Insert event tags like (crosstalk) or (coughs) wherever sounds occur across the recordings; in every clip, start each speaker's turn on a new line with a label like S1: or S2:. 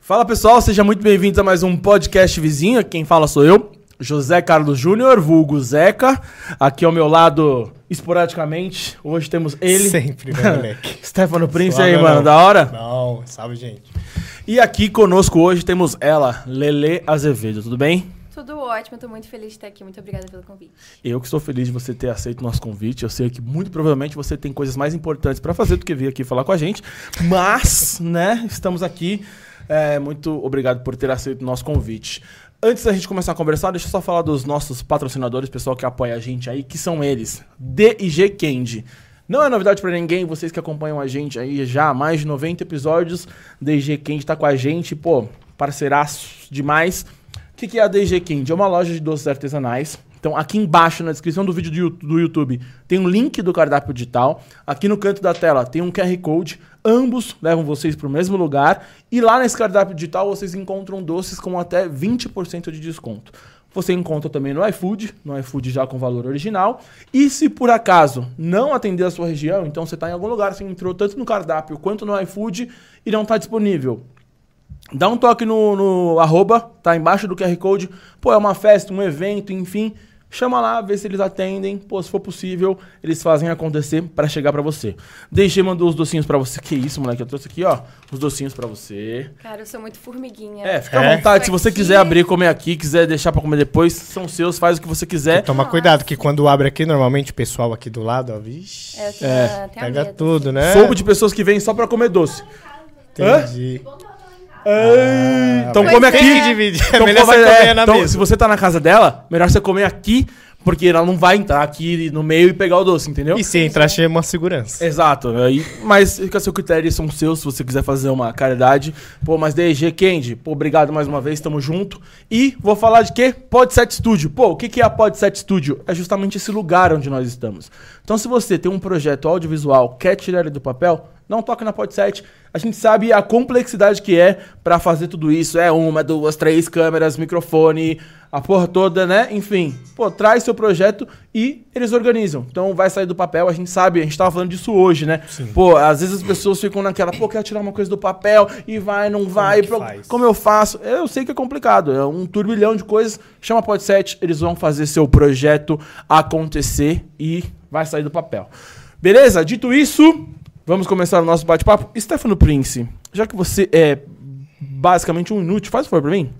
S1: Fala pessoal, sejam muito bem-vindos a mais um podcast vizinho. Quem fala sou eu, José Carlos Júnior, vulgo Zeca. Aqui ao meu lado, esporadicamente, hoje temos ele. (laughs)
S2: Sempre, meu moleque.
S1: Stefano Prince e
S2: Suave
S1: aí,
S2: ou
S1: mano,
S2: não?
S1: da hora?
S2: Não, salve, gente.
S1: E aqui conosco hoje temos ela, Lele Azevedo, tudo bem?
S3: Tudo ótimo, tô muito feliz de estar aqui. Muito obrigada pelo convite.
S1: Eu que estou feliz de você ter aceito o nosso convite. Eu sei que muito provavelmente você tem coisas mais importantes para fazer do que vir aqui falar com a gente. Mas, né, estamos aqui. É, muito obrigado por ter aceito o nosso convite. Antes da gente começar a conversar, deixa eu só falar dos nossos patrocinadores, pessoal que apoia a gente aí, que são eles: D e G Candy. Não é novidade pra ninguém, vocês que acompanham a gente aí já há mais de 90 episódios, DG Candy tá com a gente, pô, parceiraço demais. O que, que é a DG Candy? É uma loja de doces artesanais. Então, aqui embaixo, na descrição do vídeo do Yu- do YouTube, tem um link do cardápio digital. Aqui no canto da tela tem um QR Code. Ambos levam vocês pro mesmo lugar. E lá nesse cardápio digital, vocês encontram doces com até 20% de desconto. Você encontra também no iFood, no iFood já com valor original. E se por acaso não atender a sua região, então você está em algum lugar, você entrou tanto no cardápio quanto no iFood e não está disponível. Dá um toque no, no arroba, tá embaixo do QR Code. Pô, é uma festa, um evento, enfim. Chama lá, vê se eles atendem. Pô, se for possível, eles fazem acontecer pra chegar pra você. Deixei, mandou os docinhos pra você. Que isso, moleque, eu trouxe aqui, ó. Os docinhos pra você.
S3: Cara, eu sou muito formiguinha.
S1: É, fica à
S2: É?
S1: vontade. Se
S3: Isso
S1: você
S3: aqui.
S1: quiser abrir, comer aqui, quiser deixar pra comer depois, são seus, faz o que você quiser.
S2: Toma
S3: Ah.
S2: cuidado, que quando abre aqui, normalmente o pessoal aqui do lado, ó, vixe,
S3: É, eu tenho
S1: É,
S3: a- tenho a
S2: pega
S3: medo.
S2: tudo, né?
S1: Soube de pessoas que vêm só pra comer doce.
S2: Entendi.
S1: Ai, então
S3: mas
S1: come
S3: tem
S1: aqui.
S3: que
S2: dividir. Ah, É
S1: Então,
S2: melhor
S1: come-
S2: você
S1: é,
S2: comer na
S1: então,
S2: mesa.
S1: Se você tá na casa dela, melhor você comer aqui, porque ela não vai entrar aqui no meio e pegar o doce, entendeu?
S2: E se entrar, chama uma segurança.
S1: Exato. Aí, mas fica a seu critério, são seus, se você quiser fazer uma caridade. Pô, mas DG Candy, pô, obrigado mais uma vez, tamo junto. E vou falar de quê? Podset Studio. Pô, o que que é a Podset Studio? É justamente esse lugar onde nós estamos. Então, se você tem um projeto audiovisual, quer tirar ele do papel, não toque na Podset. A gente sabe a complexidade que é pra fazer tudo isso. É uma, duas, três câmeras, microfone, a porra toda, né? Enfim, pô, traz seu projeto e eles organizam. Então vai sair do papel, a gente sabe, a gente tava falando disso hoje, né? Pô, às vezes as pessoas ficam naquela, pô, quero tirar uma coisa do papel e vai, não vai,
S2: é que
S1: pro-
S2: faz?
S1: como eu faço? Eu sei que é complicado, é um turbilhão de coisas. Chama a Podset, eles vão fazer seu projeto acontecer e vai sair do papel. Beleza? Dito isso, vamos começar o nosso bate-papo. Stefano Prince, já que você é basicamente um inútil, faz o favor pra mim.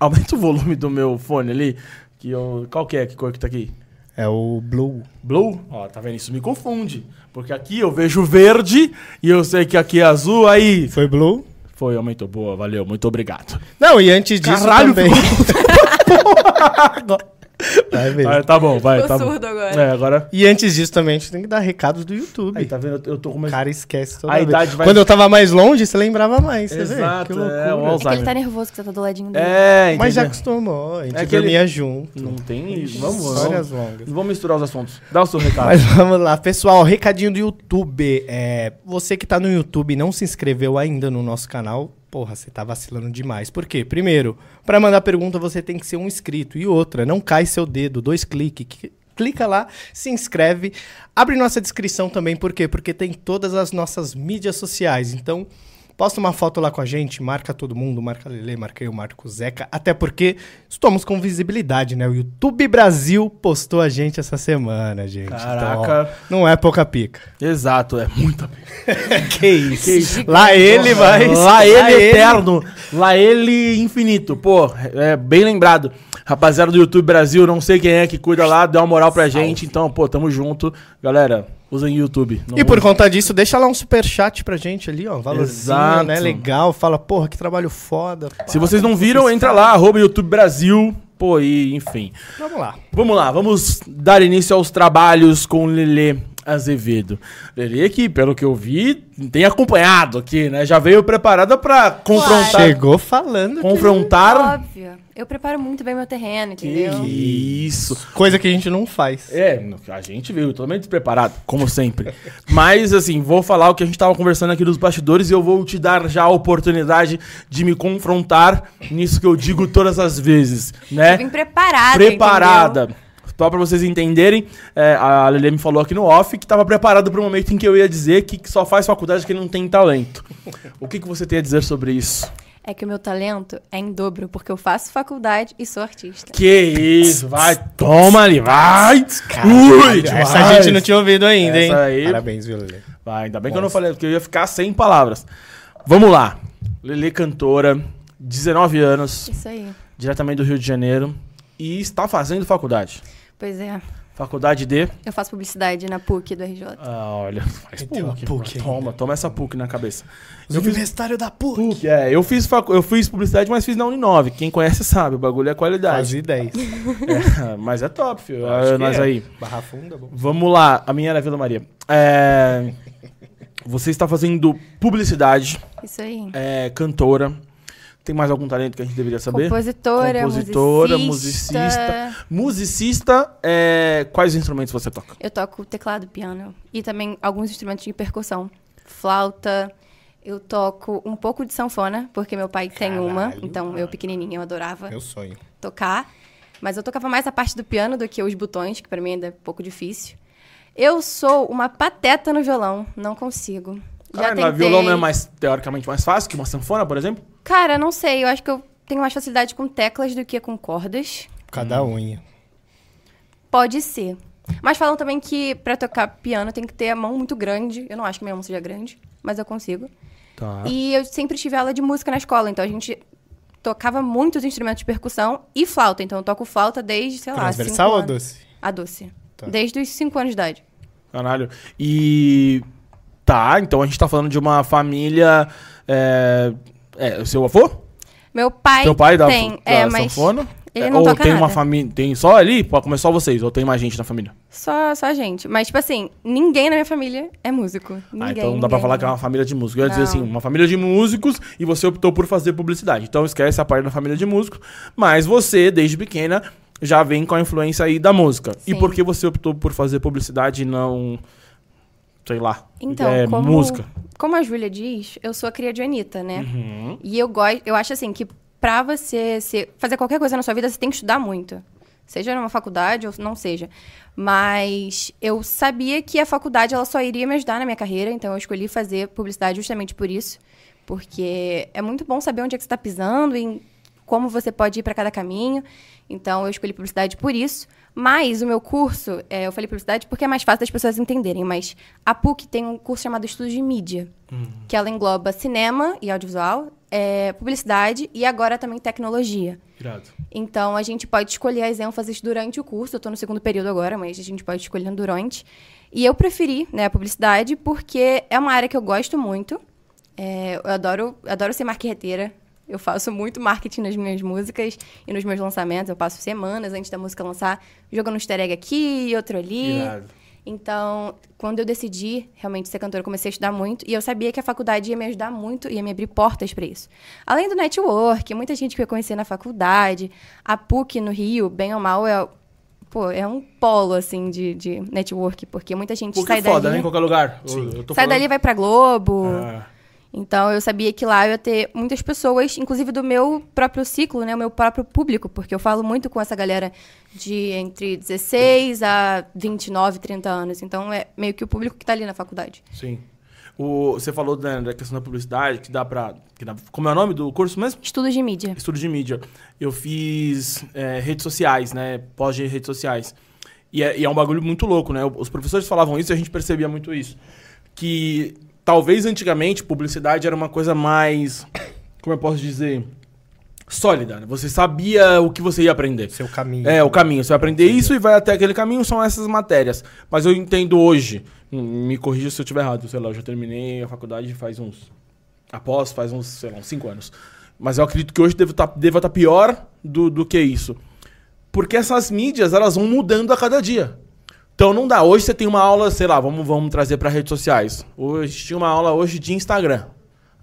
S1: Aumenta o volume do meu fone ali. Que eu, qual que é? Que cor que tá aqui?
S2: É o Blue.
S1: Blue? Ó, tá vendo? Isso me confunde. Porque aqui eu (laughs) vejo verde e eu sei que aqui é azul. Aí.
S2: Foi Blue?
S1: Foi, aumentou. Boa, valeu. Muito obrigado.
S2: Não, e antes disso
S1: Caralho,
S2: também...
S1: Agora-
S2: (laughs) Vai ver.
S1: Ah, tá bom, vai.
S3: Ficou
S1: Tá bom.
S3: surdo agora.
S1: É, agora.
S2: E antes disso também, a gente tem que dar recados do YouTube.
S1: Aí, tá vendo? Eu- Eu tô
S2: O
S1: começando.
S2: cara esquece toda
S1: A
S2: vez.
S1: idade vai-
S2: Quando eu tava mais longe, você lembrava mais, você
S1: Exato,
S2: vê? Que
S1: é, o
S2: loucura.
S3: É que ele
S1: Alzheimer.
S3: tá nervoso que você tá do ladinho dele.
S1: É,
S2: Mas já
S1: entendeu?
S2: acostumou, a gente
S1: É que ele-
S2: dormia junto.
S1: Não tem. Vamos,
S2: Histórias
S1: vamos.
S2: longas.
S1: Não vamos misturar os assuntos. Dá o seu recado.
S2: Mas vamos lá, pessoal. Recadinho do YouTube. É, você que tá no YouTube e não se inscreveu ainda no nosso canal, porra, você tá vacilando demais. Por quê? Primeiro, pra mandar pergunta você tem que ser um inscrito. E outra, não cai seu dedo, dois cliques. que- Clica lá, se inscreve. Abre nossa descrição também, por quê? Porque tem todas as nossas mídias sociais. Então, Posta uma foto lá com a gente, marca todo mundo, marca a Lele, marca eu, marca o Zeca. Até porque estamos com visibilidade, né? O YouTube Brasil postou a gente essa semana, gente.
S1: Caraca.
S2: Então, ó, não é pouca pica.
S1: Exato, é muita
S2: que isso?
S1: (laughs) Que isso?
S2: Lá ele vai.
S1: Lá ele é eterno, lá ele infinito. Pô, é bem lembrado. Rapaziada do YouTube Brasil, não sei quem é que cuida lá, dá uma moral pra gente. Então, pô, tamo junto. Galera, usem YouTube. Não
S2: E por
S1: usem-
S2: conta disso, deixa lá um superchat pra gente ali, ó. um Valorzinho,
S1: Exato.
S2: né? Legal. Fala, porra, que trabalho foda. pá,
S1: Se vocês
S2: como
S1: não viram,
S2: vocês
S1: entra
S2: estão.
S1: lá, arroba YouTube Brasil. Pô, e enfim.
S2: Vamos lá.
S1: Vamos lá, vamos dar início aos trabalhos com Lelê Azevedo. Lelê que, pelo que eu vi, tem acompanhado aqui, né? Já veio preparada pra confrontar...
S2: Chegou falando. que-
S1: Confrontar...
S3: Óbvio. Eu preparo muito bem meu terreno,
S1: Que
S3: entendeu?
S1: isso.
S2: Coisa que a gente não faz.
S1: É, no- a gente veio totalmente despreparado, como sempre. Mas, assim, vou falar o que a gente tava conversando aqui dos bastidores e eu vou te dar já a oportunidade de me confrontar nisso que eu digo todas as vezes, né?
S3: Eu vim preparada.
S1: preparada. Só pra vocês entenderem, é, a Lelê me falou aqui no off que tava preparada pro momento em que eu ia dizer que só faz faculdade quem não tem talento. O que, que você tem a dizer sobre isso?
S3: entendeu? é que o meu talento é em dobro, porque eu faço faculdade e sou artista.
S1: Que isso, vai, toma ali, vai! Ui,
S2: Essa
S1: demais.
S2: gente não tinha ouvido ainda, hein?
S1: Essa aí-
S2: Parabéns, viu, Lelê?
S1: Vai, ainda bem que eu não falei, porque eu ia ficar sem palavras. Vamos lá. Lele cantora, 19 anos,
S3: Isso aí.
S1: diretamente do Rio de Janeiro, e está fazendo faculdade.
S3: Pois é.
S1: Faculdade de.
S3: Eu faço publicidade na PUC do RJ.
S1: Ah, olha, faz
S2: Tem uma
S1: PUC,
S2: PUC
S1: pô.
S2: ainda.
S1: toma, toma essa PUC na cabeça.
S2: Os
S1: Eu fiz-
S2: universitários da PUC.
S1: PUC, é, eu fiz, facu... eu fiz publicidade, mas fiz na Uninove. Quem conhece sabe, o bagulho é qualidade.
S2: Quase 10.
S1: (laughs) É, mas é top, filho.
S2: Acho que
S1: nós
S2: é.
S1: aí.
S2: Barra funda, bom.
S1: Vamos lá, a minha era Vila Maria. É, Você está fazendo publicidade,
S3: Isso aí.
S1: é, cantora. Tem mais algum talento que a gente deveria saber?
S3: Compositora,
S1: Compositora,
S3: musicista.
S1: musicista. Musicista, é, quais instrumentos você toca?
S3: Eu toco teclado, piano e também alguns instrumentos de percussão. Flauta, eu toco um pouco de sanfona, porque meu pai tem uma.
S2: Caralho.
S3: Então, eu pequenininha, eu adorava
S2: Meu sonho.
S3: tocar. Mas eu tocava mais a parte do piano do que os botões, que pra mim ainda é um pouco difícil. Eu sou uma pateta no violão, não consigo. Já
S1: Cara, na
S3: tentei...
S1: violão não é mais, teoricamente, mais fácil que uma sanfona, por exemplo?
S3: Cara, não sei, eu acho que eu tenho mais facilidade com teclas do que com cordas.
S2: Cada
S1: Hum.
S2: unha.
S3: Pode ser. Mas falam também que pra tocar piano tem que ter a mão muito grande. Eu não acho que minha mão seja grande, mas eu consigo.
S1: Tá.
S3: E eu sempre tive aula de música na escola, então a gente tocava muitos instrumentos de percussão e flauta. Então eu toco flauta desde, sei lá, cinco
S2: Transversal ou
S3: anos.
S2: doce?
S3: A doce.
S2: Tá.
S3: Desde os 5 anos de idade.
S1: Caralho. E. Tá, então a gente tá falando de uma família. É, é, o seu avô?
S3: Meu pai,
S1: seu pai da,
S3: tem,
S1: da
S3: é, mas
S1: sanfona?
S3: ele
S1: É,
S3: não
S1: ou
S3: toca
S1: tem uma
S3: nada.
S1: família. Tem só ali? Pô, começou vocês, ou tem mais gente na família?
S3: só, só a gente. Mas, tipo assim, ninguém na minha família é músico. Ninguém,
S1: ah, então não dá pra
S3: ninguém,
S1: falar que é
S3: ninguém.
S1: uma família de músicos. Eu ia dizer
S3: Não.
S1: assim, uma família de músicos e você optou por fazer publicidade. Então esquece a parte da família de músicos, mas você, desde pequena, já vem com a influência aí da música. E
S3: Sim.
S1: por que você optou por fazer publicidade e não. sei lá.
S3: Então,
S1: é,
S3: como,
S1: música? Uhum.
S3: como a Júlia diz, eu sou a cria de Anitta, né? E eu gosto, eu acho assim que pra você ser- fazer qualquer coisa na sua vida, você tem que estudar muito. Seja numa faculdade ou não seja. Mas eu sabia que a faculdade ela só iria me ajudar na minha carreira, então eu escolhi fazer publicidade justamente por isso. Porque é muito bom saber onde é que você está pisando e em como você pode ir para cada caminho. Então, eu escolhi publicidade por isso. Mas o meu curso, é, eu falei publicidade porque é mais fácil das pessoas entenderem, mas a PUC tem um curso chamado Estudos de Mídia, que ela engloba cinema e audiovisual, é, publicidade e agora também tecnologia. Então, a gente pode escolher as ênfases durante o curso. Eu estou no segundo período agora, mas a gente pode escolher durante. E eu preferi né, a publicidade porque é uma área que eu gosto muito. É, eu adoro, adoro ser marqueteira. Eu faço muito marketing nas minhas músicas e nos meus lançamentos. Eu passo semanas antes da música lançar, jogando um easter egg aqui, outro ali.
S1: Irado.
S3: Então, quando eu decidi realmente ser cantora, eu comecei a estudar muito e eu sabia que a faculdade ia me ajudar muito, ia me abrir portas para isso. Além do network, muita gente que eu conheci na faculdade, a PUC no Rio, bem ou mal, é, pô, é um polo assim de, de network, porque muita gente
S1: Porque
S3: sai
S1: é foda, né?
S3: dali,
S1: Em qualquer lugar. Eu, eu tô
S3: sai dali
S1: falando-
S3: e vai para Globo.
S1: Ah,
S3: Então, eu sabia que lá eu ia ter muitas pessoas, inclusive do meu próprio ciclo, né? O meu próprio público, porque eu falo muito com essa galera de entre 16 a 29, 30 anos. Então, é meio que o público que tá ali na faculdade.
S1: sim. O, você falou né, da questão da publicidade, que dá pra. Que dá, como é o nome do curso mesmo?
S3: Estudos de mídia.
S1: estudo de mídia. Eu fiz é, redes sociais, né? Pós de redes sociais. E é, e é um bagulho muito louco, né? Os professores falavam isso e a gente percebia muito isso. Que talvez antigamente publicidade era uma coisa mais. Como eu posso dizer? Sólida. né? Você sabia o que você ia aprender.
S2: Seu caminho.
S1: É, o caminho. Você vai aprender isso e vai até aquele caminho, são essas matérias. Mas eu entendo hoje, hum, me corrija se eu estiver errado, sei lá, eu já terminei a faculdade faz uns. Após, faz uns, sei lá, uns 5 anos. Mas eu acredito que hoje devo tá, deva estar pior do, do que isso. Porque essas mídias, elas vão mudando a cada dia. Então não dá. Hoje você tem uma aula, sei lá, vamos, vamos trazer para redes sociais. Hoje tinha uma aula hoje de Instagram.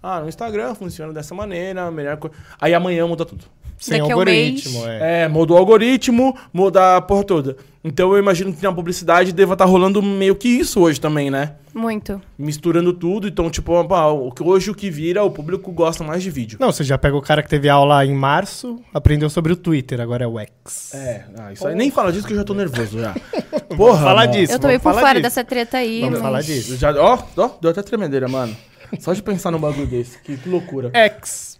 S1: Ah, no Instagram funciona dessa maneira, a melhor coisa. Aí amanhã muda tudo.
S2: Sem
S3: Daqui a um
S2: algoritmo,
S3: mês.
S2: é.
S1: É, muda o algoritmo, muda a porra toda. Então eu imagino que na publicidade deva estar rolando meio que isso hoje também, né?
S3: Muito.
S1: Misturando tudo, então, tipo, pá, o que- hoje o que vira, o público gosta mais de vídeo.
S2: Não, você já pega o cara que teve aula em março, aprendeu sobre o Twitter, agora é o X.
S1: É, ah, isso aí. Nem fala disso que eu já tô nervoso já. Porra.
S2: Falar
S1: mano.
S2: disso.
S3: eu tô meio
S2: vamos
S3: por
S2: falar
S3: fora
S2: disso.
S3: dessa treta aí,
S2: Vamos
S3: mas...
S2: falar
S1: Eu
S2: disso.
S1: Já, ó, ó, deu até tremedeira, mano. Só de pensar num bagulho desse. Que loucura.
S2: É. X.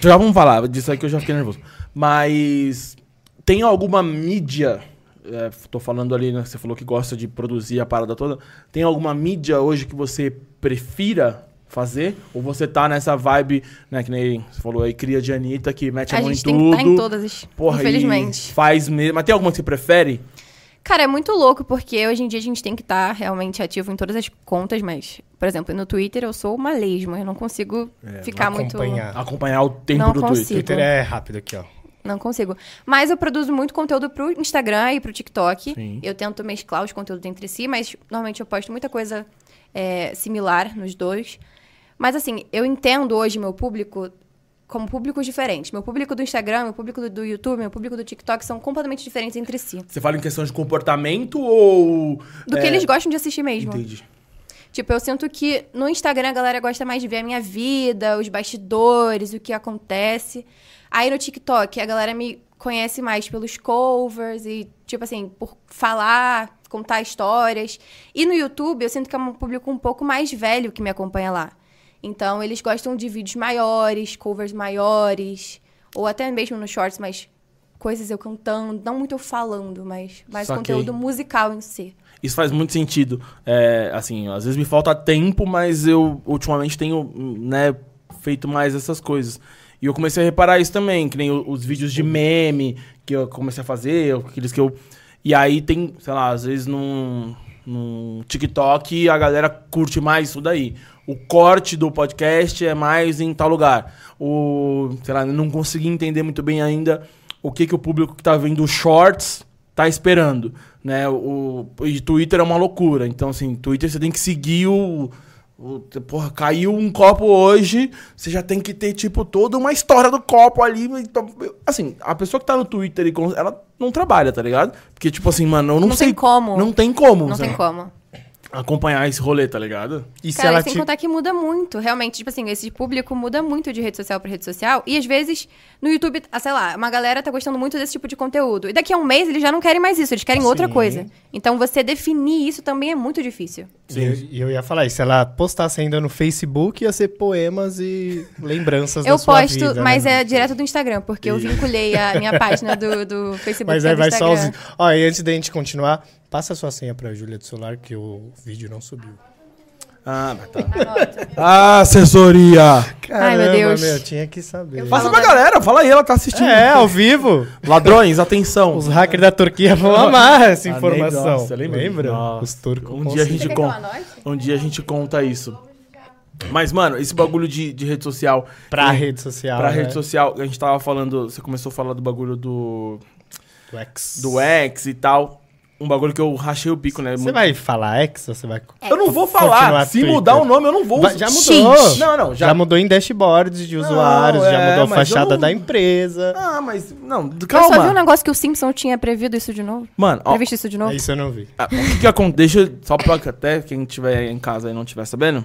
S1: Já vamos falar disso aí que eu já fiquei nervoso. Mas tem alguma mídia. é, tô falando ali, né? Você falou que gosta de produzir a parada toda. Tem alguma mídia hoje que você prefira fazer? Ou você tá nessa vibe, né? Que nem você falou aí, cria de Anitta, que mete a,
S3: A
S1: mão
S3: gente
S1: em
S3: tem que
S1: tudo.
S3: estar em todas,
S1: Porra,
S3: infelizmente.
S1: E faz mesmo. Mas tem alguma que você prefere?
S3: Cara, é muito louco, porque hoje em dia a gente tem que estar realmente ativo em todas as contas, mas, por exemplo, no Twitter eu sou uma lesma, eu não consigo
S2: É,
S3: ficar muito.
S2: acompanhar.
S1: Acompanhar o tempo
S3: Não
S1: do
S3: consigo.
S2: Twitter é rápido aqui, ó.
S3: Não consigo. Mas eu produzo muito conteúdo pro Instagram e pro TikTok.
S1: Sim.
S3: Eu tento mesclar os conteúdos entre si, mas normalmente eu posto muita coisa é, similar nos dois. Mas assim, eu entendo hoje meu público como públicos diferentes. Meu público do Instagram, meu público do- do YouTube, meu público do TikTok são completamente diferentes entre si.
S1: Você fala em questão de comportamento ou.
S3: Do que
S1: é,
S3: eles gostam de assistir mesmo.
S1: Entendi.
S3: Tipo, eu sinto que no Instagram a galera gosta mais de ver a minha vida, os bastidores, o que acontece. Aí no TikTok a galera me conhece mais pelos covers e, tipo assim, por falar, contar histórias. E no YouTube eu sinto que é um público um pouco mais velho que me acompanha lá. Então eles gostam de vídeos maiores, covers maiores, ou até mesmo nos shorts, mas coisas eu cantando, não muito eu falando, mas mais
S1: Saquei.
S3: conteúdo musical em si.
S1: Isso faz muito sentido. É, assim, às vezes me falta tempo, mas eu ultimamente tenho, né, feito mais essas coisas. E eu comecei a reparar isso também, que nem o- os vídeos de meme que eu comecei a fazer, eu- aqueles que eu. E aí tem, sei lá, às vezes num, num TikTok a galera curte mais isso daí. O corte do podcast é mais em tal lugar. O, sei lá, não consegui entender muito bem ainda o que, que o público que tá vendo os shorts tá esperando, né? O, o- e Twitter é uma loucura. Então, assim, Twitter você tem que seguir o, o- Porra, caiu um copo hoje, você já tem que ter, tipo, toda uma história do copo ali. Então, eu- Assim, a pessoa que tá no Twitter, e cons- ela não trabalha, tá ligado? Porque, tipo assim, mano, eu não,
S3: Não
S1: sei...
S3: tem como.
S1: Não tem como.
S3: Não
S1: sei lá,
S3: tem como.
S1: Acompanhar esse rolê, tá ligado?
S2: E se
S3: Cara,
S2: ela
S3: sem
S2: te...
S3: contar que muda muito, realmente. Tipo assim, esse público muda muito de rede social pra rede social. E às vezes, no YouTube, ah, sei lá, uma galera tá gostando muito desse tipo de conteúdo. E daqui a um mês eles já não querem mais isso, eles querem outra
S2: Sim.
S3: coisa. Então você definir isso também é muito difícil.
S2: E eu, e eu ia falar isso. Se ela postasse ainda no Facebook, ia ser poemas e lembranças
S3: eu
S2: da sua
S3: posto,
S2: vida.
S3: mas
S2: né?
S3: é direto do Instagram, porque eu vinculei a
S2: (laughs)
S3: minha página do, do Facebook.
S2: Mas
S3: com a
S2: aí
S3: tipo, é
S2: vai
S3: do
S2: só
S3: Instagram.
S2: os... Ó, e antes da gente continuar, passa a sua senha pra Júlia do celular, que o vídeo não subiu.
S1: Ah, mas tá. Assessoria!
S3: Ai, meu Deus.
S2: meu, tinha que saber.
S3: Eu assim.
S1: Passa
S3: Falando
S1: pra galera, fala aí, ela tá assistindo.
S2: É, ao vivo.
S1: Ladrões, atenção.
S2: Os hackers da Turquia vão amar essa
S1: Ah, nem-
S2: informação.
S1: nossa, lembra?
S2: lembra?
S1: Nossa,
S2: Os turcos.
S1: um
S2: com
S1: dia a
S2: certeza.
S1: gente conta. Um dia a gente conta isso. Mas, mano, esse bagulho de, de rede social.
S2: Pra
S1: e,
S2: rede social.
S1: pra
S2: né?
S1: rede social, a gente tava falando. Você começou a falar do bagulho do,
S2: Do X.
S1: do X e tal. Um bagulho que eu rachei o bico, né?
S2: Você
S1: Muito-
S2: vai falar X ou você vai.
S1: Eu não vou
S2: Continuar
S1: falar. Se
S2: Twitter.
S1: mudar o nome, eu não vou.
S2: Vai- já
S1: usar.
S2: mudou.
S1: X. Não, não, já.
S2: Já mudou em dashboards de
S1: Não,
S2: usuários, já
S1: é,
S2: mudou a
S1: mas eu
S2: fachada
S1: não-
S2: da empresa.
S1: Ah, mas. Não,
S3: Eu só vi um
S1: calma.
S3: negócio que o Simpson tinha previsto isso de novo.
S1: Mano, ó,
S3: Previsto isso de novo.
S2: é Isso eu não vi.
S1: Ah, O que, que acontece? Deixa eu- só pra que até quem tiver em casa e não tiver sabendo.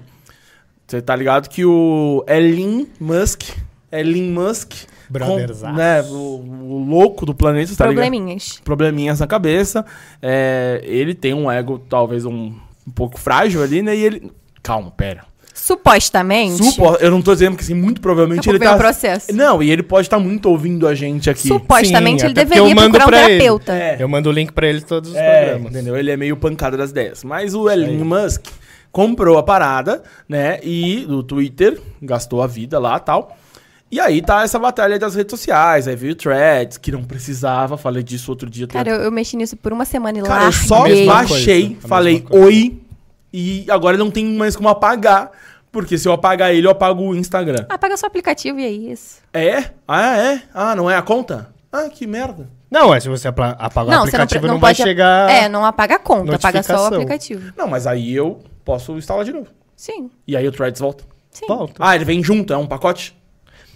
S1: Você tá ligado que o Elon Musk. Elon Musk.
S2: Brotherzaço.
S1: né, o, o louco do planeta, tá ligado?
S3: Probleminhas.
S1: Probleminhas na cabeça. é, ele tem um ego, talvez, um, um pouco frágil ali, né? E ele. Calma, pera.
S3: Supostamente.
S1: Supo, eu não tô dizendo que assim, muito provavelmente
S3: Daqui a
S1: ele
S3: pouco vem
S1: tá.
S3: um processo.
S1: Não, e ele pode estar muito ouvindo a gente aqui.
S3: Supostamente
S2: Sim,
S3: ele
S2: até porque eu
S3: deveria
S2: mando
S3: procurar um
S2: pra ele.
S3: terapeuta.
S1: É.
S2: Eu mando o link pra ele todos os
S1: É,
S2: programas.
S1: entendeu? Ele é meio pancada das ideias. Mas o Elon Musk comprou a parada, né? E do Twitter, gastou a vida lá tal. E aí tá essa batalha das redes sociais. Aí veio o Threads, que não precisava. Falei disso outro dia.
S3: Cara, eu, eu é mexi nisso por uma semana e
S1: Cara, eu só
S3: larguei.
S2: mesma
S1: baixei,
S2: coisa, a
S1: falei
S2: mesma coisa.
S1: oi. E agora não tem mais como apagar. Porque se eu apagar ele, eu apago o Instagram.
S3: Apaga seu aplicativo e é isso.
S1: É? Ah, é? Ah, não é a conta? Ah, que merda.
S2: Não, é se você apla- apagar o
S3: pre-
S2: aplicativo, não, vai
S3: pode-
S2: chegar.
S3: É, não apaga a conta, apaga só o
S2: notificação.
S3: aplicativo.
S1: Não, mas aí eu posso instalar de novo.
S3: Sim,
S1: E aí o Threads volta.
S3: sim.
S2: Volta.
S1: Ah, ele vem junto, é um pacote?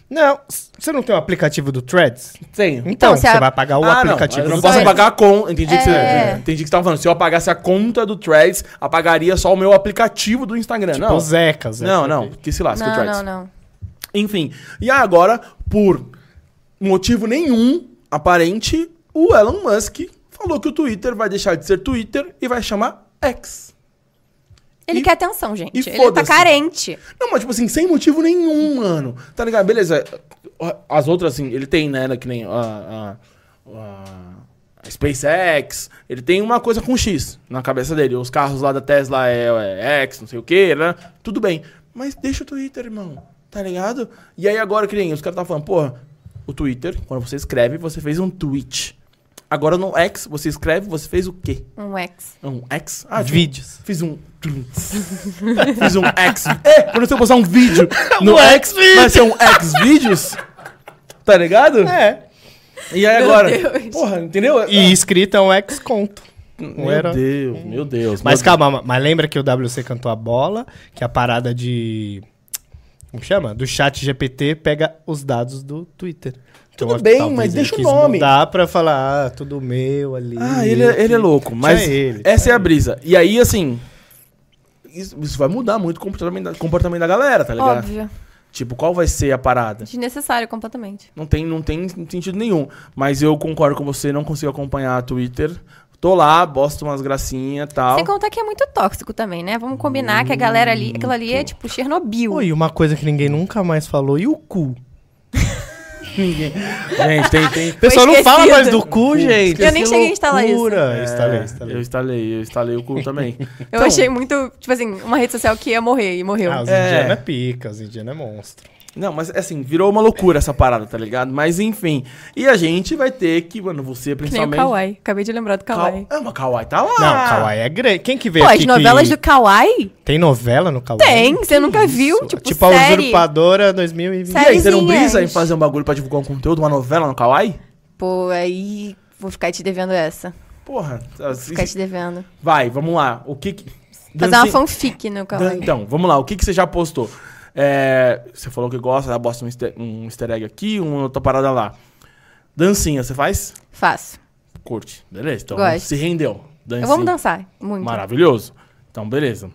S2: Não, s- você não tem o aplicativo do Threads?
S1: Tenho.
S2: Então,
S3: se
S2: você
S3: a-
S2: vai apagar o
S1: ah,
S2: aplicativo
S1: não, eu não
S2: do
S1: posso
S2: Threads.
S1: apagar a conta. Entendi, que
S3: É.
S1: você- entendi que você tava falando. Se eu apagasse a conta do Threads, apagaria só o meu aplicativo do Instagram.
S2: Tipo
S1: não.
S2: o Zeca, Zeca.
S1: não, não. Que se lasca o
S3: Não,
S1: Threads.
S3: não, não.
S1: Enfim. E agora, por motivo nenhum aparente, o Elon Musk falou que o Twitter vai deixar de ser Twitter e vai chamar X.
S3: Ele
S1: E-
S3: quer atenção, gente.
S1: e
S3: Ele tá
S1: foda-se.
S3: carente.
S1: Não, mas tipo assim, sem motivo nenhum, mano. Tá ligado? Beleza. As outras, assim, ele tem, né? Que nem a, a, a- a SpaceX. Ele tem uma coisa com X na cabeça dele. Os carros lá da Tesla é, é X, não sei o quê, né? Tudo bem. Mas deixa o Twitter, irmão. Tá ligado? E aí agora, que nem os caras tá falando, porra, o Twitter, quando você escreve, você fez um tweet. Agora no X, você escreve, você fez o quê?
S3: Um ex.
S1: Um X? Ah, tipo,
S2: É Vídeos.
S1: Fiz um.
S2: (laughs)
S1: Fiz um X. É, quando você postar um
S2: (laughs)
S1: vídeo no
S2: Um
S1: X,
S2: Xvideos.
S1: vai ser um X vídeos? Tá ligado?
S2: É.
S1: E aí agora?
S3: Deus.
S1: Porra, entendeu?
S2: E escrita é um ex-conto.
S1: Meu
S2: era-
S1: Deus, meu Deus.
S2: Mas
S1: meu
S2: calma, mas lembra que o WC cantou a bola, que a parada de. Como chama? Do chat GPT pega os dados do Twitter.
S1: Tudo
S2: acho que
S1: bem,
S2: talvez
S1: mas
S2: ele
S1: deixa o
S2: quis
S1: nome.
S2: Mudar pra falar, ah, tudo meu ali.
S1: Ah, ele, é- ele é louco, mas
S2: Tinha ele,
S1: essa
S2: tinha
S1: é a brisa. E aí, assim, isso, isso vai mudar muito o comportamento, da- comportamento da galera, tá ligado?
S3: Óbvio.
S1: Tipo, qual vai ser a parada?
S3: Desnecessário completamente.
S1: Não tem, não tem sentido nenhum. Mas eu concordo com você, não consigo acompanhar a Twitter. Tô lá, bosto umas gracinhas e tal.
S3: Sem contar que é muito tóxico também, né? Vamos combinar que a galera ali. Aquilo ali é tipo Chernobyl.
S2: Pô, e uma coisa que ninguém nunca mais falou, e o cu?
S1: Gente, tem, tem,
S2: (laughs) O pessoal não fala
S3: esquecido.
S2: mais do cu, gente.
S3: Eu nem
S2: que
S3: cheguei a instalar isso.
S2: loucura. Instalei,
S1: É,
S2: instalei.
S1: Eu instalei, eu instalei o
S2: (laughs)
S1: cu também. Então,
S3: Eu achei muito, tipo assim, uma rede social que ia morrer e morreu.
S2: então. Ah, os
S1: É.
S2: indianos é pica, os indianos é monstro.
S1: Não, mas assim, virou uma loucura essa parada, tá ligado? Mas enfim. E a gente vai ter que, mano, você
S3: que nem o
S1: principalmente.
S3: Kawaii. Acabei de lembrar do Kawaii.
S1: É, mas Kawaii tá lá.
S2: Não, Kawaii é grande. Quem que veio
S3: Pô,
S2: aqui
S3: as
S2: que...
S3: novelas do Kawaii?
S2: Tem novela no Kawaii?
S3: Tem, você nunca viu?
S2: Isso.
S3: Tipo,
S2: a
S3: série.
S2: Usurpadora 2020.
S3: Tá
S1: E aí, você não
S3: Sériezinhas.
S1: brisa em fazer um bagulho pra divulgar um conteúdo, uma novela no Kawaii?
S3: Pô, aí vou ficar te devendo essa.
S1: Porra. assim,
S3: Ficar te devendo.
S1: Vai, vamos lá. O que. que...
S3: Fazer uma
S1: Dancinha-
S3: fanfic no
S1: Dan-
S3: Kawaii.
S1: Então, vamos lá. O que, que você já postou? É, você falou que gosta, já bosta um easter, um easter egg aqui, uma outra parada lá. Dancinha, você faz?
S3: Faço.
S1: Curte. Beleza. Então,
S3: Gosto.
S1: se rendeu. Dancinha.
S3: Eu vamos dançar. Muito.
S1: Maravilhoso. Então, beleza.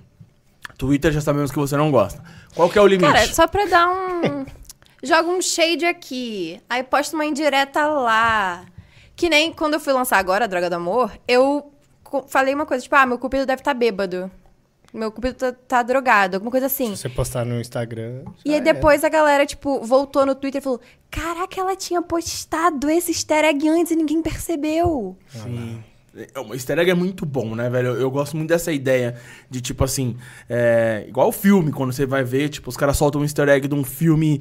S1: Twitter já sabemos que você não gosta. Qual que é o limite?
S3: Cara, só pra dar um. Joga um shade aqui. Aí posta uma indireta lá. Que nem quando eu fui lançar agora a Droga do Amor, eu co- falei uma coisa, tipo, ah, meu cupido deve estar bêbado. Meu cupido tá, tá drogado, alguma coisa assim.
S2: Se você postar no Instagram.
S3: E é
S2: já
S3: aí depois a galera, tipo, voltou no Twitter e falou: Caraca, ela tinha postado esse easter egg antes e ninguém percebeu.
S1: Sim. É, O easter egg é muito bom, né, velho? Eu, eu gosto muito dessa ideia de, tipo assim, é, igual o filme, quando você vai ver, tipo, os caras soltam um easter egg de um filme,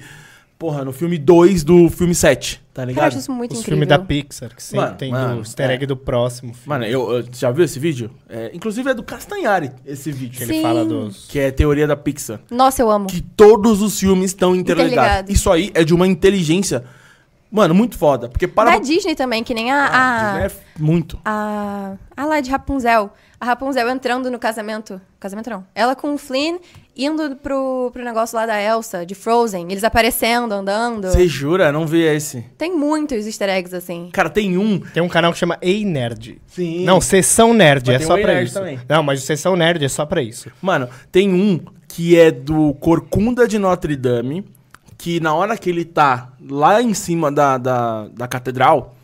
S1: porra, no filme 2 do filme 7, tá
S3: Cara, eu
S1: ligado?
S3: acho isso muito
S2: Os
S3: incrível.
S2: filmes da Pixar, que sempre
S1: Mano,
S2: tem
S1: mano,
S2: o easter egg
S1: é.
S2: do próximo filme.
S1: Mano, eu, eu- já viu esse vídeo? É, inclusive é do Castanhari, esse vídeo.
S2: que
S3: Sim.
S2: ele fala dos.
S1: Que é teoria da Pixar.
S3: Nossa, eu amo.
S1: que todos os filmes estão interligados.
S3: Interligados.
S1: Isso aí é de uma inteligência, mano, muito foda. Porque para.
S3: Da é Disney também, que nem a. a-
S1: Ah, Disney é muito.
S3: a. A lá de Rapunzel. A Rapunzel entrando no casamento. Casamento não. Ela com o Flynn indo pro, pro negócio lá da Elsa, de Frozen. Eles aparecendo, andando.
S1: Você jura? Não vi esse.
S3: Tem muitos easter eggs assim.
S1: Cara, tem um.
S2: Tem um canal que chama Ei Nerd.
S1: Sim.
S2: Não, Sessão Nerd,
S1: Mas
S2: é
S1: tem
S2: só
S1: o Ei
S2: pra
S1: Nerd
S2: isso.
S1: também.
S2: Não, mas o Sessão Nerd é só pra isso.
S1: Mano, tem um que é do Corcunda de Notre Dame, que na hora que ele tá lá em cima da, da, da catedral,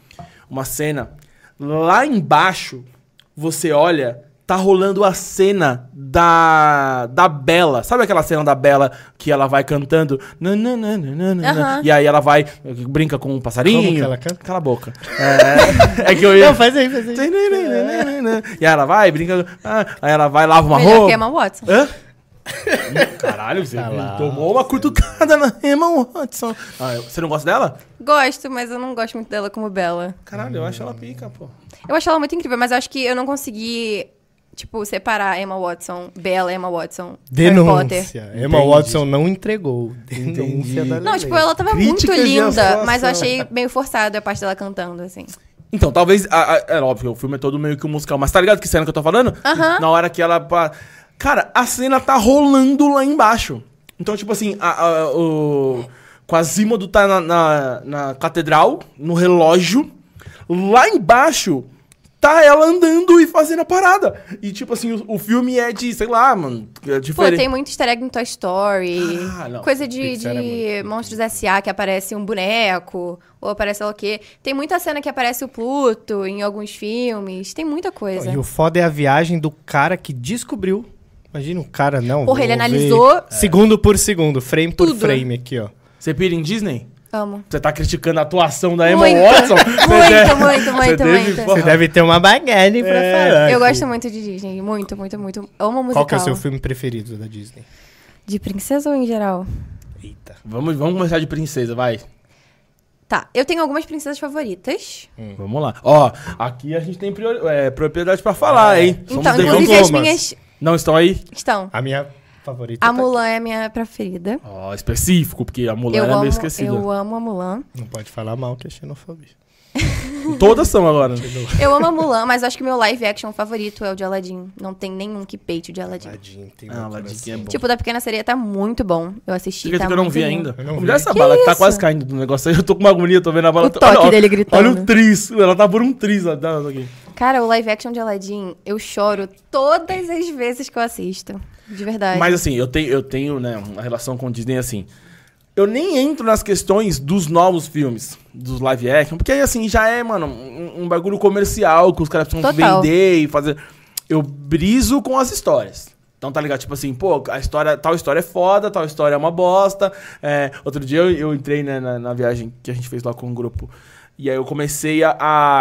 S1: uma cena, lá embaixo, você olha, tá rolando a cena da, da Bela. Sabe aquela cena da Bela que ela vai cantando? nananana,
S3: Aham.
S1: E aí ela vai, brinca com um passarinho.
S2: Como que ela canta?
S1: Cala a
S2: (laughs)
S1: boca. É, é que eu ia...
S2: Não, faz aí, faz aí.
S1: E aí ela vai, brinca. ah, Aí ela vai, lava uma
S3: Melhor
S1: roupa.
S3: que Emma Watson.
S1: Hã? Caralho, você
S2: Tá lá.
S1: tomou uma cutucada na Emma Watson. Ah, eu- você não gosta dela?
S3: Gosto, mas eu não gosto muito dela como Bela.
S1: Caralho, eu acho ela pica, pô.
S3: Eu acho ela muito incrível, mas eu acho que eu não consegui, tipo, separar Emma Watson, Bela Emma Watson, Harry Potter.
S2: Denúncia. Emma
S1: Entendi.
S2: Watson não entregou. Denúncia
S1: Entendi.
S2: da
S3: Não,
S2: Lele.
S3: tipo, ela tava
S1: Críticas de
S3: muito linda,
S1: atuação.
S3: mas eu achei meio forçada a parte dela cantando, assim.
S1: Então, talvez. a- a- é óbvio, o filme é todo meio que um musical, mas tá ligado que cena que eu tô falando?
S3: Aham.
S1: Na hora que ela. pa- Cara, a cena tá rolando lá embaixo. Então, tipo assim, a, a, o Quasimodo tá na, na, na catedral, no relógio. Lá embaixo tá ela andando e fazendo a parada. E, tipo assim, o, o filme é de, sei lá, mano, é
S3: Pô,
S1: diferente.
S3: tem muito easter egg em Toy Story.
S1: Ah, não.
S3: Coisa de,
S2: Pixar é
S3: de Monstros S.A. que aparece um boneco, ou aparece sei lá o quê. Tem muita cena que aparece o Pluto em alguns filmes. Tem muita coisa.
S2: E o foda é a viagem do cara que descobriu Imagina o cara, não.
S3: Porra,
S2: vou
S3: ele
S2: ver
S3: analisou-
S2: Segundo por segundo, frame por
S3: Tudo.
S2: frame aqui, ó.
S1: Você pira em Disney?
S3: Amo.
S1: Você tá criticando a atuação da Emma
S3: Muito. (laughs)
S1: Watson? Você
S3: Muito,
S1: deve-
S3: muito, muito,
S1: deve,
S3: muito.
S1: porra,
S2: Você deve ter uma bagagem pra
S1: É,
S2: falar.
S3: Eu
S1: Ai,
S3: gosto muito de Disney. Muito, muito, muito. Amo musical.
S2: Qual que é o seu filme preferido da Disney?
S3: De princesa ou em geral?
S2: Eita.
S1: Vamos, vamos começar de princesa, vai.
S3: Tá, eu tenho algumas princesas favoritas.
S2: Hum.
S1: Vamos lá. Ó, aqui a gente tem priori- é, propriedade pra
S2: É.
S1: falar, hein? Somos
S3: então,
S1: The
S3: inclusive
S1: Young
S3: as
S1: Thomas.
S3: minhas
S1: Não estão aí?
S3: estão.
S2: A minha favorita.
S3: A
S2: tá
S3: Mulan é a minha preferida.
S1: Ó, específico, porque a Mulan
S3: Eu
S1: era
S3: amo,
S1: meio esquecida.
S3: eu amo a Mulan.
S2: aqui. Não pode falar mal que é xenofobia.
S1: Todas são agora.
S3: Eu amo a Mulan, mas acho que meu live action favorito é o de Aladdin. Não tem nenhum que peite o de Aladdin.
S2: Tadinho, tem assim.
S1: Ah,
S2: meu
S1: Aladdin
S2: coração.
S1: é bom.
S3: Tipo, da Pequena Sereia tá muito bom. Eu assisti,
S1: Fica
S3: tá
S1: que eu não
S3: muito
S1: vi
S3: lindo.
S1: ainda.
S2: Eu não
S1: Me
S2: vi.
S1: dá essa bala que tá
S3: isso?
S1: quase caindo do negócio aí. Eu tô com uma agonia, tô vendo a bala. tá-
S3: O toque
S1: ó,
S3: dele gritando.
S1: Olha o tris. Ela tá por um tris. ó, dá isso aqui.
S3: Cara, o live action de Aladdin, eu choro todas as vezes que eu assisto. De verdade.
S1: Mas assim, eu tenho, eu tenho né, uma relação com o Disney assim. Eu nem entro nas questões dos novos filmes, dos live action, porque aí assim já é, mano, um, um bagulho comercial que os caras precisam
S3: Total.
S1: vender e fazer. Eu briso com as histórias. Então tá ligado? Tipo assim, pô, a história, tal história é foda, tal história é uma bosta. É, outro dia eu, eu entrei né, na, na viagem que a gente fez lá com um grupo. E aí eu comecei a,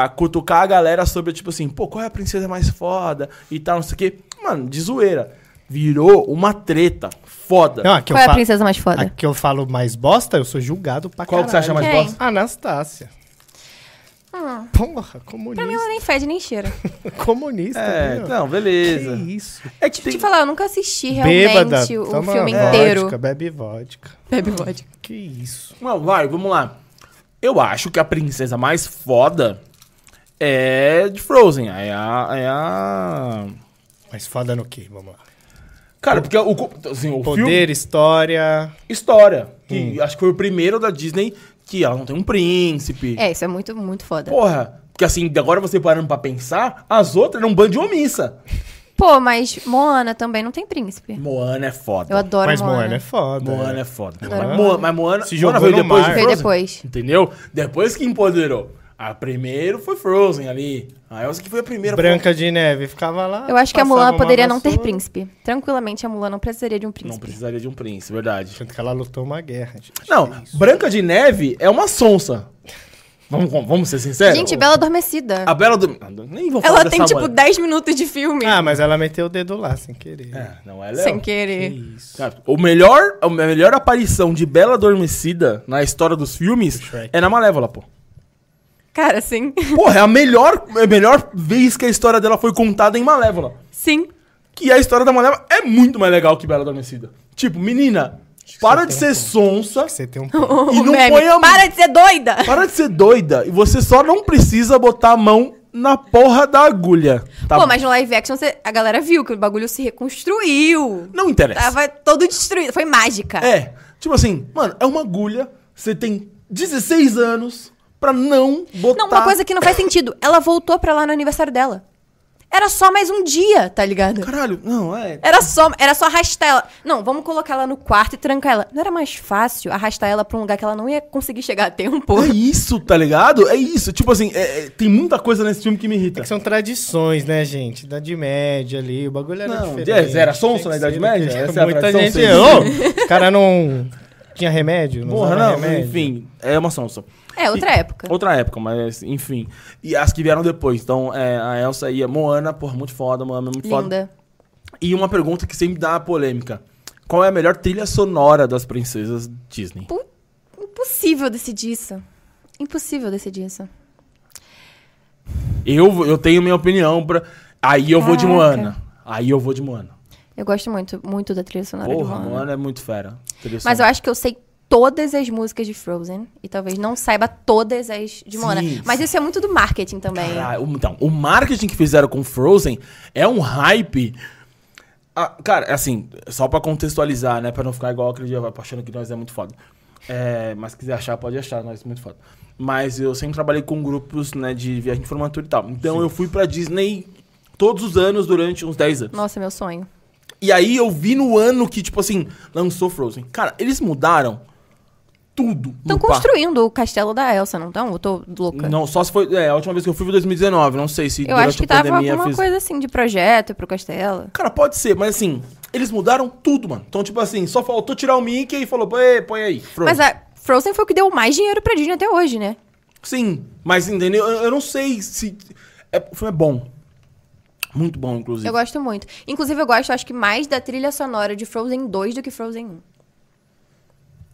S1: a cutucar a galera sobre, tipo assim, pô, qual é a princesa mais foda e tal, não sei o quê. Mano, de zoeira. Virou uma treta foda.
S2: Não, a que
S3: Qual é
S2: eu
S3: a
S2: fa-
S3: princesa mais foda?
S2: A que eu falo mais bosta, eu sou julgado pra
S1: Qual que você
S2: caralho.
S1: acha mais
S3: Quem?
S1: bosta?
S2: Anastácia.
S3: Hum.
S2: Porra,
S3: Pra mim
S2: comunista.
S3: ela nem fede nem cheira.
S2: Comunista.
S1: É,
S2: viu?
S1: não, beleza.
S2: Que isso.
S1: É que tem...
S3: Te falar, eu nunca assisti
S2: Bêbada.
S3: realmente
S1: Tá
S3: o
S2: toma
S3: filme
S1: É
S2: vodka,
S3: inteiro.
S2: Bebe vodka.
S3: Bebe vodka.
S2: Que isso.
S1: Não, vai, vamos lá. Eu acho que a princesa mais foda é de Frozen. É a... É a...
S2: Mas foda no quê? Vamos lá.
S1: Cara, porque o, co- assim, o
S2: Poder,
S1: filme...
S2: história.
S1: História. Que acho que foi o primeiro da Disney que ela não tem um príncipe.
S3: É, isso é muito, muito foda.
S1: Porra. Porque assim, agora você parando pra pensar, as outras eram um bando de omissa.
S3: Pô, mas Moana também não tem príncipe.
S1: Moana é
S3: Eu
S1: foda.
S3: adoro
S2: mas
S3: Moana.
S2: Moana é foda.
S1: Moana é foda.
S3: Adoro.
S1: Moana, mas Moana,
S2: Se
S1: Moana
S2: jogou
S1: veio
S2: no
S1: depois de
S2: mar.
S3: Veio
S1: Frozen,
S3: depois.
S1: Entendeu? Depois que empoderou. A primeiro foi Frozen ali. Aí essa que foi a primeira.
S2: Branca de Neve ficava lá.
S3: Eu acho que a
S2: passava
S3: Mulan
S2: uma
S3: poderia não ter
S2: vassoura.
S3: príncipe. Tranquilamente, a Mulan não precisaria de um
S1: Não
S3: príncipe.
S1: precisaria de um príncipe, verdade.
S2: Tanto que ela lutou uma guerra, gente.
S1: Não, Branca de Neve é uma sonsa. Vamos, vamos ser sinceros?
S3: Gente, Bela Adormecida.
S1: A Bela do... É, Ah, Nem vou falar
S3: Ela
S1: dessa
S3: tem, tipo,
S1: mulher.
S3: 10 minutos de filme.
S2: Ah, mas ela meteu o dedo lá sem querer.
S1: É, não é
S3: sem
S1: Léo.
S2: Que
S3: querer.
S2: isso.
S1: Cara, o melhor, a melhor aparição de Bela Adormecida na história dos filmes
S2: Shrek.
S1: é na Malévola, pô.
S3: Cara, sim.
S1: Porra, é a melhor, é a melhor vez que a história dela foi contada em Malévola.
S3: Sim.
S1: Que a história da Malévola é muito mais legal que Bela Adormecida. Tipo, menina, para
S2: você
S1: de
S2: tem
S1: ser sonsa,
S2: Você tem um ponto.
S3: (laughs) O
S1: não
S3: meme.
S1: põe a mão. Tá
S3: Para de ser doida!
S1: para de ser doida e você só não precisa botar a mão na porra da agulha. Tá
S3: Pô,
S1: bom?
S3: mas no live action cê- a galera viu que o bagulho se reconstruiu.
S1: Não interessa.
S3: Tava todo destruído. Foi mágica.
S1: É, tipo assim, mano, é uma agulha, você tem 16 anos pra não botar...
S3: Não, uma coisa que não faz sentido. Ela voltou pra lá no aniversário dela. Era só mais um dia, tá ligado?
S1: Caralho, não, é...
S3: Era só, era só arrastar ela. Não, vamos colocar ela no quarto e trancar ela. Não era mais fácil arrastar ela pra um lugar que ela não ia conseguir chegar a
S1: (laughs)
S3: tempo?
S1: É isso, tá ligado? É isso. Tipo assim, é- é- tem muita coisa nesse filme É que me irrita.
S2: São um tradições, né, gente? Idade Média ali, o bagulho era
S1: Não,
S2: diferente.
S1: é, era sonso na Idade Média? Essa é a
S2: Muita
S1: tradição
S2: gente...
S1: sempre.
S2: Ô, os caras não... Tinha remédio?
S1: Porra,
S2: usava
S1: não,
S2: remédio.
S1: enfim, é uma sonsa.
S3: É, outra
S1: E-
S3: época.
S1: Outra época, mas enfim. E as que vieram depois. Então, é, a Elsa e a Moana, porra, muito foda, Moana, é muito foda.
S3: Linda.
S1: E uma pergunta que sempre dá uma polêmica. Qual é a melhor trilha sonora das princesas Disney?
S3: Pu- Impossível decidir isso. Impossível decidir isso.
S1: Eu, eu tenho minha opinião pra... Aí eu vou de
S3: Caraca.
S1: Moana. Aí eu vou de Moana.
S3: Eu gosto muito, muito da trilha sonora de
S1: Porra,
S3: Moana.
S1: Moana é muito fera. Trilha
S3: Mas eu
S1: sonora.
S3: acho que eu sei todas as músicas de Frozen e talvez não saiba todas as de Moana.
S1: Sim,
S3: Mas isso é muito do marketing também.
S1: Caralho, então, o marketing que fizeram com Frozen é um hype. Ah, cara, assim, só pra contextualizar, né? Pra não ficar igual aquele dia achando que nós é muito foda. É, mas quiser achar, pode achar, nós é muito foda. Mas eu sempre trabalhei com grupos, né, de viagem de formatura e tal. Então eu fui pra Disney todos os anos durante uns 10 anos.
S3: Nossa, meu sonho.
S1: E aí eu vi no ano que, tipo assim, lançou Frozen. Cara, eles mudaram tudo.
S3: Estão
S1: no parque.
S3: construindo o castelo da Elsa, não estão? Eu tô louca.
S1: Não, só se foi. É, a última vez que eu fui foi 2019. Não sei se
S3: eu
S1: durante
S3: acho que
S1: a
S3: tava
S1: pandemia
S3: alguma
S1: fiz-
S3: coisa assim de projeto pro castelo.
S1: Cara, pode ser, mas assim, eles mudaram tudo, mano. Então, tipo assim, só faltou tirar o Mickey e falou, põe, põe aí. Frozen.
S3: Mas é- a Frozen foi o que deu mais dinheiro pra Disney até hoje, né?
S1: Sim, mas entendeu? Eu, eu não sei se. É, o filme é bom. Muito bom, inclusive.
S3: Eu gosto muito. Inclusive, eu gosto, acho que mais da trilha sonora de Frozen 2 do que Frozen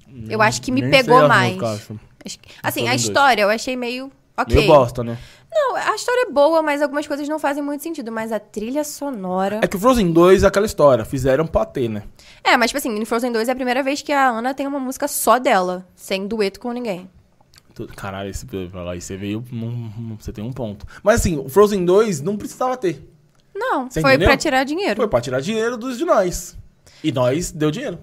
S3: 1. eu acho que me
S1: Hum, nem
S3: pegou
S1: sei as
S3: mais.
S1: músicas, acho.
S3: Acho que- Assim,
S1: Frozen
S3: a
S1: 2.
S3: história eu achei meio. Ok.
S1: Meio bosta, né?
S3: Não, a história é boa, mas algumas coisas não fazem muito sentido. Mas a trilha sonora.
S1: É que o Frozen 2 é aquela história. Fizeram pra ter, né?
S3: É, mas, tipo assim, no Frozen 2 é a primeira vez que a Ana tem uma música só dela, sem dueto com ninguém.
S1: Tu- Caralho, esse, lá, aí você veio. num- num- você tem um ponto. Mas assim, o Frozen 2 não precisava ter.
S3: Não,
S1: Você
S3: foi
S1: entendeu?
S3: pra tirar dinheiro.
S1: Foi pra tirar dinheiro dos de nós. E nós deu dinheiro.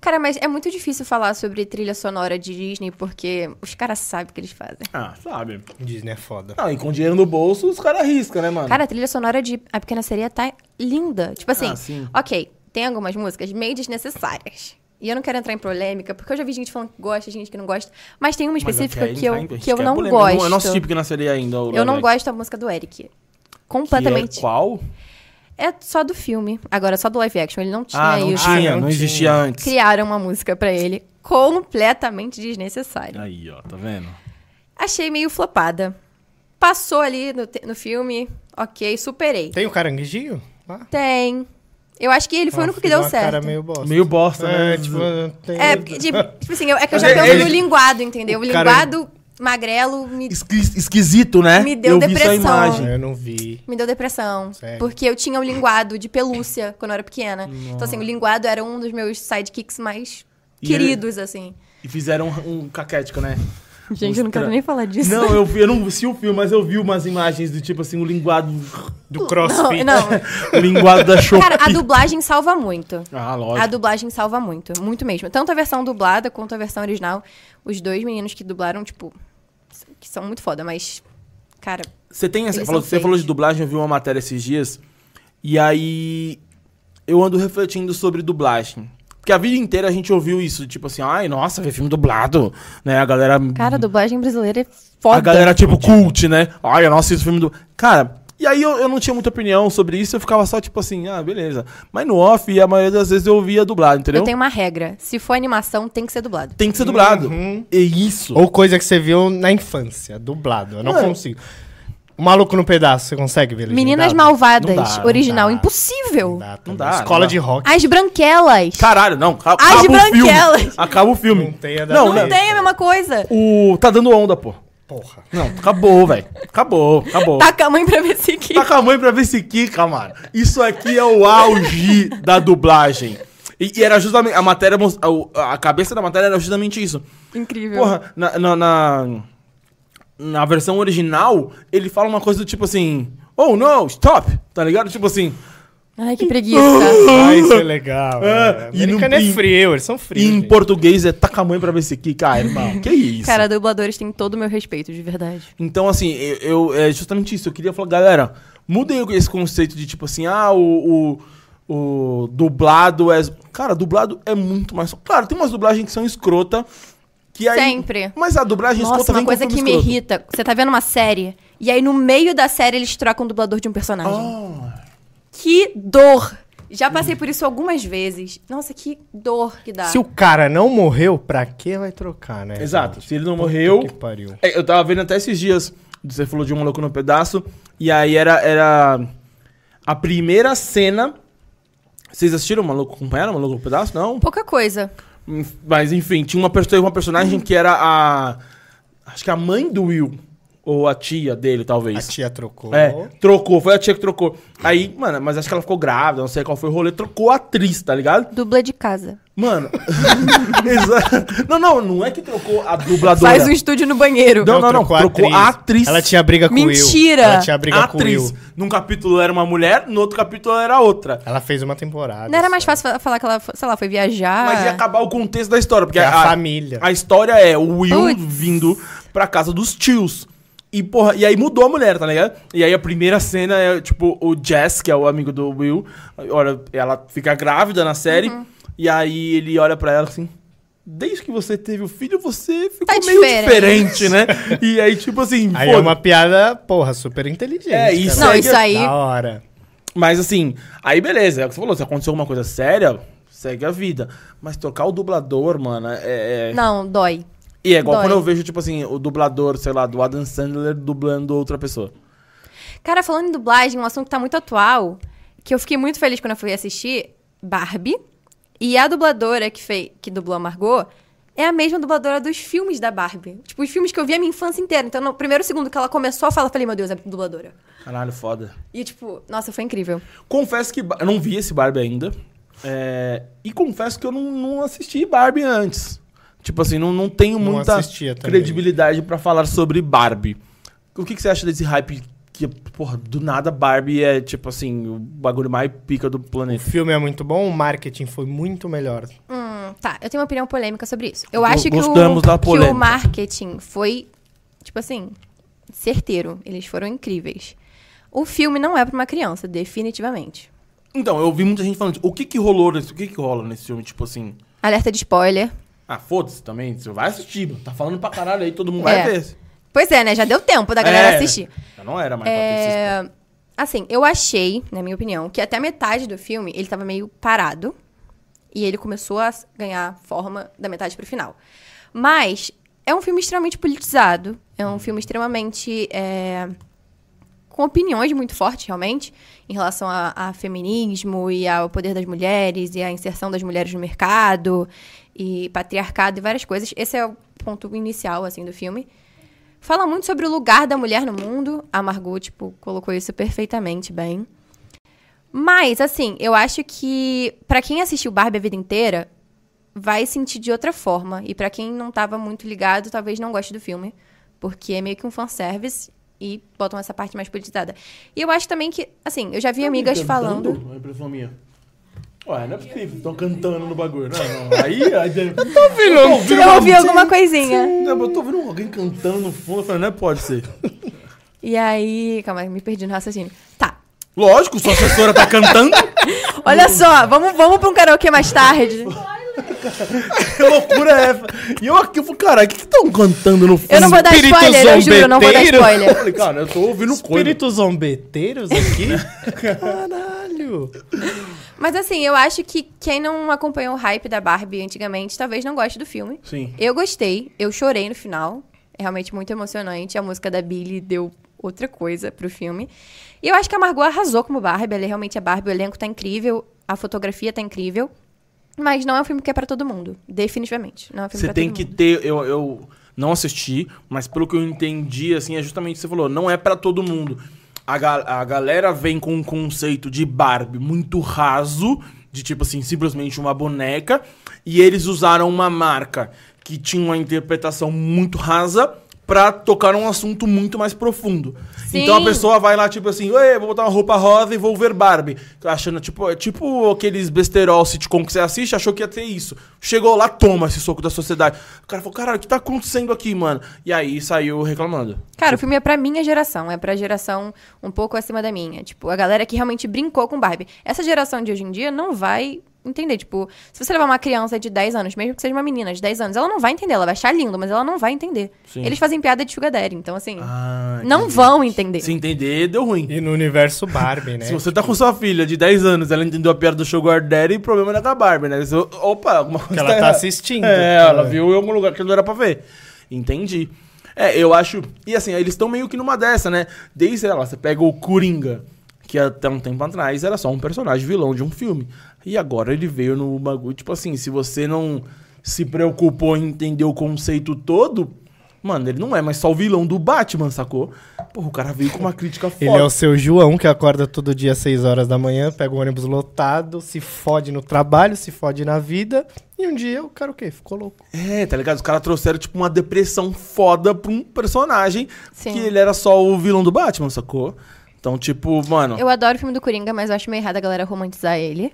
S3: Cara, mas é muito difícil falar sobre trilha sonora de Disney porque os caras sabem o que eles fazem.
S1: Ah, sabe.
S2: Disney é foda.
S1: Não, e com dinheiro no bolso, os caras arriscam, né, mano?
S3: Cara, a trilha sonora de A Pequena Sereia tá linda. Tipo assim,
S1: Ah, sim.
S3: ok, tem algumas músicas meio desnecessárias. E eu não quero entrar em polêmica, porque eu já vi gente falando que gosta, gente que não gosta. Mas tem uma
S1: Mas
S3: específica
S1: quero
S3: que
S1: entrar em- a
S3: eu,
S1: gente
S3: que eu
S1: quer
S3: não
S1: polêmica.
S3: gosto.
S1: É nosso tipo que nasceria ainda. o
S3: Eu não
S1: Lorelai.
S3: gosto da música do Eric.
S1: Que é
S3: Completamente.
S1: qual?
S3: É só do filme. Agora, só do live action. Ele não tinha
S1: Ah, não
S3: isso.
S1: tinha,
S2: Ah, não
S1: não existia
S2: tinha.
S1: antes.
S3: Criaram uma música pra ele completamente desnecessária.
S1: Aí, ó, tá vendo?
S3: Achei meio flopada. Passou ali no, te- no filme, ok, superei.
S2: Tem o caranguejinho? lá?
S3: Tem. Eu acho que ele foi o
S2: Ah,
S3: único que
S2: fiz
S3: deu
S2: uma
S3: certo.
S2: cara meio bosta.
S1: Meio bosta, né?
S2: É, tipo... Tem...
S3: É,
S2: (laughs)
S3: porque, tipo, tipo assim, eu- é que eu
S2: Mas
S3: já
S2: ele-
S3: penso
S2: ele-
S3: no linguado, entendeu? O
S2: o cara-
S3: linguado magrelo me,
S1: Esqui- esquisito, né?
S3: Me deu
S1: eu
S3: depressão.
S1: vi essa imagem.
S2: Eu não vi.
S3: me deu depressão.
S2: Sério?
S3: Porque eu tinha o linguado de pelúcia quando eu era pequena. Então, assim, o linguado era um dos meus sidekicks mais
S1: E
S3: queridos, assim.
S1: E fizeram um, um caquético, né?
S3: Gente, eu não quero
S1: Estra-
S3: nem falar disso.
S1: Não, eu, vi- eu não vi o filme, mas eu vi umas imagens do tipo assim, o linguado.
S2: Do
S3: não,
S2: crossfit.
S3: não.
S1: (laughs) O linguado da Shopee.
S3: Cara, a dublagem salva muito.
S1: Ah,
S3: A
S1: lógico.
S3: dublagem salva muito, muito mesmo. Tanto a versão dublada quanto a versão original. Os dois meninos que dublaram, tipo, que são muito foda, mas. Cara,
S1: Você tem essa.
S3: Eles
S1: falou-
S3: são
S1: você falou de
S3: feios.
S1: dublagem, eu vi uma matéria esses dias. E aí. Eu ando refletindo sobre dublagem. Porque a vida inteira a gente ouviu isso, tipo assim, ai, nossa, ver filme dublado, né? A galera.
S3: cara, a dublagem brasileira é foda.
S1: A galera, tipo, cult, né? Ai, nossa, esse filme do. Cara, e aí eu, eu não tinha muita opinião sobre isso, eu ficava só, tipo assim, ah, beleza. Mas no off, a maioria das vezes eu ouvia dublado, entendeu?
S3: Eu tenho uma regra. Se for animação, tem que ser dublado.
S1: Tem que ser dublado.
S2: Uhum.
S1: É isso.
S2: Ou coisa que você viu na infância, dublado. Eu não
S1: Mano.
S2: consigo. O maluco no pedaço, você consegue ver? ele
S3: Meninas
S2: legendado?
S3: Malvadas,
S1: Não dá, não
S3: original,
S2: dá.
S3: impossível.
S2: Não dá,
S1: Não
S2: não
S1: dá,
S2: dá.
S1: não dá.
S2: Escola de rock.
S3: As Branquelas.
S1: Caralho, não. ca-
S3: As
S1: Acaba o filme.
S3: branquelas.
S1: Acaba o filme.
S2: Não tem a da
S1: Não,
S2: Disney.
S3: Não tem a mesma coisa.
S1: O. Tá dando onda, pô.
S2: Porra.
S1: Não, acabou, velho. Acabou, acabou. Tá...
S3: Taca a mãe pra ver se que.
S1: Taca a mãe pra ver se quica, mano. Isso aqui é o auge da dublagem. E, e era justamente. A matéria. mos- a- o- A cabeça da matéria era justamente isso.
S3: Incrível.
S1: Porra, na, na, na, na versão original, ele fala uma coisa do tipo assim. Oh no, stop! Tá ligado? Tipo assim.
S3: Ai, que preguiça.
S2: Ah, isso é legal.
S1: É,
S2: É.
S1: e não-
S2: Americano é
S1: e-
S2: frio, eles são frios.
S1: em
S2: gente.
S1: português é taca a mãe pra ver se quica, ah, irmão. Que isso?
S3: Cara, dubladores têm todo o meu respeito, de verdade.
S1: Então, assim, eu, eu- é justamente isso. Eu queria falar, galera, mudem esse conceito de tipo assim, ah, o, o, o dublado é. Cara, dublado é muito mais. Claro, tem umas dublagens que são escrota. Que aí,
S3: Sempre.
S1: Mas a dublagem
S3: Nossa,
S1: escrota
S3: uma
S1: vem
S3: coisa que me irrita. Você tá vendo uma série, e aí no meio da série eles trocam o dublador de um personagem.
S1: Oh.
S3: Que dor! Já passei por isso algumas vezes. Nossa, que dor que dá.
S2: Se o cara não morreu, pra que vai trocar, né?
S1: Exato.
S2: gente?
S1: Se ele não
S2: Puta
S1: morreu.
S2: Que pariu.
S1: É, Eu tava vendo até esses dias. Você falou de um maluco no pedaço. E aí era, era a primeira cena. Vocês assistiram o maluco? Acompanharam o maluco no pedaço? Não?
S3: Pouca coisa.
S1: Enf- Mas enfim, tinha uma, perso- uma personagem
S2: Uhum.
S1: que era a. Acho que a mãe do Will. Ou a tia dele,
S2: A
S1: talvez.
S2: tia oh. trocou.
S1: É, trocou, foi a tia que trocou. Aí, mano, mas acho que ela ficou grávida, não sei qual foi o rolê, trocou a atriz, tá ligado?
S3: Dublê de casa.
S1: Mano. (laughs) exa- não, não, não é que trocou a dubladora.
S3: Faz um estúdio no banheiro.
S1: Não, não, não, trocou a atriz.
S2: Ela tinha briga com o Will.
S3: Mentira!
S2: Ela tinha briga
S1: a
S2: com o
S1: atriz.
S2: Will.
S1: Num capítulo era uma mulher, no outro capítulo era outra.
S2: Ela fez uma temporada. assim.
S3: Não era
S2: só.
S3: mais fácil fa- falar que ela, fo- sei lá, foi viajar.
S1: Mas ia acabar o contexto da história. Porque
S2: É a família.
S1: A história é o Will
S3: Putz.
S1: vindo pra casa dos tios. E, porra, e aí mudou a mulher, tá ligado? E aí a primeira cena é, tipo, o Jess, que é o amigo do
S3: Uhum.
S1: Will. Olha, ela fica grávida na série. E aí ele olha pra ela assim... desde que você teve o filho, você ficou
S3: Tá
S1: meio
S3: diferente.
S1: diferente,
S3: (laughs)
S1: né? E aí, tipo assim,
S2: Aí
S1: foda-
S2: é uma piada, porra, super inteligente.
S1: É, isso
S3: Não,
S1: Segue
S3: isso aí.
S2: Da hora.
S1: Mas assim, aí beleza, é o que você falou, se aconteceu alguma coisa séria, segue a vida. Mas trocar o dublador, mano, é. é-
S3: Não, dói.
S1: E é igual
S3: dói.
S1: quando eu vejo, tipo assim, o dublador, sei lá, do Adam Sandler dublando outra pessoa.
S3: Cara, falando em dublagem, um assunto que tá muito atual, que eu fiquei muito feliz quando eu fui assistir Barbie. E a dubladora que, fez, que dublou a Margot é a mesma dubladora dos filmes da Barbie. Tipo, os filmes que eu vi a minha infância inteira. Então, no primeiro segundo que ela começou a falar, eu falei, meu Deus, é dubladora.
S1: Caralho, foda.
S3: E, tipo, nossa, foi incrível.
S1: Confesso que ba- eu não vi esse Barbie ainda. É, E confesso que eu não, não assisti Barbie antes. Tipo assim, não, não tenho
S2: Não
S1: muita
S2: assistia também.
S1: credibilidade pra falar sobre Barbie. O que, que você acha desse hype que, porra, do nada Barbie é, tipo assim, o bagulho mais pica do
S2: O
S1: planeta?
S2: filme é muito bom, o marketing foi muito melhor.
S3: Hum, tá, eu tenho uma opinião polêmica sobre isso. Eu
S1: Go-
S3: acho que o,
S1: gostamos da
S3: que
S1: polêmica.
S3: o marketing foi, tipo assim, certeiro. Eles foram incríveis. O filme não é pra uma criança, definitivamente.
S1: Então, eu vi muita gente falando, o que que rolou nesse, o que que rola nesse filme, tipo assim...
S3: Alerta de spoiler.
S1: Ah, foda-se também, você vai assistir, mano. tá falando pra caralho aí, todo mundo vai
S3: É.
S1: ver.
S3: Pois é, né? Já deu tempo da galera
S1: É.
S3: assistir.
S1: Já não era mais pra ter
S3: É, assim, eu achei, na minha opinião, que até a metade do filme ele tava meio parado. E ele começou a s- ganhar forma da metade pro final. Mas é um filme extremamente politizado. É um filme extremamente. é, com opiniões muito fortes, realmente, em relação a, a feminismo e ao poder das mulheres e à inserção das mulheres no mercado e patriarcado e várias coisas. Esse é o ponto inicial, assim, do filme. Fala muito sobre o lugar da mulher no mundo. A Margot, tipo, colocou isso perfeitamente bem. Mas, assim, eu acho que pra quem assistiu Barbie a vida inteira, vai sentir de outra forma. E pra quem não tava muito ligado, talvez não goste do filme. Porque é meio que um fanservice e botam essa parte mais politizada. E eu acho também que, assim, eu já vi amigas
S1: Tá
S3: falando.
S1: Uma impressão minha. Ué, não é possível, estão cantando no bagulho. Não,
S3: (laughs)
S1: não. Aí, aí... Eu tô ouvindo, eu
S3: Eu ouvi alguma coisinha.
S1: Eu tô ouvindo alguém cantando no fundo, eu falei, não é, pode ser.
S3: E aí. Calma, me perdi no raciocínio. Tá. Hum.
S1: Lógico, sua assessora tá
S3: (laughs)
S1: cantando.
S3: Olha só, vamos, vamos pra um karaokê mais tarde.
S1: que loucura é essa? E eu aqui, eu falei, caralho, o que que estão cantando no fundo?
S3: Eu não vou dar
S2: Espírito
S3: spoiler, eu juro, eu não vou dar
S2: zombeteiro.
S1: Eu
S3: spoiler.
S1: falei, cara, eu tô ouvindo coisa.
S2: Espíritos zombeteiros aqui?
S1: (laughs)
S2: Caralho.
S3: Mas assim, eu acho que quem não acompanhou o hype da Barbie antigamente talvez não goste do filme.
S1: Sim.
S3: Eu gostei, eu chorei no final. É realmente muito emocionante. A música da Billie deu outra coisa pro filme. E eu acho que a Margot arrasou como Barbie. Ela é realmente a Barbie. O elenco tá incrível, a fotografia tá incrível. Mas não é um filme que é pra todo mundo. Definitivamente. Não é um filme
S1: Você
S3: pra
S1: tem
S3: todo
S1: que
S3: mundo.
S1: ter. Eu, eu não assisti, mas pelo que eu entendi, assim, é justamente o que você falou. Não é pra todo mundo. A, ga- a galera vem com um conceito de Barbie muito raso, de tipo assim, simplesmente uma boneca, e eles usaram uma marca que tinha uma interpretação muito rasa pra tocar um assunto muito mais profundo.
S3: Sim.
S1: Então a pessoa vai lá, tipo assim, Ei, vou botar uma roupa rosa e vou ver Barbie. Achando, tipo, é tipo aqueles besterol sitcom que você assiste, achou que ia ter isso. Chegou lá, toma esse soco da sociedade. O cara falou, caralho, o que tá acontecendo aqui, mano? E aí saiu reclamando.
S3: Cara, o filme é pra minha geração, é pra geração um pouco acima da minha. Tipo, a galera que realmente brincou com Barbie. Essa geração de hoje em dia não vai entender. Tipo, se você levar uma criança de 10 anos, mesmo que seja uma menina de 10 anos, ela não vai entender, ela vai achar lindo, mas ela não vai entender.
S1: Sim.
S3: Eles fazem piada de Sugar Daddy, então assim,
S1: Ah,
S3: não
S1: entendi.
S3: vão entender.
S1: Se entender, deu ruim.
S2: E no universo Barbie, né?
S1: Se você tá com sua filha de 10 anos, ela entendeu a piada do Sugar Daddy, o problema não é da Barbie, né? Você- opa, alguma coisa
S2: Que ela tá
S1: errada.
S2: assistindo.
S1: É, ela viu em algum lugar que não era pra ver. Entendi. É, eu acho. E assim, eles estão meio que numa dessa, né? Desde, sei lá, você pega o Coringa, que até um tempo atrás era só um personagem vilão de um filme. E agora ele veio no bagulho. Tipo assim, se você não se preocupou em entender o conceito todo. Mano, ele não é mais só o vilão do Batman, sacou? Porra, o cara veio com uma crítica forte.
S2: Ele é o seu João, que acorda todo dia às 6 horas da manhã, pega o ônibus lotado, se fode no trabalho, se fode na vida. E um dia o cara o quê? Ficou louco.
S1: É, tá ligado? Os caras trouxeram, tipo, uma depressão foda pra um personagem
S3: Sim.
S1: que ele era só o vilão do Batman, sacou? Então, tipo, mano.
S3: Eu adoro o filme do Coringa, mas eu acho meio errado a galera romantizar ele.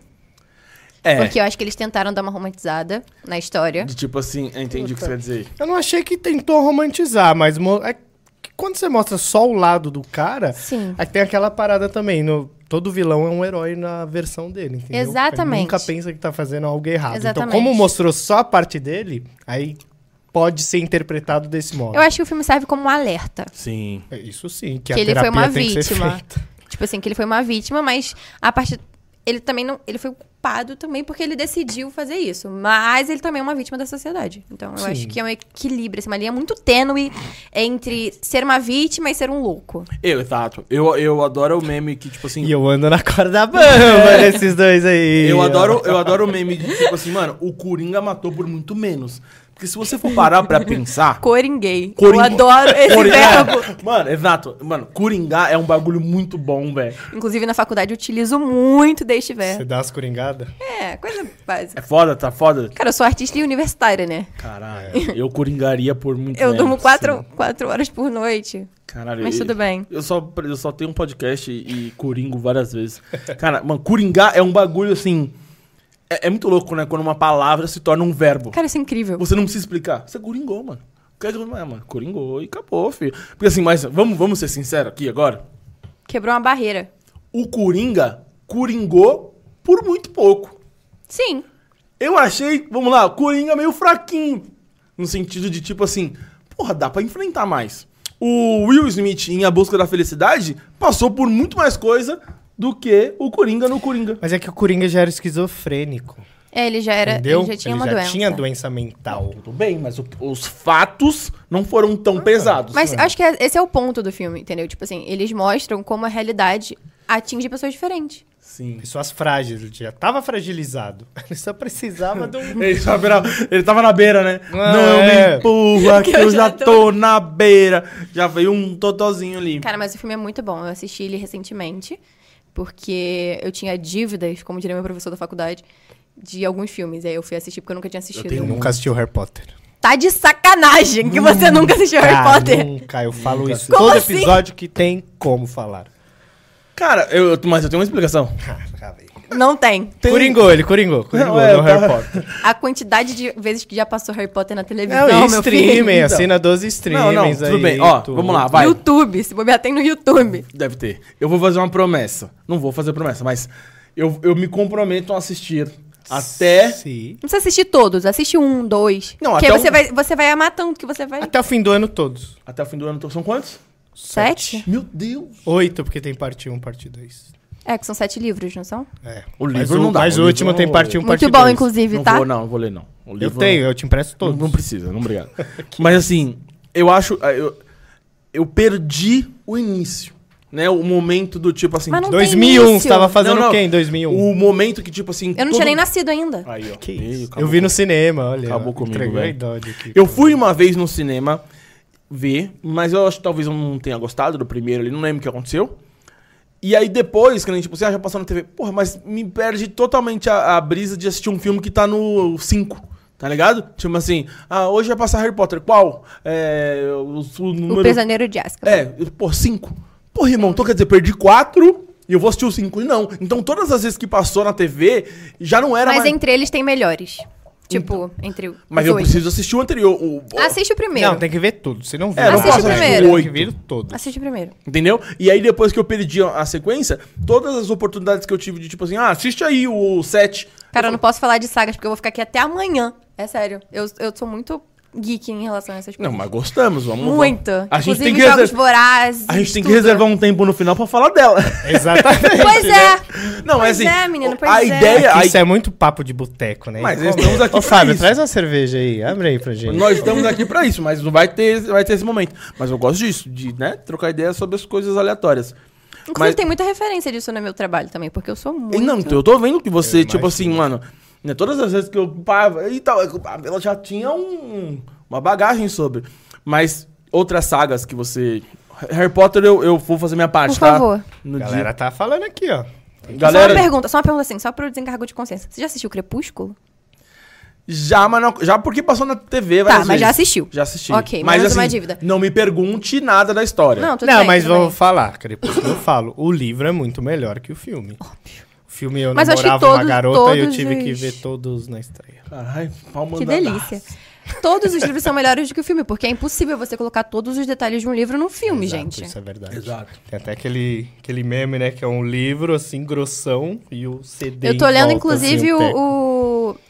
S1: é.
S3: Porque eu acho que eles tentaram dar uma romantizada na história.
S1: De tipo assim, eu entendi o que você quer dizer.
S2: Eu não achei que tentou romantizar, mas mo- é que quando você mostra só o lado do cara,
S3: Sim.
S2: aí tem aquela parada também. No... todo vilão é um herói na versão dele, entendeu?
S3: Exatamente.
S2: Ele nunca pensa que tá fazendo algo errado.
S3: Exatamente.
S2: Então, como mostrou só a parte dele, aí pode ser interpretado desse modo.
S3: Eu acho que o filme serve como um alerta.
S1: Sim.
S2: É Isso sim, que,
S3: Que,
S2: a
S3: ele foi
S2: terapia
S3: uma
S2: tem que ser
S3: vítima.
S2: feita.
S3: Tipo assim, que ele foi uma vítima, mas a partir. Ele também não. Ele foi culpado também porque ele decidiu fazer isso. Mas ele também é uma vítima da sociedade. Então eu
S2: Sim.
S3: acho que é um equilíbrio, assim, uma linha muito tênue entre ser uma vítima e ser um louco.
S1: Eu, exato. Eu, eu adoro o meme que, tipo assim.
S2: E eu ando na corda bamba
S3: (laughs)
S2: esses dois aí.
S1: Eu adoro, eu adoro o meme de tipo assim, mano, o Coringa matou por muito menos. Porque se você for parar pra pensar.
S3: Coringuei. Eu
S1: Coringa-
S3: adoro (laughs) esse verbo.
S1: Coringa, mano, exato. Mano, Coringa é um bagulho muito bom, velho.
S2: É.
S3: Inclusive, na faculdade, eu utilizo muito deste
S2: Você
S3: verbo.
S2: dá as coringadas?
S3: É, coisa
S1: É
S3: básica.
S1: foda, tá foda?
S3: Cara, eu sou artista e universitária, né?
S1: Caralho, eu coringaria por muito
S2: É,
S3: Eu
S1: menos.
S3: durmo quatro,
S1: Sim.
S3: quatro horas por noite.
S1: Caralho,
S3: Mas
S1: e-
S3: tudo bem.
S1: Eu só, eu só tenho um podcast e, e coringo várias vezes. (laughs) Cara, mano, coringar é um bagulho assim. É, é muito louco, né? Quando uma palavra se torna um verbo.
S3: Cara, isso é incrível.
S1: Você não precisa explicar. Você coringou, mano. Quer que eu- É, mano, coringou e acabou, filho. Porque assim, mas vamos, vamos ser sinceros aqui agora.
S3: Quebrou uma barreira.
S1: O Coringa coringou por muito pouco.
S3: Sim.
S1: Eu achei, vamos lá, o Coringa meio fraquinho. No sentido de tipo assim, porra, dá pra enfrentar mais. O Will Smith em A Busca da Felicidade passou por muito mais coisa do que o Coringa no Coringa.
S2: Mas é que o Coringa já era esquizofrênico.
S3: É, ele já era.
S2: entendeu?
S3: Ele já tinha
S2: Ele
S3: uma
S2: já
S3: doença.
S2: tinha doença mental.
S1: Tá, Tudo bem, mas o- os fatos não foram tão pesados.
S3: Mas acho que é- esse é o ponto do filme, entendeu? Tipo assim, eles mostram como a realidade atinge pessoas diferentes.
S1: Sim. (laughs)
S2: Pessoas frágeis, ele já tava fragilizado. (laughs) Ele só precisava um do.
S1: (laughs) Ele tava, beira- ele tava na beira, né?
S2: Ah,
S1: não
S2: é.
S1: me empurra, (laughs) que eu já tô na beira. Já veio um totozinho ali.
S3: Cara, mas o filme é muito bom. Eu assisti ele recentemente, porque eu tinha dívidas, como diria meu professor da faculdade, de alguns filmes. Aí eu fui assistir porque eu nunca tinha assistido.
S1: tenho um-
S2: Eu nunca assisti o Harry Potter.
S3: Tá de sacanagem que você
S1: Hum,
S3: nunca assistiu Harry
S2: Cara,
S3: Potter.
S2: Nunca, eu falo isso.
S3: Como
S2: Todo
S3: assim?
S2: episódio que tem como falar.
S1: Cara, eu, mas eu tenho uma explicação.
S3: Não tem.
S1: Tem-
S2: Coringou, ele coringou. Coringou
S1: Não, é,
S2: no
S1: tá- (laughs)
S2: Harry Potter.
S3: A quantidade de vezes que já passou Harry Potter na televisão,
S2: Não,
S1: É,
S2: e
S3: meu
S2: streaming,
S3: filho.
S2: assina 12
S1: então. Não,
S2: streamings
S1: não,
S2: aí.
S1: tudo bem. Ó,
S2: tudo.
S1: vamos lá, vai.
S3: YouTube, se bobear tem no YouTube.
S1: Deve ter. Eu vou fazer uma promessa. Não vou fazer promessa, mas eu, eu me comprometo a assistir até.
S2: Sim.
S3: Não precisa assistir todos, assiste um, dois.
S1: Não,
S3: porque
S1: até
S3: você,
S1: um-
S3: vai, você vai amar tanto que você vai.
S2: Até o fim do ano todos.
S1: Até o fim do ano. Então, São quantos?
S3: Sete?
S1: Meu Deus!
S2: Oito, porque tem parte 1, parte 2.
S3: É, que são sete livros, não são?
S2: É.
S1: O
S2: Mas
S1: livro não dá,
S2: Mas
S1: o
S2: o,
S1: livro
S2: último
S1: não
S2: tem
S1: vou
S2: parte
S1: ler.
S2: 1, parte
S3: Muito
S2: 2.
S3: bom, inclusive,
S1: não
S3: tá?
S1: vou, não, eu vou ler, não. O
S2: Eu
S1: livro
S2: tenho, eu te empresto
S1: Não,
S2: todos.
S1: não precisa, não
S2: (laughs)
S1: obrigado. mas assim, eu acho. Eu, eu perdi o início. Né? O momento do tipo assim.
S3: Mas não- tem
S2: 2001,
S3: início.
S2: você tava fazendo
S1: Não, não.
S2: o quê em 2001?
S1: O momento que, tipo assim.
S3: Eu não tinha nem nascido ainda.
S1: Aí, ó.
S2: Que
S1: Ih,
S2: isso?
S1: acabou
S2: Eu vi
S1: com-
S2: no cinema, olha.
S1: Acabou comigo,
S2: entregou a
S1: velho.
S2: idade aqui.
S1: Eu fui uma vez no cinema ver, mas eu acho que talvez eu não tenha gostado do primeiro ali, não lembro o que aconteceu. E aí depois, quando a gente, tipo, assim, ah, já passou na TV, porra, mas me perde totalmente a, a brisa de assistir um filme que tá no 5, tá ligado? Tipo assim, ah, hoje vai passar Harry Potter, qual? É, o, o número...
S3: O Prisioneiro de Azkaban.
S1: É, eu- pô, 5. Porra, irmão, então quer dizer, perdi 4 e eu vou assistir o 5. Não, então todas as vezes que passou na TV, já não era
S3: Mas
S1: mais... Então.
S3: entre eles tem melhores. Tipo, entre o-
S1: Mas
S3: os
S1: eu
S3: oito.
S1: preciso assistir o anterior. o- o-
S3: Assiste o primeiro.
S2: Não, tem que ver tudo. Se não viu,
S1: É,
S3: não Assiste posso o assistir primeiro.
S2: Tem que
S1: oito.
S2: ver todos.
S3: Assiste o primeiro.
S1: Entendeu? E aí, depois que eu perdi a a sequência, todas as oportunidades que eu tive de tipo assim, ah, assiste aí o 7.
S3: Cara, eu não posso falar de sagas, porque eu vou ficar aqui até amanhã. É sério. Eu, eu sou muito geek em relação a essas
S1: Não,
S3: coisas.
S1: mas gostamos, vamos vamos.
S3: Muito.
S1: A gente,
S3: Inclusive,
S1: tem que,
S3: jogos
S1: reser-
S3: vorazes.
S1: a gente tem que
S3: tudo.
S1: reservar um tempo no final pra falar dela.
S2: (laughs)
S1: (laughs)
S2: Exatamente.
S3: Pois é.
S1: Não,
S3: Pois
S1: é assim.
S3: é, menino,
S1: o-
S3: pois
S1: a
S3: é.
S1: ideia. a-
S2: Isso é muito papo de boteco, né?
S1: Mas
S2: Como-
S1: estamos aqui
S2: Ô,
S1: pra
S2: Fábio,
S1: isso.
S2: traz uma cerveja aí. Abre aí pra gente.
S1: Nós estamos aqui pra isso, mas não vai ter, vai ter esse momento. Mas eu gosto disso, de né, trocar ideia sobre as coisas aleatórias.
S3: Inclusive,
S1: Mas-
S3: tem muita referência disso no meu trabalho também, porque eu sou muito.
S1: E Não, então eu tô vendo que você,
S2: Eu
S1: tipo assim, mano, né, todas as vezes que eu pava e tal, eu- ela já tinha um- uma bagagem sobre. Mas outras sagas que você. Harry Potter, eu, eu vou fazer minha parte,
S3: Por
S1: tá?
S3: favor.
S1: No
S2: Galera tá falando aqui,
S1: dia.
S2: ó.
S3: Só uma
S1: Galera,
S3: pergunta, só uma pergunta assim, só pro desencargo de consciência. Você já assistiu Crepúsculo?
S1: já, mas não- já porque passou na TV,
S3: Tá,
S1: várias
S3: mas
S1: vezes.
S3: já assistiu.
S1: Já assisti.
S3: Ok,
S1: mas
S3: menos
S1: assim,
S3: uma dívida.
S1: não me pergunte nada da história.
S3: Não, tudo
S2: não,
S3: bem,
S2: mas
S3: tudo
S2: vou
S3: bem.
S2: falar, Crepúsculo eu falo. O livro é muito melhor que o filme. O filme eu
S3: Mas eu achei
S2: namorava uma
S3: todos-
S2: garota e eu
S3: todos
S2: tive que
S3: os-
S2: ver todos na estreia.
S1: Caralho, pau
S3: Que
S1: mandadaço.
S3: delícia. Todos os livros são melhores do que o filme, porque é impossível você colocar todos os detalhes de um livro num filme,
S2: Exato,
S3: gente.
S2: Isso é verdade.
S1: Exato.
S2: Tem até aquele, aquele meme, né? Que é um livro, assim, grossão e o CD.
S3: Eu tô
S2: em
S3: lendo,
S2: volta,
S3: inclusive,
S1: um
S2: assim,
S3: o,
S2: teco.
S3: o-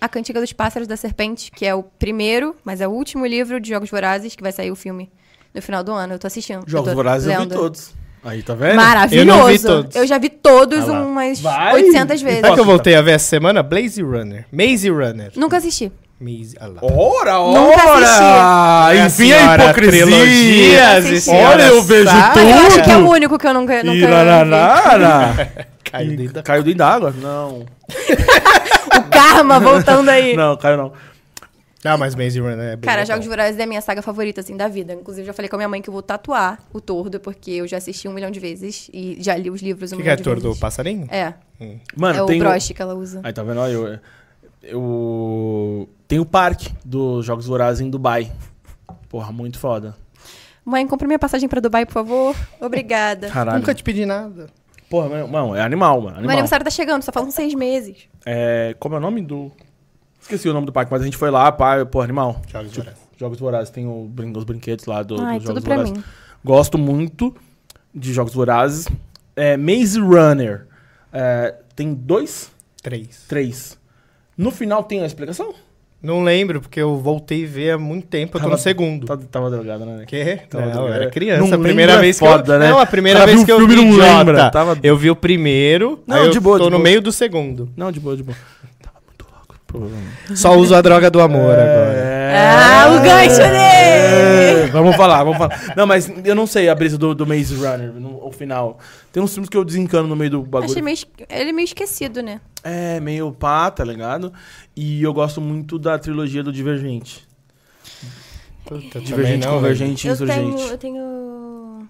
S3: A Cantiga dos Pássaros da Serpente, que é o primeiro, mas é o último livro de Jogos Vorazes, que vai sair o filme no final do ano. Eu tô assistindo.
S1: Jogos
S3: eu tô
S1: Vorazes eu vi
S3: lendo.
S1: todos. Aí, tá vendo?
S3: Maravilhoso.
S2: É, Eu não vi todos.
S3: Eu já vi todos
S2: Ah lá.
S3: umas
S1: Vai.
S3: 800 vezes.
S2: Sabe que eu voltei a ver essa semana? Blaze Runner. Maze Runner.
S3: Nunca assisti.
S2: Maze... Ah lá.
S1: Ora,
S3: Nunca
S1: ora!
S2: É a
S1: Enfim, a
S2: senhora
S1: hipocrisia!
S2: trilogias,
S3: Assisti.
S2: e senhora
S1: Olha, eu vejo
S2: saga.
S3: Mas eu acho
S1: Tudo.
S3: que é o único que eu nunca, nunca vi. (laughs)
S1: Irararara!
S2: Caiu dentro da-
S1: Caiu dentro da água? Não.
S3: O karma voltando aí.
S1: Não, caiu não.
S2: Ah, mas Maze Runner é bem
S3: Cara,
S2: legal.
S3: Jogos Vorazes é a minha saga favorita, assim, da vida. Inclusive, já falei com a minha mãe que eu vou tatuar o Tordo, porque eu já assisti um milhão de vezes e já li os livros um
S2: O que, que
S3: milhão
S2: é
S3: de
S2: tordo? O
S3: vezes.
S2: passarinho? Hum.
S3: É,
S1: Mano,
S3: é o
S1: tem. um-
S3: broche que ela usa.
S1: Aí, tá vendo? Aí, eu, eu. Tem o parque dos Jogos Vorazes em Dubai. Porra, muito foda.
S3: Mãe, compra minha passagem pra Dubai, por favor. Obrigada.
S1: Caralho.
S2: Nunca te pedi nada.
S1: Porra, mano, mano, é animal, mano.
S3: Meu
S1: Ah, Animal.
S3: aniversário tá chegando, só faltam seis meses.
S1: É, como é o nome do. Esqueci o nome do parque, mas a gente foi lá, pá, porra, animal.
S2: Jogos Vorazes.
S1: Jogos Vorazes, tem o brin- os brinquedos lá do,
S3: Ai,
S1: dos
S3: tudo
S1: Jogos
S3: pra
S1: Vorazes.
S3: mim.
S1: Gosto muito de Jogos Vorazes. É, Maze Runner. É, tem dois,
S2: Três.
S1: três. No final tem a explicação?
S2: Não lembro, porque eu voltei a ver há muito tempo. Eu tô
S1: Tava-
S2: no segundo.
S1: Tava, tava drogada, né? Nick?
S2: Quê?
S1: Tava
S2: não, eu
S1: drogada.
S2: era criança.
S1: Não
S2: a primeira
S1: lembra é
S2: vez que
S1: foda,
S2: eu...
S1: né?
S2: Não, a primeira
S1: Cara,
S2: vez
S1: viu
S2: que eu
S1: o
S2: vi
S1: filme e não
S2: idiota.
S1: lembra. Tava-
S2: Eu vi o primeiro,
S1: Não,
S2: aí eu
S1: de boa,
S2: tô
S1: de
S2: no
S1: boa.
S2: meio do segundo.
S1: Não, de boa, de boa. Tava muito louco, provavelmente.
S2: Só uso a droga do amor agora.
S3: Ah, o gancho dele!
S1: É, vamos falar, vamos falar. Não, mas eu não sei a brisa do, do Maze Runner, no, o final. Tem uns filmes que eu desencano no meio do bagulho.
S3: Achei meio, esque- ele é meio esquecido, né?
S1: É, meio pá, tá ligado? E eu gosto muito da trilogia do Divergente.
S2: Puta,
S1: Divergente,
S2: também não,
S1: Convergente e
S3: Eu tenho,
S1: Insurgente.
S3: eu tenho.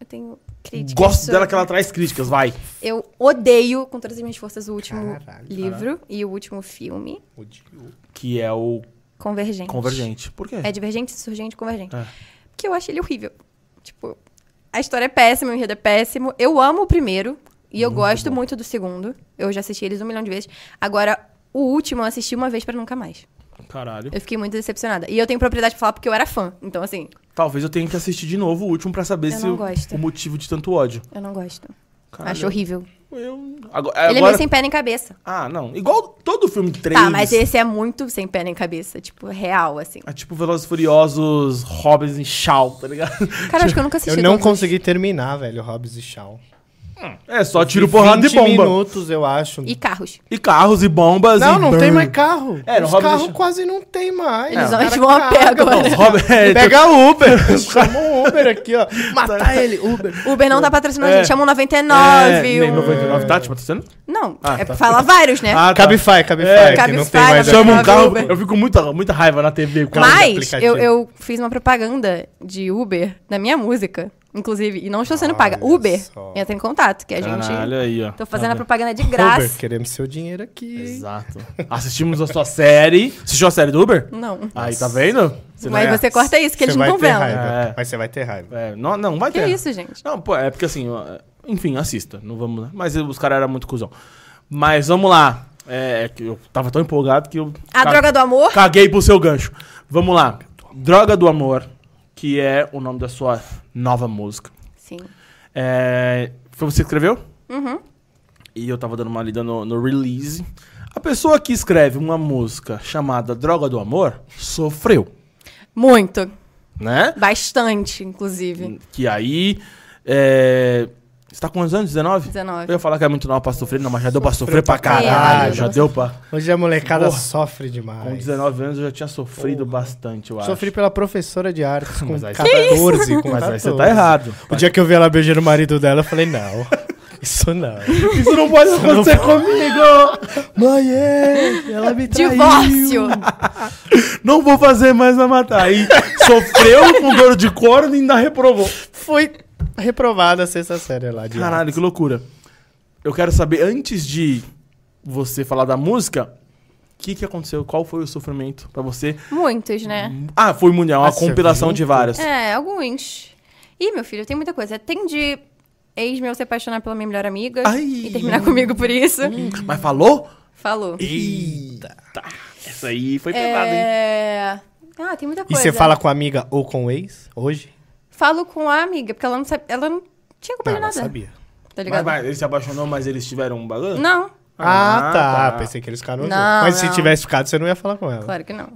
S3: Eu tenho críticas.
S1: Gosto dela
S3: sobre-
S1: que ela traz críticas, vai.
S3: Eu odeio, com todas as minhas forças, o último
S2: Caralho.
S3: livro e o último filme.
S2: velho. Odio.
S1: Que é o
S3: Convergente.
S1: Convergente. Por quê?
S3: É divergente, surgente, convergente.
S1: É.
S3: Porque eu acho ele horrível. Tipo, a história é péssima, o enredo é péssimo. Eu amo o primeiro e eu gosto muito do segundo. Eu já assisti eles um milhão de vezes. Agora, o último eu assisti uma vez pra nunca mais.
S1: Caralho.
S3: Eu fiquei muito decepcionada. E eu tenho propriedade pra falar porque eu era fã. Então, assim,
S1: Talvez eu tenha que assistir de novo o último pra saber
S3: Eu
S1: se
S3: não
S1: o,
S3: gosto.
S1: o motivo de tanto ódio.
S3: eu não gosto.
S1: Caralho,
S3: Acho horrível.
S1: Eu... Agora,
S3: Ele é
S1: agora-
S3: meio sem pé nem cabeça.
S1: Ah, não. Igual todo filme 3.
S3: Tá, mas esse é muito sem pé nem cabeça. Tipo, real, assim.
S1: É tipo Velozes e Furiosos, Hobbes e Shaw, tá ligado? (laughs)
S3: Cara, acho que eu nunca assisti
S2: Eu não
S3: todos.
S2: consegui terminar, velho, Hobbs e Shaw.
S1: É, só tiro, porrada e
S2: 20
S1: bomba.
S2: minutos, eu acho.
S3: E carros.
S1: E carros e bombas
S2: Não,
S1: e...
S2: não
S1: brrr.
S2: tem mais carro.
S1: É, no
S2: Os
S1: Hobbs e
S2: carros
S1: Shaw.
S2: quase não tem mais.
S3: Eles
S2: Os
S3: vão-
S2: caras
S3: eles vão a pé
S2: cagam.
S3: agora.
S1: Não, Hobbes- é,
S2: (laughs) Pega o Uber. Chama o Uber aqui, ó. Matar ele, Uber.
S3: Uber não tá patrocinando a
S1: É.
S3: gente. Chama um
S1: É,
S3: 99.
S1: nem
S3: um-
S1: 99, tá? Tipo, tá sendo?
S3: Não, é pra falar vários, né?
S1: Ah, tá.
S2: Cabify, Cabify.
S1: É,
S2: que não
S3: Cabify,
S2: tem mais
S3: Cabify.
S1: Chama um
S3: Nove
S1: carro.
S3: Uber.
S1: Eu fico muita, muita raiva na TV. com
S2: Mas-
S3: Mas
S2: aplicativo.
S3: eu, eu fiz uma propaganda de Uber na minha música, inclusive, e não estou sendo paga.
S2: Olha
S3: Uber,
S2: só.
S3: entra em contato, que a gente.
S1: Caralho, aí, ó.
S3: Tô
S1: Tá
S3: fazendo a
S1: vendo?
S3: propaganda de
S2: Uber,
S3: graça.
S2: queremos seu dinheiro aqui. hein?
S1: Exato. Assistimos a sua série. Assistiu a série do Uber?
S3: Não.
S1: Aí, tá vendo? Você não
S3: Mas
S1: é-
S3: você corta isso, que eles
S2: Você
S3: não
S2: vai
S3: estão
S2: ter
S3: vendo.
S2: raiva,
S1: É.
S2: Mas você vai ter raiva.
S1: É, não, não vai
S3: Que
S1: ter.
S3: isso, gente?
S1: Não, pô, é porque assim, ó, enfim, assista. Não vamos. né? Mas os caras eram muito cuzão. Mas vamos lá. É, é que eu tava tão empolgado que eu.
S3: A
S1: ca-
S3: droga do amor?
S1: Caguei pro seu gancho. Vamos lá. Droga do Amor, que é o nome da sua nova música.
S3: Sim.
S1: É, foi você que escreveu?
S3: Uhum.
S1: E eu tava dando uma lida no, no release. A pessoa que escreve uma música chamada Droga do Amor sofreu,
S3: Muito.
S1: né?
S3: Bastante, inclusive.
S1: Que aí. É... Você tá com quantos anos? 19?
S3: 19.
S1: Eu ia falar que é muito nova pra sofrer, não, mas já deu pra sofrer pra
S2: pra
S1: caralho.
S3: caralho.
S1: Já deu pra.
S2: Hoje a molecada
S1: Porra.
S2: sofre demais.
S1: Com 19 anos eu já tinha sofrido bastante, eu acho.
S2: Sofri pela professora
S1: (laughs)
S2: de artes com
S1: Mas aí- tá
S2: 14. com
S1: (laughs) Mas aí você
S2: 14.
S1: tá errado.
S2: O dia que eu vi ela beijando o marido dela, eu
S1: (laughs)
S2: falei, não, isso não.
S1: Isso não pode acontecer comigo!
S2: Mãe, é, ela me traiu.
S3: Divórcio!
S1: Não vou fazer mais a matar. Aí sofreu com dor de corno e ainda reprovou.
S2: Foi reprovada a sexta série lá de artes.
S1: Caralho, que loucura. Eu quero saber, antes de você falar da música, o que, que aconteceu? Qual foi o sofrimento pra você?
S3: Muitos, né?
S1: Ah, foi mundial, uma
S2: Nossa,
S1: compilação
S2: junto.
S1: de várias.
S3: É, alguns. Ih, meu filho, tem muita coisa. Tem de ex meu se apaixonar pela minha melhor amiga
S1: Ai. Hum.
S3: e terminar comigo por isso.
S1: Mas falou?
S3: Falou.
S1: Eita! Essa aí foi pesada, hein?
S3: É... Ah, tem muita
S2: E
S3: coisa.
S2: você fala com a amiga ou com o ex hoje? Ah,
S3: Falo com a amiga, porque ela não sabe. Ela não tinha culpa
S2: Não,
S3: de
S2: ela
S3: nada.
S2: sabia.
S3: Tá ligado?
S1: Mas, mas ele se apaixonou, mas eles tiveram um bagulho?
S3: Não,
S2: Ah,
S1: Ah,
S2: tá.
S1: tá.
S2: Pensei que eles ficaram juntos.
S3: Não,
S2: Mas se
S3: não.
S2: tivesse ficado, você não ia falar com ela.
S3: claro que não.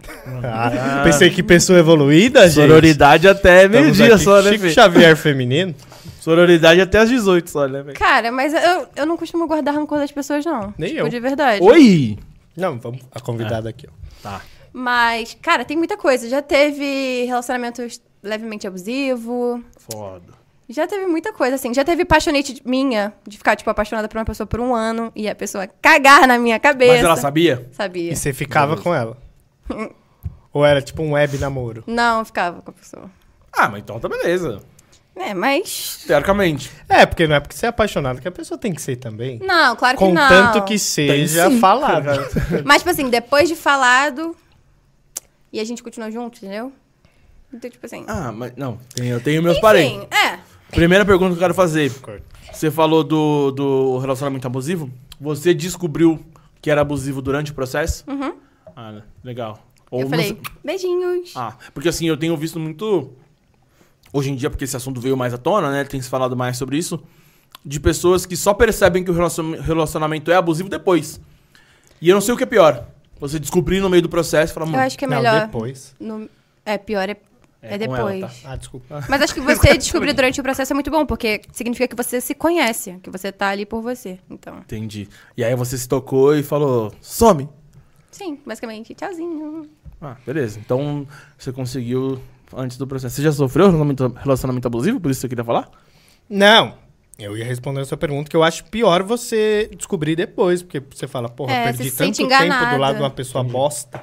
S2: Ah, pensei que pessoa evoluída, gente.
S1: Sororidade até
S2: Estamos
S1: meio-dia
S2: aqui,
S1: só, né,
S2: Chico
S1: filho?
S2: Xavier feminino?
S1: Sororidade até as 18 só, né, velho?
S3: Cara, mas eu, eu não costumo guardar rancor das pessoas, não.
S2: Nem
S3: tipo,
S2: eu.
S3: de verdade.
S1: Oi!
S2: Não, vamos. A
S1: Ah.
S2: convidada aqui, ó.
S3: Mas, cara, tem muita coisa. Já teve relacionamentos levemente abusivo.
S1: Foda.
S3: Já teve muita coisa, assim. Já teve paixonite minha, de ficar, tipo, apaixonada por uma pessoa por um ano e a pessoa cagar na minha cabeça.
S1: Mas ela sabia?
S3: Sabia.
S2: E você ficava com ela?
S3: Hum.
S2: Ou era tipo um web namoro?
S3: Não, eu ficava com a pessoa.
S1: Ah, mas então tá beleza.
S3: É, mas.
S1: Teoricamente.
S2: É, porque não é porque você é apaixonado que a pessoa tem que ser também.
S3: Não, Hum, claro que não.
S2: Contanto que seja falado.
S3: Mas, tipo assim, depois de falado. E a gente continua junto, entendeu? Então, tipo assim.
S1: Ah, mas não. tem- eu tenho meus
S3: enfim,
S1: parentes.
S3: é.
S1: Primeira pergunta que eu quero fazer. Você falou do, do relacionamento abusivo. Você descobriu que era abusivo durante o processo?
S3: Uhum.
S1: Ah, legal. Ou
S3: eu
S1: não
S3: falei,
S1: sei-
S3: beijinhos.
S1: Ah, porque assim, eu tenho visto muito. Hoje em dia, porque esse assunto veio mais à tona, né? Tem se falado mais sobre isso. De pessoas que só percebem que o relacion- relacionamento é abusivo depois. E eu não sei o que é pior. Você descobrir no meio do processo e falar,
S3: eu
S1: mano.
S3: acho que é
S2: não,
S3: melhor.
S2: depois.
S3: no- É, pior é, é,
S1: com
S3: depois.
S1: ela, tá?
S2: Ah, desculpa.
S3: Mas acho que você descobrir durante o processo é muito bom, porque significa que você se conhece, que você tá ali por você. Então,
S1: Entendi. E aí você se tocou e falou, some.
S3: sim, basicamente, tchauzinho.
S1: Ah, beleza. Então você conseguiu antes do processo. Você já sofreu relacionamento, relacionamento abusivo? Por isso que você queria falar?
S2: Não. Eu ia responder a sua pergunta, que eu acho pior você descobrir depois, porque você fala, porra,
S3: É,
S2: perdi
S3: você se
S2: tanto
S3: sente
S2: tempo
S3: enganado.
S2: do lado de uma pessoa bosta.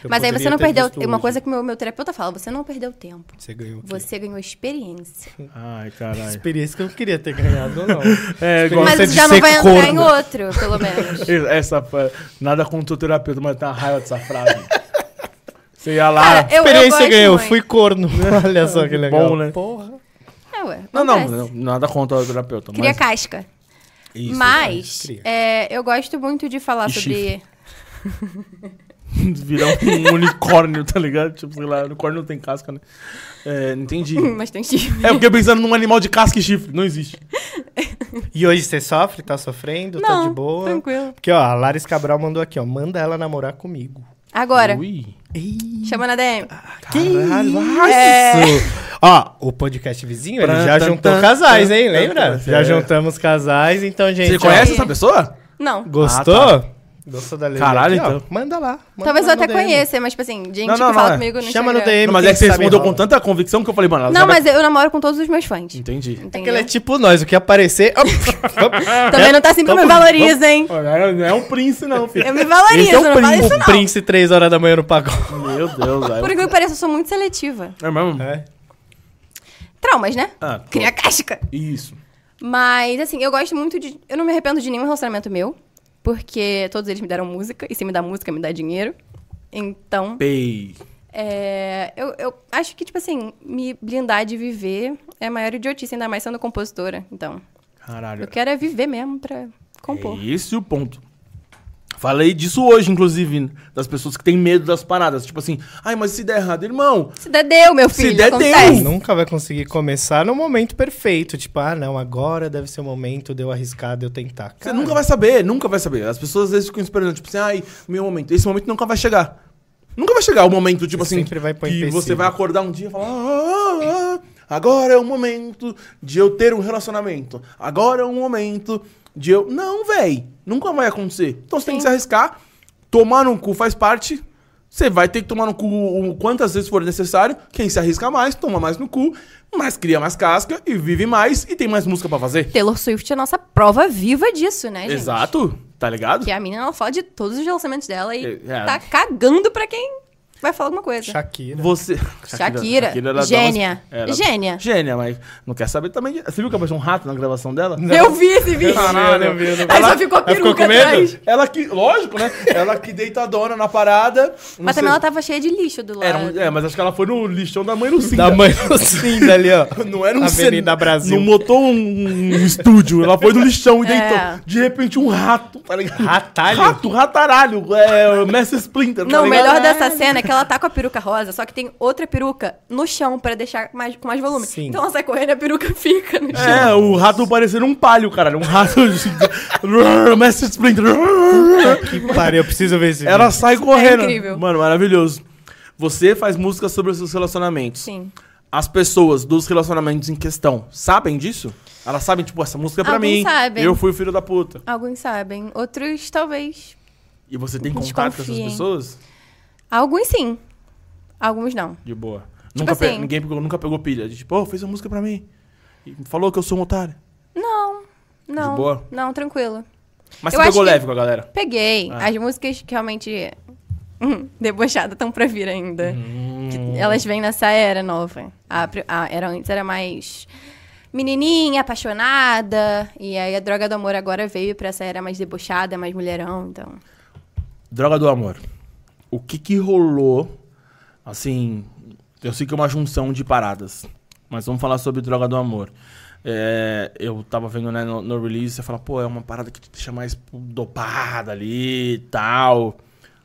S2: que eu
S3: Mas aí você
S2: poderia
S3: não
S2: ter
S3: perdeu.
S2: visto
S3: Uma
S2: hoje.
S3: coisa que meu, meu terapeuta fala: você não perdeu tempo.
S2: Você ganhou. aqui.
S3: Você ganhou experiência.
S1: Ai, caralho.
S2: Experiência que eu queria ter ganhado ou não.
S1: (laughs) É, igual.
S2: Gosta
S3: Mas
S2: de
S3: já não
S2: ser
S3: vai entrar em
S2: corno.
S3: outro, pelo menos.
S1: (laughs) Essa, foi- nada contra o terapeuta, mas tá uma raiva dessa frase. (laughs) Você ia lá.
S3: Cara, (laughs) eu-
S2: Experiência
S3: gosto
S2: ganhou,
S3: muito.
S1: (laughs)
S2: fui corno. Olha só que legal.
S1: Bom, né?
S2: Porra.
S3: É, ué,
S1: Não, não,
S3: acontece.
S1: não, nada contra o terapeuta.
S3: Cria
S1: (laughs) mas...
S3: casca.
S1: Isso.
S3: Mas
S2: cria.
S3: é, eu gosto muito de falar
S1: E
S3: sobre.
S1: Virar um unicórnio, tá ligado? Tipo, sei lá, unicórnio não tem casca, né? É, não
S3: (laughs)
S1: entendi.
S3: (laughs) Mas tem chifre.
S1: É, eu fiquei pensando num animal de casca e chifre. Não existe.
S2: E hoje você sofre? Tá sofrendo? tá
S3: Não,
S2: de boa?
S3: tranquilo.
S2: Porque, ó, a Laris Cabral mandou aqui, ó. Manda ela namorar comigo.
S3: Agora,
S1: Ui.
S3: chama na DM.
S1: Caralho.
S2: Isso! Ó, o podcast vizinho, ele
S1: Pran,
S2: já
S1: tan,
S2: juntou
S1: tan,
S2: casais,
S1: tan,
S2: hein?
S1: tan,
S2: Lembra?
S1: tan,
S2: Já
S1: é.
S2: juntamos casais, então, gente.
S1: Você
S2: ó,
S1: conhece essa pessoa?
S3: Não.
S2: Gostou?
S1: Ah,
S2: Gostou da lei?
S1: Caralho, então.
S2: Manda lá. manda
S3: Talvez eu
S2: lá no
S3: até
S2: DM.
S3: conheça, mas, tipo assim, gente
S1: Não, não,
S3: que
S1: não,
S3: fala
S1: é.
S3: comigo no
S2: Chama no
S3: Instagram.
S2: DM.
S1: Não, mas é
S2: quem
S1: que você
S2: sabe
S1: respondeu
S2: rola.
S1: com tanta convicção que eu falei, mano. ela
S3: Não,
S1: sabe-
S3: mas eu namoro com todos os meus fãs.
S1: Entendi.
S2: É
S3: Entendeu?
S2: que ela é tipo nós, o que aparecer. (laughs) op, op.
S3: Também não tá assim pra me
S2: Vamos-
S3: valorizar, hein?
S1: Olha, Não é um príncipe, não, filho.
S3: Eu me valorizo,
S2: Esse é o
S3: não fala
S2: príncipe.
S3: isso
S2: O
S3: não.
S2: príncipe, três horas da manhã no pagode.
S1: (laughs) Meu Deus,
S3: Por
S1: velho.
S3: que pareça, eu sou muito seletiva.
S1: É mesmo?
S2: É.
S3: Traumas, né?
S1: Ah, tô.
S3: Cria casca.
S1: Isso.
S3: Mas, assim, eu gosto muito de... Eu não me arrependo de nenhum relacionamento meu. Porque todos eles me deram música. E se me dá música, me dá dinheiro. Então,
S1: Pei.
S3: é, eu, eu acho que, tipo assim, me blindar de viver é a maior idiotice. Ainda mais sendo compositora. Então,
S1: Caralho.
S3: eu quero é viver mesmo pra compor.
S1: É esse o ponto. Falei disso hoje, inclusive, né? das pessoas que têm medo das paradas. Tipo assim, ai, mas se der errado, irmão.
S3: Se der, deu, meu
S1: Se
S3: filho.
S1: der, deu.
S3: acontece.
S2: Nunca vai conseguir começar no momento perfeito. Tipo, ah, não, agora deve ser o momento de eu arriscar, de eu tentar.
S1: Você nunca vai saber, nunca vai saber. As pessoas às vezes ficam esperando, tipo assim, ai, meu momento. Esse momento nunca vai chegar. Nunca vai chegar o momento, tipo
S2: Você
S1: assim,
S2: sempre vai pôr
S1: que
S2: empecilho.
S1: você vai acordar um dia e falar, ah, ah, ah, agora é o momento de eu ter um relacionamento. Agora é o momento de eu... Não, véi, nunca vai acontecer. Então você tem que se arriscar, tomar no cu faz parte... Você vai ter que tomar no cu o- quantas vezes for necessário. Quem se arrisca mais, toma mais no cu, mas cria mais casca e vive mais e tem mais música pra fazer.
S3: Taylor Swift é a nossa prova viva disso,
S2: É,
S3: né, gente?
S1: Exato, tá ligado?
S3: Que é a menina ela fala de todos os relacionamentos dela e
S1: É, é.
S3: tá cagando pra quem vai falar alguma coisa.
S2: Shakira.
S1: Você.
S3: Shakira,
S1: era dá
S3: gênia,
S1: umas- era-
S3: gênia.
S1: Gênia, mas não quer saber também. de- Você viu que apareceu um rato na gravação dela? (laughs)
S3: Eu vi esse vídeo.
S1: Caralho, eu vi, eu não vi.
S3: Aí só
S1: Ela-
S3: ficou a
S2: ela ficou
S3: peruca
S2: com medo?
S3: atrás.
S1: Ela que. Lógico, né? Ela que deitadona na parada. não
S3: Mas
S1: sei-
S3: também ela tá tava cheia de lixo do lado.
S1: Era um- é, mas acho que ela foi no lixão da mãe Lucinda.
S2: Da mãe Lucinda ali, (laughs) ó.
S1: (laughs) Não era um
S2: Avenida
S1: cen-
S2: Brasil.
S1: Não botou um, um estúdio. Ela foi no lixão e
S3: É.
S1: deitou. De repente, um rato, tá ligado?
S2: Ratalho?
S1: Rato, rataralho. É, Mestre Splinter. tá
S3: Não, o
S1: ligado?
S3: melhor dessa cena é que ela tá com a peruca rosa, só que tem outra peruca no chão pra deixar mais, com mais volume.
S2: Sim.
S3: Então ela sai correndo e a peruca (laughs) fica no chão.
S1: É, o rato parecendo um palho, cara. Um rato. (laughs) gigante. Mestre Splinter.
S2: Que pariu, eu preciso ver esse
S1: Ela sai correndo.
S3: É incrível.
S1: Mano, maravilhoso. Você faz música sobre os seus relacionamentos.
S3: Sim.
S1: As pessoas dos relacionamentos em questão sabem disso? Elas sabem, tipo, essa música é pra
S3: Alguns
S1: mim.
S3: sabem.
S1: Eu fui o filho da puta.
S3: Alguns sabem, outros talvez.
S1: E você tem contato com essas
S3: Desconfiem.
S1: pessoas?
S3: Alguns sim, alguns não.
S1: De boa. nunca pe-
S3: assim.
S1: Ninguém pegou, nunca pegou pilha. De, tipo, ô, fez uma música pra mim. E falou que eu sou um otário.
S3: Não, não.
S1: boa?
S3: Não, tranquilo.
S1: Mas
S3: Eu
S1: você
S3: acho
S1: pegou
S3: que-
S1: leve com a galera.
S3: Peguei.
S1: Ah.
S3: As músicas que realmente. Hum, debochada estão pra vir ainda.
S1: Uhum.
S2: É.
S3: Que elas vêm nessa era nova. A, pri- a era antes era mais menininha, apaixonada. E aí a droga do amor agora veio pra essa era mais debochada, mais mulherão. Então.
S1: Droga do amor. O que que rolou? Assim, eu sei que é uma junção de paradas. Mas vamos falar sobre droga do amor. É, eu tava vendo né, no, no release, você fala, pô, é uma parada que te deixa mais dopada ali e tal.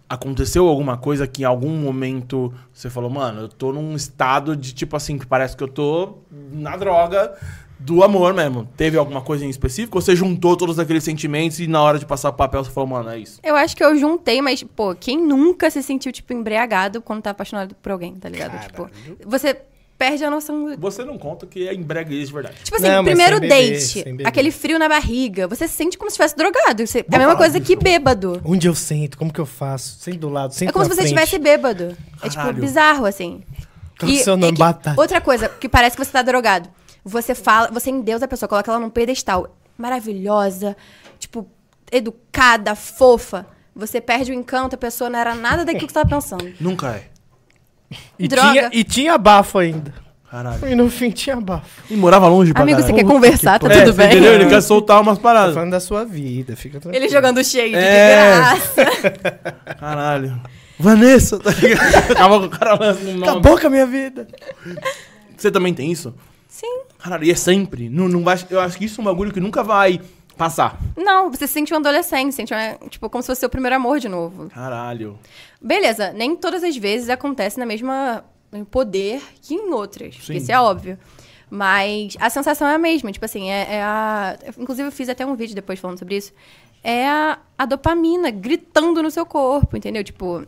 S1: Aconteceu alguma coisa que em algum momento você falou, mano, eu tô num estado de tipo assim, que parece que eu tô na droga do amor mesmo. Teve alguma coisa em específico? Ou você juntou todos aqueles sentimentos e na hora de passar o papel você falou, mano, é isso?
S3: Eu acho que eu juntei, mas, pô, quem nunca se sentiu, tipo, embriagado quando tá apaixonado por alguém, tá ligado? Tipo, você perde a noção do
S1: Você não conta que é embriaguez de verdade.
S3: Tipo assim,
S2: Não, mas
S3: primeiro
S2: sem beber,
S3: date,
S2: sem beber.
S3: aquele frio na barriga, você se sente como se estivesse drogado. Você- é
S1: Vamos
S3: a mesma
S1: falar
S3: coisa que
S1: disso.
S3: bêbado.
S2: Onde eu sento? Como que eu faço? Sento do lado, sento
S3: É como se
S2: na
S3: você
S2: frente.
S3: estivesse bêbado. É tipo
S1: Caralho.
S3: bizarro, assim. é
S2: Tô funcionando
S3: que-
S2: batata.
S3: Outra coisa que parece que você tá drogado. Você fala, você endeusa a pessoa, coloca ela num pedestal. Maravilhosa, tipo, educada, fofa. Você perde o encanto, a pessoa não era nada daquilo que você tava pensando.
S1: Nunca é.
S2: E
S3: Droga.
S2: tinha, e tinha bafo ainda.
S1: Caralho.
S2: E no fim tinha bafo.
S1: E morava longe pra
S3: Amigo, você
S1: caralho.
S3: quer
S2: Puta
S3: conversar,
S2: que
S3: tá
S1: É,
S3: tudo
S1: você
S3: bem?
S1: Entendeu? Ele quer soltar umas
S2: Tô
S1: paradas.
S2: falando da sua vida, fica tranquilo.
S3: (laughs) Ele jogando shade
S1: É.
S3: de graça.
S1: Caralho. Vanessa, tá ligado? Tava com o cara lá no nome.
S2: Acabou com a minha vida.
S1: Você também tem isso?
S3: Sim.
S1: Caralho, e é sempre. Não, não vai, eu acho que isso é um bagulho que nunca vai passar.
S3: Não, você se sente um adolescente, se sente uma- tipo, como se fosse seu primeiro amor de novo.
S1: Caralho.
S3: Beleza, nem todas as vezes acontece na mesma no poder que em outras.
S1: Sim.
S3: Isso é óbvio. Mas a sensação é a mesma, tipo assim, é, é a. eu, Inclusive, eu fiz até um vídeo depois falando sobre isso. É a, a dopamina gritando no seu corpo, entendeu? Tipo,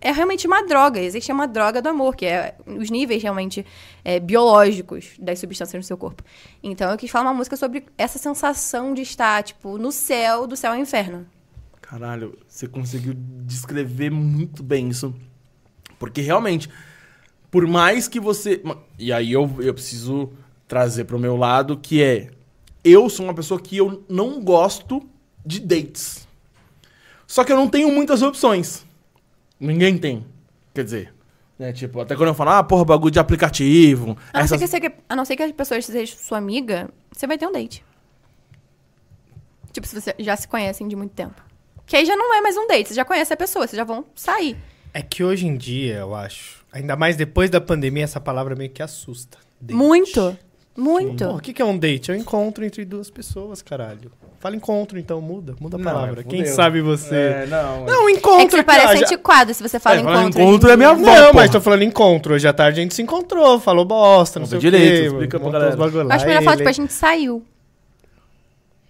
S3: é realmente uma droga. Existe uma droga do amor, que é os níveis realmente é, biológicos das substâncias no seu corpo. Então, eu quis falar uma música sobre essa sensação de estar, tipo, no céu, do céu ao inferno.
S1: Caralho, você conseguiu descrever muito bem isso. Porque realmente, por mais que você. ma- E aí eu, eu preciso trazer pro meu lado que é. Eu sou uma pessoa que eu não gosto de dates. Só que eu não tenho muitas opções. Ninguém tem. Quer dizer, né? Tipo, até quando eu falo, ah, porra, bagulho de aplicativo.
S3: A
S2: Ah,
S3: não, ser
S1: essas-
S3: que você- a não ser que as pessoas sejam sua amiga, você vai ter um date. Tipo, se vocês já se conhecem de muito tempo. Que aí já não é mais um date, você já conhece a pessoa, vocês já vão sair.
S2: É que hoje em dia, eu acho, ainda mais depois da pandemia, essa palavra meio que assusta. Date.
S3: Muito. Muito.
S2: Pô, o que, que é um date? É um encontro entre duas pessoas, caralho. Fala encontro, então, muda. Muda a
S1: Não,
S2: palavra.
S1: é,
S2: Quem
S1: fudeu.
S2: sabe você.
S1: É, não.
S2: Não, um
S3: é que
S2: encontro
S3: você parece
S2: ó, já-
S3: antiquado se você fala
S1: É, falar
S3: encontro.
S1: encontro é minha
S2: Não,
S1: avó. porra.
S2: mas tô falando encontro. Hoje à tarde a gente se encontrou, falou bosta, não
S1: Conta
S2: sei o quê.
S1: direito, explica pra
S2: montou
S1: galera.
S2: uns bagulho
S3: Eu
S2: lá,
S3: acho melhor falar,
S2: ele-
S3: tipo, a gente saiu.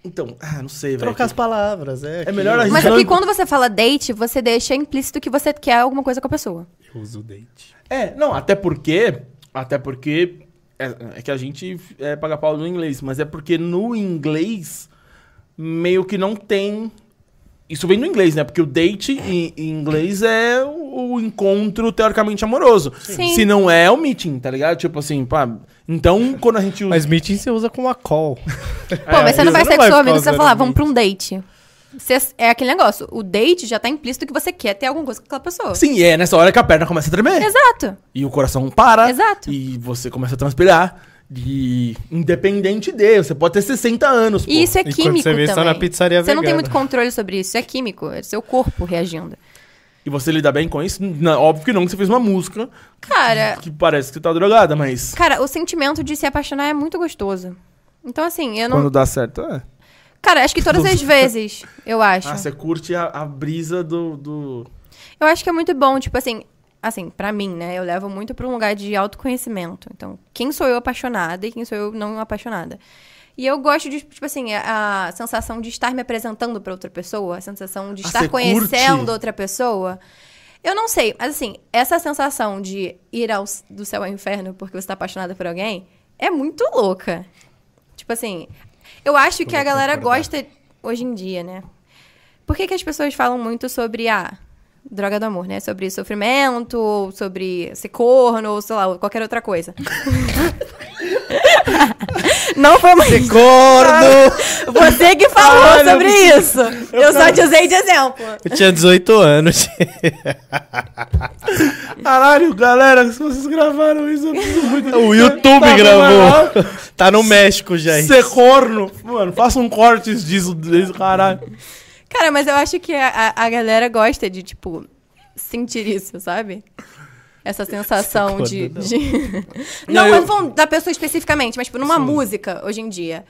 S1: Então, ah, não sei, velho.
S2: Trocar as palavras, é. aquilo.
S1: melhor a gente-
S3: Mas é
S1: não-
S3: que quando você fala date, você deixa implícito que você quer alguma coisa com a pessoa.
S2: Eu uso o date.
S1: É, não, até porque. Até porque. É, é que a gente é, paga pau no inglês, mas é porque no inglês meio que não tem. Isso vem do inglês, né? Porque o date em, em inglês é o, o encontro teoricamente amoroso.
S3: Sim.
S1: Se não é, é o meeting, tá ligado? Tipo assim, pá. Então, quando a gente usa.
S2: Mas meeting você usa com a (laughs) call.
S3: Pô, mas você não
S2: você
S3: vai
S2: não vai
S3: sair com seu
S2: ficar
S3: amigo, você vai
S2: usando
S3: falar,
S2: date.
S3: vamos pra um date. Você- é aquele negócio, o date já tá implícito que você quer ter alguma coisa com aquela pessoa.
S1: Sim, é. e é nessa hora que a perna começa a tremer.
S3: Exato.
S1: E o coração para.
S3: Exato.
S1: E você começa a transpirar. E independente de, você pode ter 60 anos. pô.
S3: E isso é
S2: E quando
S3: químico
S2: Tipo, você vê,
S3: também.
S2: você tá na pizzaria
S3: Você não tem
S2: vegana.
S3: muito controle sobre isso. Isso é químico. É seu corpo reagindo.
S1: E você lida bem com isso? Não, óbvio que não, que você fez uma música
S3: Cara,
S1: que parece que você tá drogada, mas.
S3: cara, o sentimento de se apaixonar é muito gostoso. Então, assim, eu não...
S1: dá certo, é.
S3: Cara, acho
S2: (laughs)
S3: que todas as vezes, eu acho.
S1: Ah, você curte a, a brisa do. do...
S3: Eu acho que é muito bom, tipo assim... assim, pra mim, né? Eu levo muito pra um lugar de autoconhecimento. Então, quem sou eu apaixonada e quem sou eu não apaixonada. E eu gosto de, tipo assim, a, a sensação de estar me apresentando pra outra pessoa, a sensação de
S1: Ah,
S3: estar
S1: você
S3: conhecendo
S1: curte?
S3: outra pessoa. Eu não sei, mas assim, essa sensação de ir ao, c- do céu ao inferno porque você tá apaixonada por alguém é muito louca. Tipo assim, eu acho que a
S2: Vou
S3: galera
S2: concordar.
S3: gosta hoje em dia, né? Por que, que as pessoas falam muito sobre a droga do amor, né? Sobre sofrimento, ou sobre ser corno, ou sei lá, ou qualquer outra (laughs) coisa. Não foi uma...
S2: Gordo!
S3: Você que falou
S2: Caralho,
S3: sobre
S2: eu
S3: isso. Eu, só te usei de exemplo.
S2: Eu tinha 18 anos.
S1: Caralho, galera, se vocês gravaram isso, eu preciso (laughs) muito.
S2: o YouTube
S1: Tá,
S2: gravou.
S1: mano,
S2: Tá no México já. isso.
S1: Ser corno. Mano, faça um corte disso, desse caralho.
S3: Cara, mas eu acho que a, a- a galera gosta de, tipo, sentir isso, sabe? Essa sensação
S2: Acorda,
S3: de.
S2: não.
S3: de-
S1: (laughs)
S2: Não,
S3: Não, eu...
S2: eu-
S3: não falando da pessoa especificamente, mas, tipo, numa música hoje em dia.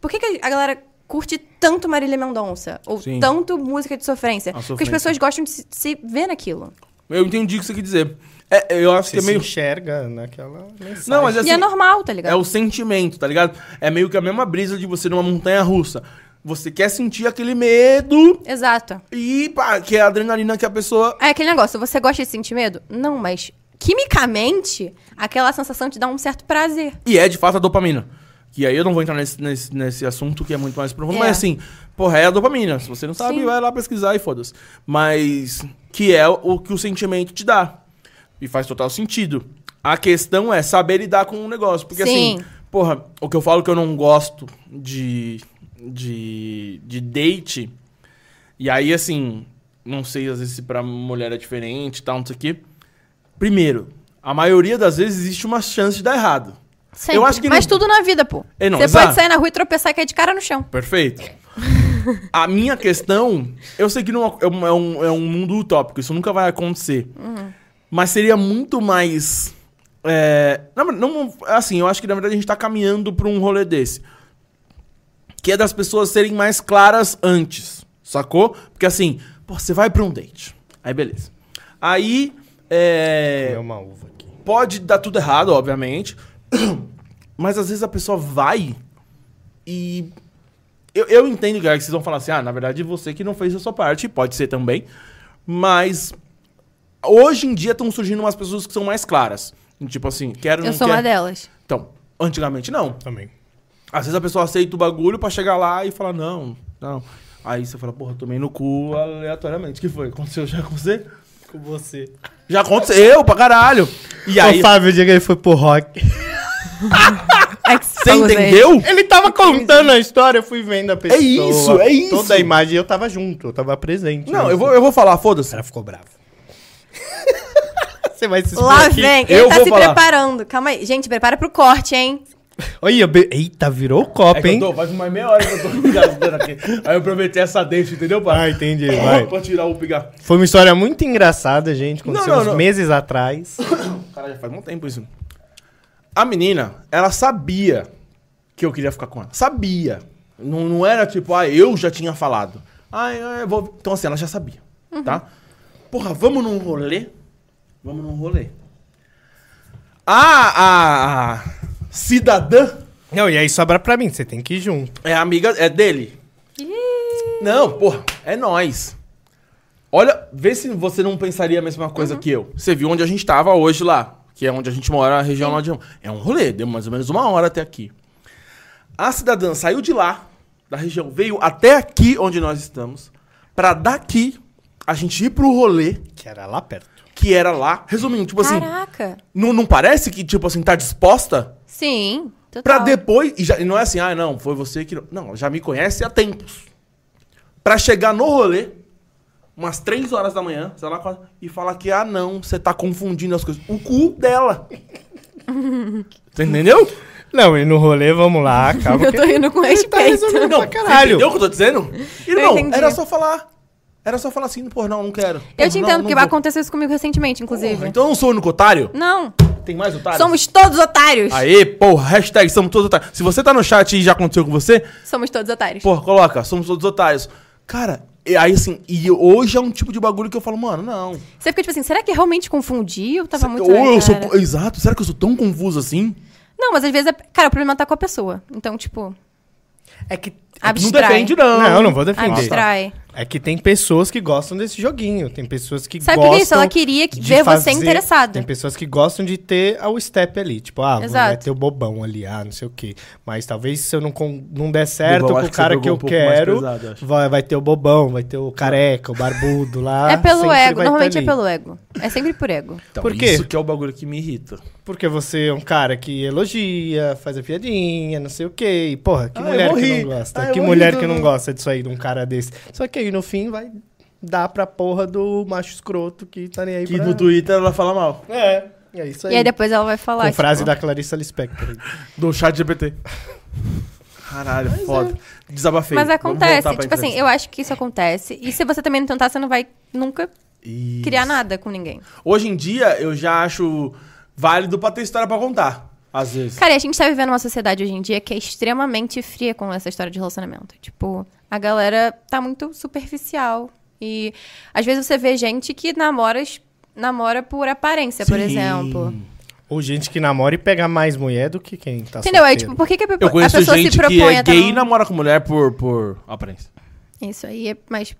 S3: Por que, que a galera curte tanto Marília Mendonça? Ou
S1: Sim.
S3: tanto música de sofrência? Porque as
S1: sofrência.
S3: pessoas gostam de se, se ver naquilo.
S1: Eu entendi o que você quer dizer. É, eu acho
S2: Você
S1: que é meio.
S2: se enxerga né, naquela mensagem.
S1: Não, mas
S3: e é
S1: assim,
S3: normal, tá ligado?
S1: É o sentimento, tá ligado? É meio que a mesma brisa de você numa montanha russa. Você quer sentir aquele medo
S3: Exato.
S1: e pá, que é a adrenalina que a pessoa.
S3: É aquele negócio, você gosta de sentir medo? Não, mas quimicamente, aquela sensação te dá um certo prazer.
S1: E é de fato a dopamina. Que aí eu não vou entrar nesse, nesse, nesse assunto que é muito mais profundo,
S3: É.
S1: mas assim, porra, é a dopamina. Se você não sabe,
S3: Sim.
S1: vai lá pesquisar e foda-se. Mas que é o que o sentimento te dá. E faz total sentido. A questão é saber lidar com o negócio. Porque
S3: Sim.
S1: assim, porra, o que eu falo que eu não gosto de, de, de date. E aí, assim, não sei às vezes se pra mulher é diferente e tal, não sei o quê. Primeiro, a maioria das vezes existe uma chance de dar errado.
S3: Sempre.
S1: Eu acho que
S3: Mas
S1: não-
S3: tudo na vida, pô.
S1: É, não,
S3: você
S1: exato.
S3: pode sair na rua e tropeçar e cair de cara no chão.
S1: Perfeito. A minha questão, eu sei que não é, um, é um- é um mundo utópico, isso nunca vai acontecer. Mas seria muito mais. é, não, mas não- assim, eu acho que na verdade a gente tá caminhando pra um rolê desse. Que é das pessoas serem mais claras antes, sacou? Porque assim, pô, você vai pra um date. Aí beleza. Aí. É,
S2: É uma uva aqui.
S1: Pode dar tudo errado, obviamente. (clears throat) Mas às vezes a pessoa vai e. Eu, eu entendo galera, que vocês vão falar assim: ah, na verdade você que não fez a sua parte, pode ser também. Mas hoje em dia estão surgindo umas pessoas que são mais claras. Tipo assim, quero
S3: Eu,
S1: não
S3: sou
S1: quero.
S3: uma delas.
S1: Então, antigamente não.
S2: Também.
S1: Às vezes a pessoa aceita o bagulho pra chegar lá e falar, não, não. Aí você fala, porra, tomei no cu aleatoriamente. O que foi? Aconteceu já com você?
S2: Com você.
S1: Já aconteceu pra caralho. E aí.
S2: O Fábio, o dia que ele foi pro rock.
S3: Ai,
S1: (laughs)
S3: que
S1: Você
S3: saudade.
S1: entendeu?
S2: Ele tava contando a história, eu fui vendo a pessoa.
S1: isso, é isso.
S2: Toda a imagem, eu tava junto, eu tava presente. né?
S1: Não,
S2: nisso.
S1: eu vou, eu vou falar,
S2: O
S1: foda-se.
S2: cara um ficou bravo. Você vai se expor
S3: Lá
S2: aqui.
S3: vem.
S1: Eu
S3: Ele tá
S1: vou
S3: se
S1: falar.
S3: preparando. Calma aí. Gente, prepara pro corte, hein?
S2: Olha, eu be- eita, virou o copo,
S1: É que eu
S2: hein?
S1: tô, faz mais meia hora que eu tô engasgando aqui. Aí eu prometi essa deixa, entendeu, pai?
S2: Ah, (laughs) entendi, vai.
S1: Pra tirar o pigar.
S2: Foi uma história muito engraçada, gente. Aconteceu
S1: Não, não,
S2: uns
S1: não.
S2: meses atrás.
S1: Cara, já faz um tempo isso. A menina, ela sabia que eu queria ficar com ela. Sabia. Não, não era tipo, ah, eu já tinha falado. Ah, eu, eu vou. Então assim, ela já sabia. Tá? Porra, vamos num rolê? Vamos num rolê. A, a, a cidadã
S2: Não, e aí sobra pra mim, você tem que ir junto.
S1: é amiga, é dele. Não, porra, é nós. Olha, vê se você não pensaria a mesma coisa que eu. Você viu onde a gente tava hoje lá, que é onde a gente mora, a região lá de... É um rolê, deu mais ou menos uma hora até aqui. A cidadã saiu de lá, da região, veio até aqui onde nós estamos, pra daqui a gente ir pro rolê
S2: Que era lá perto.
S1: que era lá. Resumindo, tipo assim,
S3: Caraca.
S1: não, não parece que, tipo assim, tá disposta?
S3: Sim. Total.
S1: Pra depois. E, já- e não é assim, ah, não, foi você que. Não, não, já me conhece há tempos. Pra chegar no rolê, umas três horas da manhã, sei lá, quatro, e falar que, ah, não, você tá confundindo as coisas. O cu
S3: (laughs)
S1: dela. Você entendeu?
S2: Não, e no rolê, vamos
S3: (laughs)
S2: lá, calma.
S3: Eu tô rindo com
S2: Ele tá
S3: respeito.
S2: resolvendo pra
S1: Você
S2: caralho.
S1: entendeu o que eu tô dizendo? E não,
S3: entendi.
S1: era só falar. Era só falar assim, pô, não, não quero.
S3: Eu
S1: Pô,
S3: te
S1: não,
S3: entendo,
S1: não
S3: porque
S1: vou.
S3: aconteceu isso comigo recentemente, inclusive.
S1: Porra, Então eu não sou o único otário?
S3: Não.
S1: Tem mais otários?
S3: Hum. Somos todos otários.
S1: Aê, porra, hashtag somos todos otários. Se você tá no chat e já aconteceu com você,
S3: Somos todos otários.
S1: Porra, coloca, somos todos otários. Cara, E aí, assim, e hoje é um tipo de bagulho que eu falo, mano, não.
S3: Você fica tipo assim, será que eu realmente confundi? Eu tava
S1: Se-
S3: muito.
S1: Ou
S3: na
S1: eu sou.
S3: cara?
S1: Exato, será que eu sou tão confuso assim?
S3: Não, mas às vezes. é- Cara, o problema tá com a pessoa. Então, tipo,
S2: É que.
S1: Não
S3: abstrai.
S1: depende, não.
S2: Não, eu não vou defender.
S3: Abstrai.
S1: tá.
S2: É que tem pessoas que gostam desse joguinho. Tem pessoas que
S3: Sabe o
S2: gostam.
S3: que é isso? Ela queria que-
S2: de
S3: ver
S2: fazer-
S3: você interessado.
S2: Tem pessoas que gostam de ter ah, o step ali. Tipo, ah, vou- vai
S3: Exato.
S2: ter o bobão ali, ah, não sei o quê. Mas talvez se eu não, con- não der certo
S1: Bobão,
S2: com
S1: acho
S2: o
S1: que você
S2: cara
S1: pegou
S2: que eu
S1: um pouco mais
S2: quero,
S1: pesado, acho.
S2: vai, vai ter o bobão, vai ter o careca, o barbudo lá.
S3: é pelo
S2: sempre
S3: ego.
S2: vai
S3: Normalmente
S2: tá
S3: é
S2: ali.
S3: pelo ego. É sempre por
S1: (laughs)
S3: ego.
S1: Então,
S2: Por quê?
S1: Isso que é o bagulho que me irrita.
S2: Porque você é um cara que elogia, faz a piadinha, não sei o quê. E, porra, que
S1: Ah, eu
S2: mulher
S1: vou
S2: que
S1: rir.
S2: não gosta?
S1: Ah, eu
S2: que
S1: vou
S2: mulher
S1: rir
S2: que
S1: do-
S2: não gosta disso aí, de um cara desse? Só que aí, no fim, vai dar pra porra do macho escroto que tá nem aí
S1: Que
S2: pra...
S1: no Twitter ela fala mal.
S2: É, é isso aí.
S3: E aí depois ela vai
S2: Com
S3: falar. tipo,
S2: frase da Clarissa Lispector. aí.
S1: Do chat GPT. Caralho, foda. Desabafei.
S3: é. Mas
S1: Vamos
S3: acontece,
S1: voltar pra
S3: tipo assim,
S1: entrevista.
S3: eu acho que isso acontece. E se você também não tentar, você não vai nunca
S1: Isso.
S3: criar nada com ninguém.
S1: Hoje em dia, eu já acho válido pra ter história pra contar. Às vezes.
S3: Cara, e a gente tá vivendo uma sociedade hoje em dia que é extremamente fria com essa história de relacionamento. Tipo, a galera tá muito superficial. E às vezes você vê gente que namora, es- namora por aparência, por
S1: Sim.
S3: exemplo.
S2: Ou gente que namora e pega mais mulher do que quem tá
S3: Entendeu? Aí,
S2: solteiro.
S3: tipo, por que, que a, pe-
S1: Eu
S3: a
S1: conheço
S3: pessoa
S1: gente
S3: se propõe
S1: que é
S3: a tá
S1: gay e
S3: num-
S1: namora com mulher por, por aparência.
S3: Isso aí é mais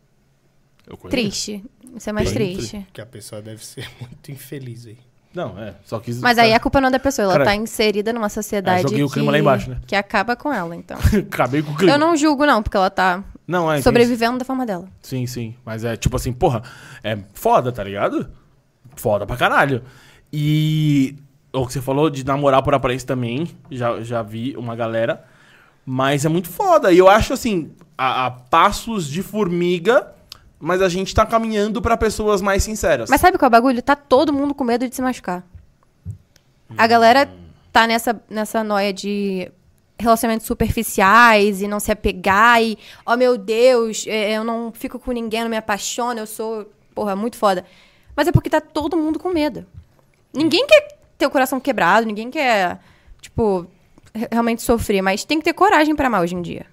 S1: Eu conheço.
S3: triste. Isso é mais
S1: Bem
S3: triste.
S2: Que a pessoa deve ser (laughs) muito infeliz aí.
S1: Não, é. Só que. (laughs)
S3: Mas aí a culpa não é da pessoa, ela
S1: Cara, é,
S3: tá inserida numa sociedade
S1: joguei o
S3: que,
S1: clima lá embaixo, né?
S3: que acaba com ela, então.
S1: Acabei com o clima.
S3: Eu não julgo, não, porque ela tá
S1: Não, é. entendi.
S3: sobrevivendo da forma dela.
S1: Sim, sim. Mas é tipo assim, porra, é foda, tá ligado? Foda pra caralho. E é o que você falou de namorar por aparência também, já, já vi uma galera. Mas é muito foda. E eu acho assim, a, a passos de formiga, mas a gente tá caminhando pra pessoas mais sinceras.
S3: Mas sabe qual é o bagulho? Tá todo mundo com medo de se machucar. A galera tá nessa, nessa noia de relacionamentos superficiais e não se apegar e, oh meu Deus, é, eu não fico com ninguém, eu não me apaixono, eu sou, porra, muito foda. Mas é porque tá todo mundo com medo. Ninguém quer ter o coração quebrado, ninguém quer, tipo, re- realmente sofrer, mas tem que ter coragem pra amar hoje em dia.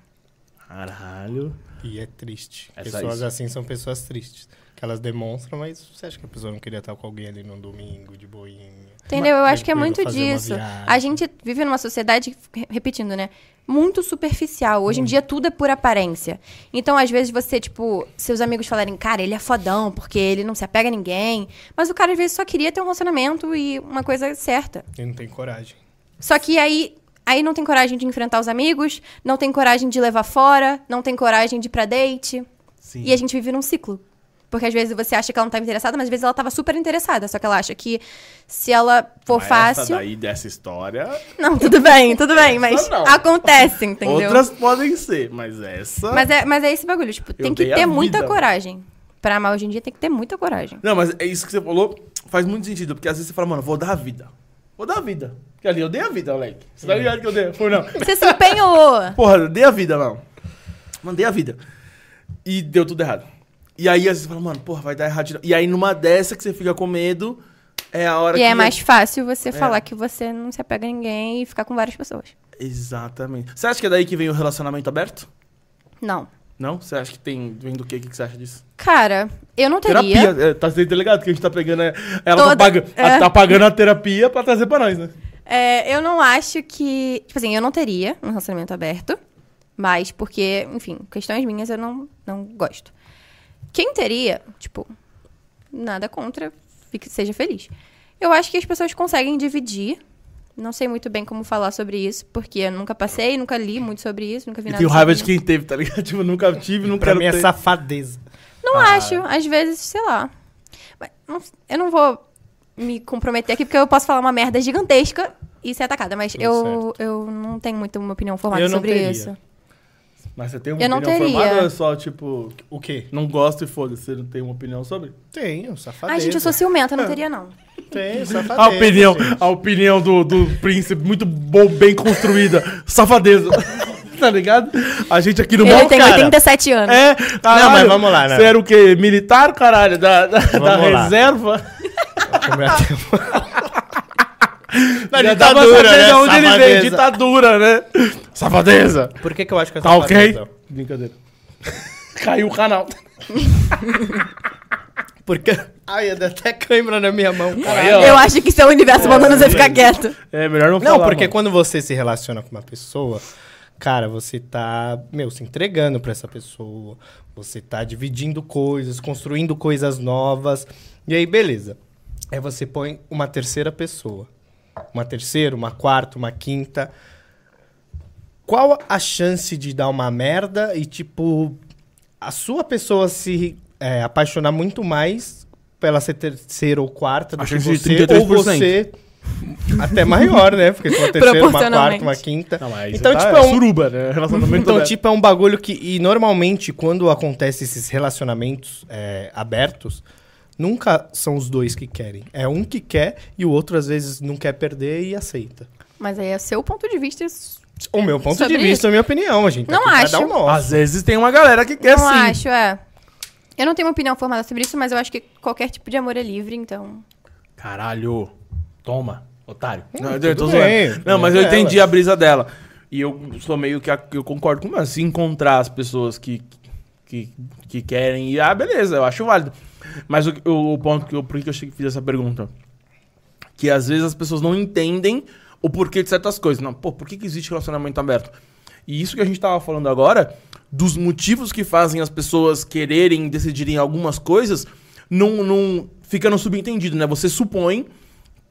S1: Caralho.
S2: E é triste.
S1: É só
S2: pessoas
S1: isso.
S2: assim são pessoas tristes. Que elas demonstram, mas você acha que a pessoa não queria estar com alguém ali num domingo, de boinha?
S3: Entendeu? Eu acho que é
S2: Tranquilo,
S3: muito
S2: fazer uma
S3: disso.
S2: viagem.
S3: A gente vive numa sociedade, re- repetindo, né? Muito superficial. Hoje em dia tudo é por aparência. Então, às vezes, você, tipo, seus amigos falarem, cara, ele é fodão, porque ele não se apega a ninguém. Mas o cara, às vezes, só queria ter um relacionamento e uma coisa certa.
S2: E não tem coragem.
S3: Só que aí. Aí não tem coragem de enfrentar os amigos, não tem coragem de levar fora, não tem coragem de ir pra date.
S1: Sim.
S3: E a gente vive num ciclo. Porque às vezes você acha que ela não tava interessada, mas às vezes ela tava super interessada. Só que ela acha que se ela for
S1: Mas Essa
S3: fácil.
S1: daí dessa história.
S3: Não, tudo bem, tudo bem, mas
S1: não.
S3: acontece, entendeu?
S1: Outras podem ser, mas essa.
S3: Mas, é, mas é esse bagulho, tipo, tem que
S1: dei a
S3: ter
S1: vida,
S3: muita
S1: mano.
S3: coragem. Pra amar hoje em dia tem que ter muita coragem.
S1: Não, mas é isso que você falou faz muito sentido, porque às vezes você fala, mano, vou dar a vida. Vou dar a vida. Porque ali eu dei a vida, moleque. Você tá ligado que eu dei? Foi não.
S3: Você se empenhou!
S1: Porra, eu dei a vida, mano. Mandei a vida. E deu tudo errado. E aí às vezes você fala, mano, porra, vai dar errado. de novo. E aí numa dessa que você fica com medo, é a hora
S3: E
S1: que.
S3: é mais fácil você falar que você não se apega a ninguém e ficar com várias pessoas.
S1: Exatamente. Você acha que é daí que vem o relacionamento aberto?
S3: Não.
S1: Não? Você acha que tem. Vem do quê? O que que você acha disso?
S3: Cara, eu não teria.
S1: Terapia. É, tá sendo ligado que a gente tá pegando. é, Ela
S3: Toda-
S1: tá, paga-
S3: é.
S1: a- tá pagando a terapia pra trazer pra nós, né?
S3: É, eu não acho que. Tipo assim, eu não teria um relacionamento aberto. Mas porque, enfim, questões minhas eu não, não gosto. Quem teria, tipo, nada contra, fique, seja feliz. Eu acho que as pessoas conseguem dividir. Não sei muito bem como falar sobre isso, porque eu nunca passei, nunca li muito sobre isso, nunca vi
S1: E
S3: nada.
S1: tenho raiva de
S3: sobre
S1: quem teve, tá ligado? (laughs) Tipo, nunca tive, não
S2: Pra
S1: quero
S2: mim é
S1: ter.
S2: safadeza.
S3: isso. Não acho, às vezes, sei lá. Mas não- eu não vou me comprometer aqui, porque eu posso falar uma merda gigantesca e ser atacada, mas
S2: Tudo
S3: eu, eu não tenho muito uma opinião formada
S2: Eu não
S3: sobre
S2: teria.
S3: isso.
S1: Mas você tem uma
S3: Eu não
S1: opinião
S3: teria.
S1: formada ou é só, tipo,
S2: O quê?
S1: não gosto e foda-se, você não tem uma opinião sobre?
S2: Tenho, safadeza.
S3: Ai, Ah, gente, eu sou assim. ciumenta, eu não teria, não.
S2: Tenho, safadeza.
S1: A opinião,
S3: (laughs)
S2: gente.
S1: a opinião do, do príncipe, muito bom, bem
S2: (laughs)
S1: construída. Safadeza. (laughs) tá ligado? A gente aqui no
S3: Ele
S1: mal,
S3: tem
S1: cara.
S3: 87 anos.
S1: É, caralho,
S2: mas vamos lá, né?
S1: Você era o quê? Militar, caralho? Da, da, da
S2: Vamos lá.
S1: reserva?
S2: Como é
S1: (laughs)
S2: que-
S1: Da
S2: ditadura, né?
S1: de onde ele veio.
S2: Safadeza.
S1: Ditadura, né? Safadeza.
S2: Por que, que eu acho que é
S1: Tá ok?
S2: safadeza?
S1: Brincadeira. (laughs) Caiu o canal.
S2: Porque. (laughs) Ai, eu dei até câimbra na minha mão. cara.
S1: Aí, ó.
S3: Eu acho que isso é o universo mandando você ficar quieto.
S1: É melhor não falar.
S2: Não, porque
S1: mano.
S2: quando você se relaciona com uma pessoa, cara, você tá, meu, se entregando pra essa pessoa. Você tá dividindo coisas, construindo coisas novas. E aí, beleza. Aí você põe uma terceira pessoa. Uma terceira, uma quarta, uma quinta. Qual a chance de dar uma merda e, tipo, a sua pessoa se é, apaixonar muito mais pela ser terceira ou quarta do
S1: A
S2: que
S1: chance de
S2: você,
S1: 33%.
S2: ou você até maior, né? Porque se uma terceira, uma quarta,
S3: Proporcionalmente.
S2: uma quinta.
S1: Não, mas
S2: então,
S1: você
S2: tipo,
S1: tá
S2: é um,
S1: suruba, né? Relacionamento
S2: então,
S1: dela.
S2: tipo, é um bagulho que. E normalmente, quando acontece esses relacionamentos é, abertos, nunca são os dois que querem. É um que quer e o outro, às vezes, não quer perder e aceita.
S3: Mas aí é seu ponto de vista. isso-
S2: O meu ponto
S3: Sobre
S2: de vista, a minha opinião, gente. tá
S3: Não
S2: aqui pra
S3: acho.
S2: Dar o nosso.
S1: Às vezes tem uma galera que quer
S3: não
S1: sim.
S3: acho, é. Eu não tenho uma opinião formada sobre isso, mas eu acho que qualquer tipo de amor é livre, então.
S1: Caralho. Toma, otário. não, eu
S2: tudo
S1: tô
S2: bem.
S1: zoando. Não, mas eu
S2: Dela.
S1: entendi a brisa dela. E eu sou meio que. a- eu concordo com ela. Se encontrar as pessoas que, que, que querem ir, ah, beleza, eu acho válido. Mas o, o- o ponto que eu. Por que eu cheguei- fiz essa pergunta? Que às vezes as pessoas não entendem o porquê de certas coisas. Não, pô, por que, que existe relacionamento aberto? E isso que a gente tava falando agora, dos motivos que fazem as pessoas quererem, decidirem algumas coisas, não, não fica no subentendido, né? Você supõe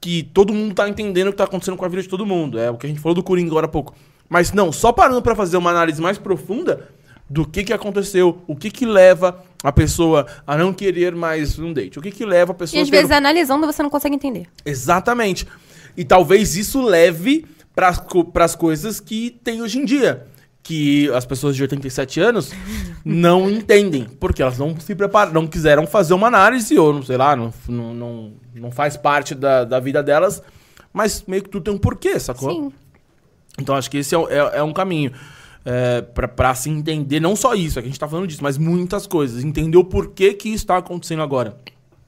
S1: que todo mundo tá entendendo o que tá acontecendo com a vida de todo mundo. É o que a gente falou do Coringa agora há pouco. Mas não, só parando pra fazer uma análise mais profunda do que que aconteceu, o que que leva a pessoa a não querer mais um date, o que que leva a
S3: E
S1: pessoa a
S3: às
S1: ter
S3: vezes, analisando, você não consegue entender.
S1: Exatamente. E talvez isso leve para as coisas que tem hoje em dia. Que as pessoas de 87
S3: (laughs)
S1: anos não entendem. Porque elas não se prepararam, não quiseram fazer uma análise, ou não sei lá, não, não, não, não faz parte da, da vida delas. Mas meio que tudo tem um porquê, sacou?
S3: Sim.
S1: Então acho que esse é, um- é- é um caminho. É, pra- pra se entender, não só isso, é que a gente tá falando disso, mas muitas coisas. Entender o porquê que isso tá acontecendo agora.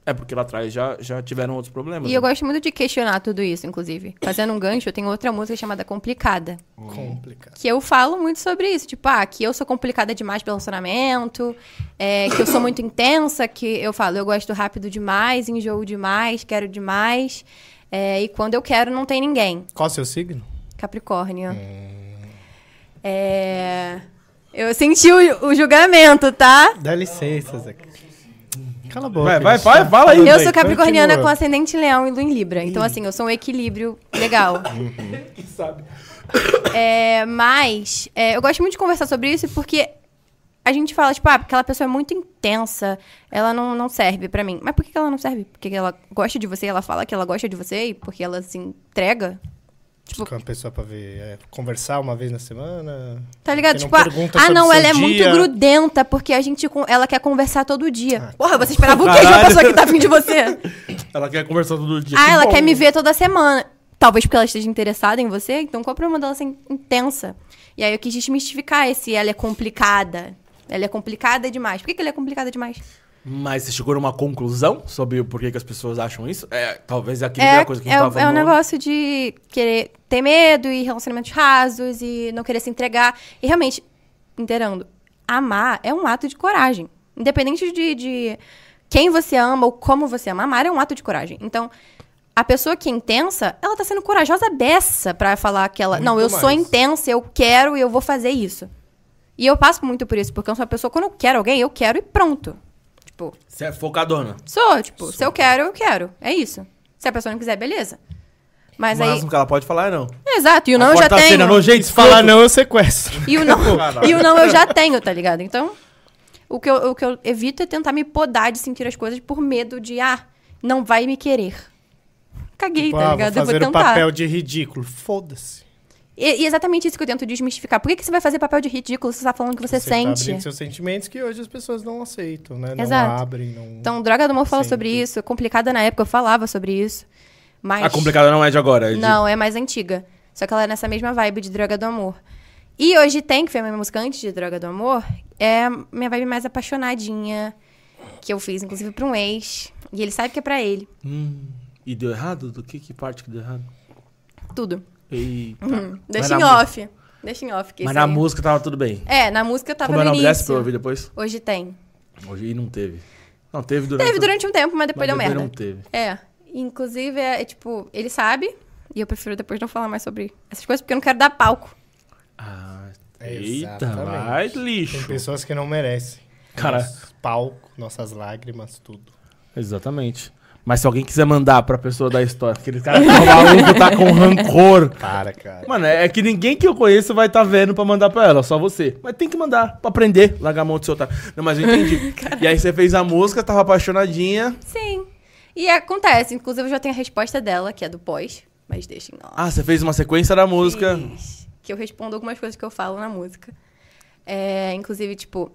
S1: É porque lá atrás já, já tiveram outros problemas.
S3: E eu
S1: né?
S3: gosto muito de questionar tudo isso, inclusive. Fazendo um gancho, eu tenho outra música chamada Complicada.
S2: Complicado.
S3: Que eu falo muito sobre isso. Tipo, ah, que eu sou complicada demais pelo relacionamento, é, que eu sou muito intensa, que eu falo, eu gosto rápido demais, enjoo demais, quero demais. é, e quando eu quero, não tem ninguém.
S2: Qual o seu signo?
S3: Capricórnio. É, Eu senti o, o julgamento, tá?
S2: Dá licença, Zeca. Cala a boca.
S1: Vai, vai,
S2: gente.
S1: vai, fala aí.
S3: Eu
S1: velho.
S3: sou capricorniana
S2: continua.
S3: com ascendente leão e lua em libra. Então, assim, eu sou um equilíbrio
S2: (laughs)
S3: legal. (coughs) É, mas é, eu gosto muito de conversar sobre isso porque a gente fala, tipo, ah, porque aquela pessoa é muito intensa, ela não, não serve pra mim. Mas por que que ela não serve? Porque ela gosta de você, ela fala que ela gosta de você e porque ela se entrega. Tipo,
S2: Com a pessoa pra ver, é, conversar uma vez na semana.
S3: Tá ligado?
S2: Você não
S3: Tipo, ah,
S2: pergunta
S3: ah,
S2: sobre
S3: não,
S2: seu
S3: ela é
S2: dia.
S3: muito grudenta, porque a gente com ela quer conversar todo dia.
S2: Ah,
S3: Porra, você esperava o quê de uma
S1: Caralho.
S3: pessoa que tá afim
S2: (laughs)
S3: de você?
S1: Ela quer conversar todo dia.
S3: ah,
S1: Que
S3: ela
S1: bom.
S3: quer me ver toda semana. Talvez porque ela esteja interessada em você, então qual o problema dela ser in- intensa? E aí eu quis desmistificar esse ela é complicada. Ela é complicada demais. Por que, que ela é complicada demais?
S1: Mas você chegou numa conclusão sobre o porquê que as pessoas acham isso? É, talvez é a
S3: É,
S1: primeira coisa que a
S3: é,
S1: gente
S3: o-
S1: tava
S3: é um
S1: falando.
S3: negócio de querer ter medo e relacionamentos rasos e não querer se entregar. E realmente, inteirando, amar é um ato de coragem. Independente de, de quem você ama ou como você ama, amar é um ato de coragem. Então, a pessoa que é intensa, ela tá sendo corajosa dessa pra falar que ela.
S2: Muito
S3: não, eu sou
S2: mais.
S3: intensa, eu quero e eu vou fazer isso. E eu passo muito por isso, porque eu sou uma pessoa, quando eu quero alguém, eu quero e pronto. Tipo,
S1: Você é focadona.
S3: Sou, tipo, se eu quero, eu quero. É isso. Se a pessoa não quiser, beleza. Mas
S1: Mas o
S3: aí.
S1: máximo que ela pode falar é não.
S3: Exato, e o não eu já
S2: tá
S1: Corta a cena,
S3: tenho.
S1: nojento,
S2: Se falar
S1: escroto.
S2: não, eu sequestro.
S3: E
S2: (laughs)
S3: o não,
S1: Caralho.
S3: e o não eu já tenho, tá ligado? Então, o que, eu, o que eu evito é tentar me podar de sentir as coisas por medo de, ah, não vai me querer. Caguei,
S2: Tipo,
S3: tá
S2: ah, vou
S3: ligado? eu vou
S2: fazer
S3: tentar.
S2: o papel de ridículo. Foda-se.
S3: E, e exatamente isso que eu tento desmistificar. Por que, que você vai fazer papel de ridículo se você tá falando que você,
S2: tá
S3: sente?
S2: abrindo seus sentimentos que hoje as pessoas não aceitam, né? Não
S3: Exato.
S2: abrem, não...
S3: Então, Droga do Amor fala
S2: Sim,
S3: sobre
S2: sim.
S3: isso. Complicada na época, eu falava sobre isso. Mas...
S1: A complicada não é de agora. é de-
S3: Não, é mais antiga. Só que ela é nessa mesma vibe de Droga do Amor. E hoje tem, que foi a minha música antes de Droga do Amor, é a minha vibe mais apaixonadinha, que eu fiz, inclusive, pra um ex. E ele sabe que é pra ele.
S1: Hum, e deu errado? Do que, que parte que deu errado?
S3: Tudo.
S1: Eita.
S3: Hum, Deixa
S1: Vai
S3: em
S1: na-
S3: off. Deixa em off. Que
S1: Mas
S3: isso
S1: na
S3: aí-
S1: música tava tudo bem.
S3: É, na música eu tava
S1: Como é o
S3: no
S1: nome dessa pra eu
S3: início.
S1: ouvir depois?
S3: Hoje tem.
S1: Hoje e não teve. Não, teve durante.
S3: Teve durante um tempo, mas depois
S1: Mas
S3: deu
S1: depois um-
S3: merda.
S1: não teve.
S3: É. Inclusive, é, é, tipo, ele sabe, e eu prefiro depois não falar mais sobre essas coisas, porque eu não quero dar palco.
S1: Ah, eita,
S2: Exatamente.
S1: vai
S2: Tem
S1: lixo.
S2: pessoas que não merecem.
S1: Cara.
S2: Nosso palco, nossas lágrimas, tudo.
S1: Exatamente. Mas se alguém quiser mandar pra pessoa da história, aquele
S3: (laughs)
S1: cara que tá maluco, tá com rancor.
S2: Para, cara.
S1: Mano, é que ninguém que eu conheço vai tá vendo pra mandar pra ela, só você. Mas tem que mandar pra aprender, largar a mão do seu otário. Não, mas eu
S3: (laughs)
S1: entendi. e aí você fez a música, tava apaixonadinha.
S3: Sim. E acontece. Inclusive, eu já tenho a resposta dela, que é do pós, mas deixem lá.
S1: Ah, você fez uma sequência da música.
S3: Fiz, Que eu respondo algumas coisas que eu falo na música. É, inclusive, tipo,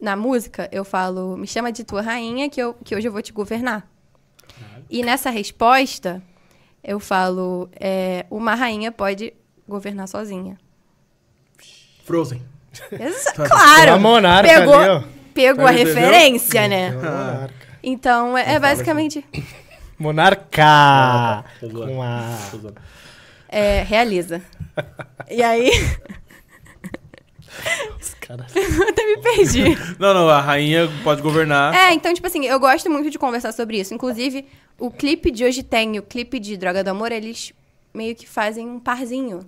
S3: na música eu falo, me chama de tua rainha que, eu, que hoje eu vou te governar. E nessa resposta, eu falo, é, uma rainha pode
S2: (laughs)
S3: governar sozinha.
S1: Frozen.
S3: Exa-
S2: Tá, Tem uma
S3: claro!
S2: monarca
S3: Pegou,
S2: ali, ó. Uhum.
S3: pegou a
S1: Tá entendendo?
S3: referência, né?
S2: Monarca.
S3: Então, é, é
S2: assim.
S3: basicamente
S2: Monarca! Com a...
S3: é, realiza. E aí,
S2: Os caras...
S3: eu (laughs) até me perdi.
S1: (laughs) Não, não, a rainha pode governar.
S3: É, então, tipo assim, eu gosto muito de conversar sobre isso. Inclusive, o clipe de Hoje Tem e o clipe de Droga do Amor, eles meio que fazem um parzinho.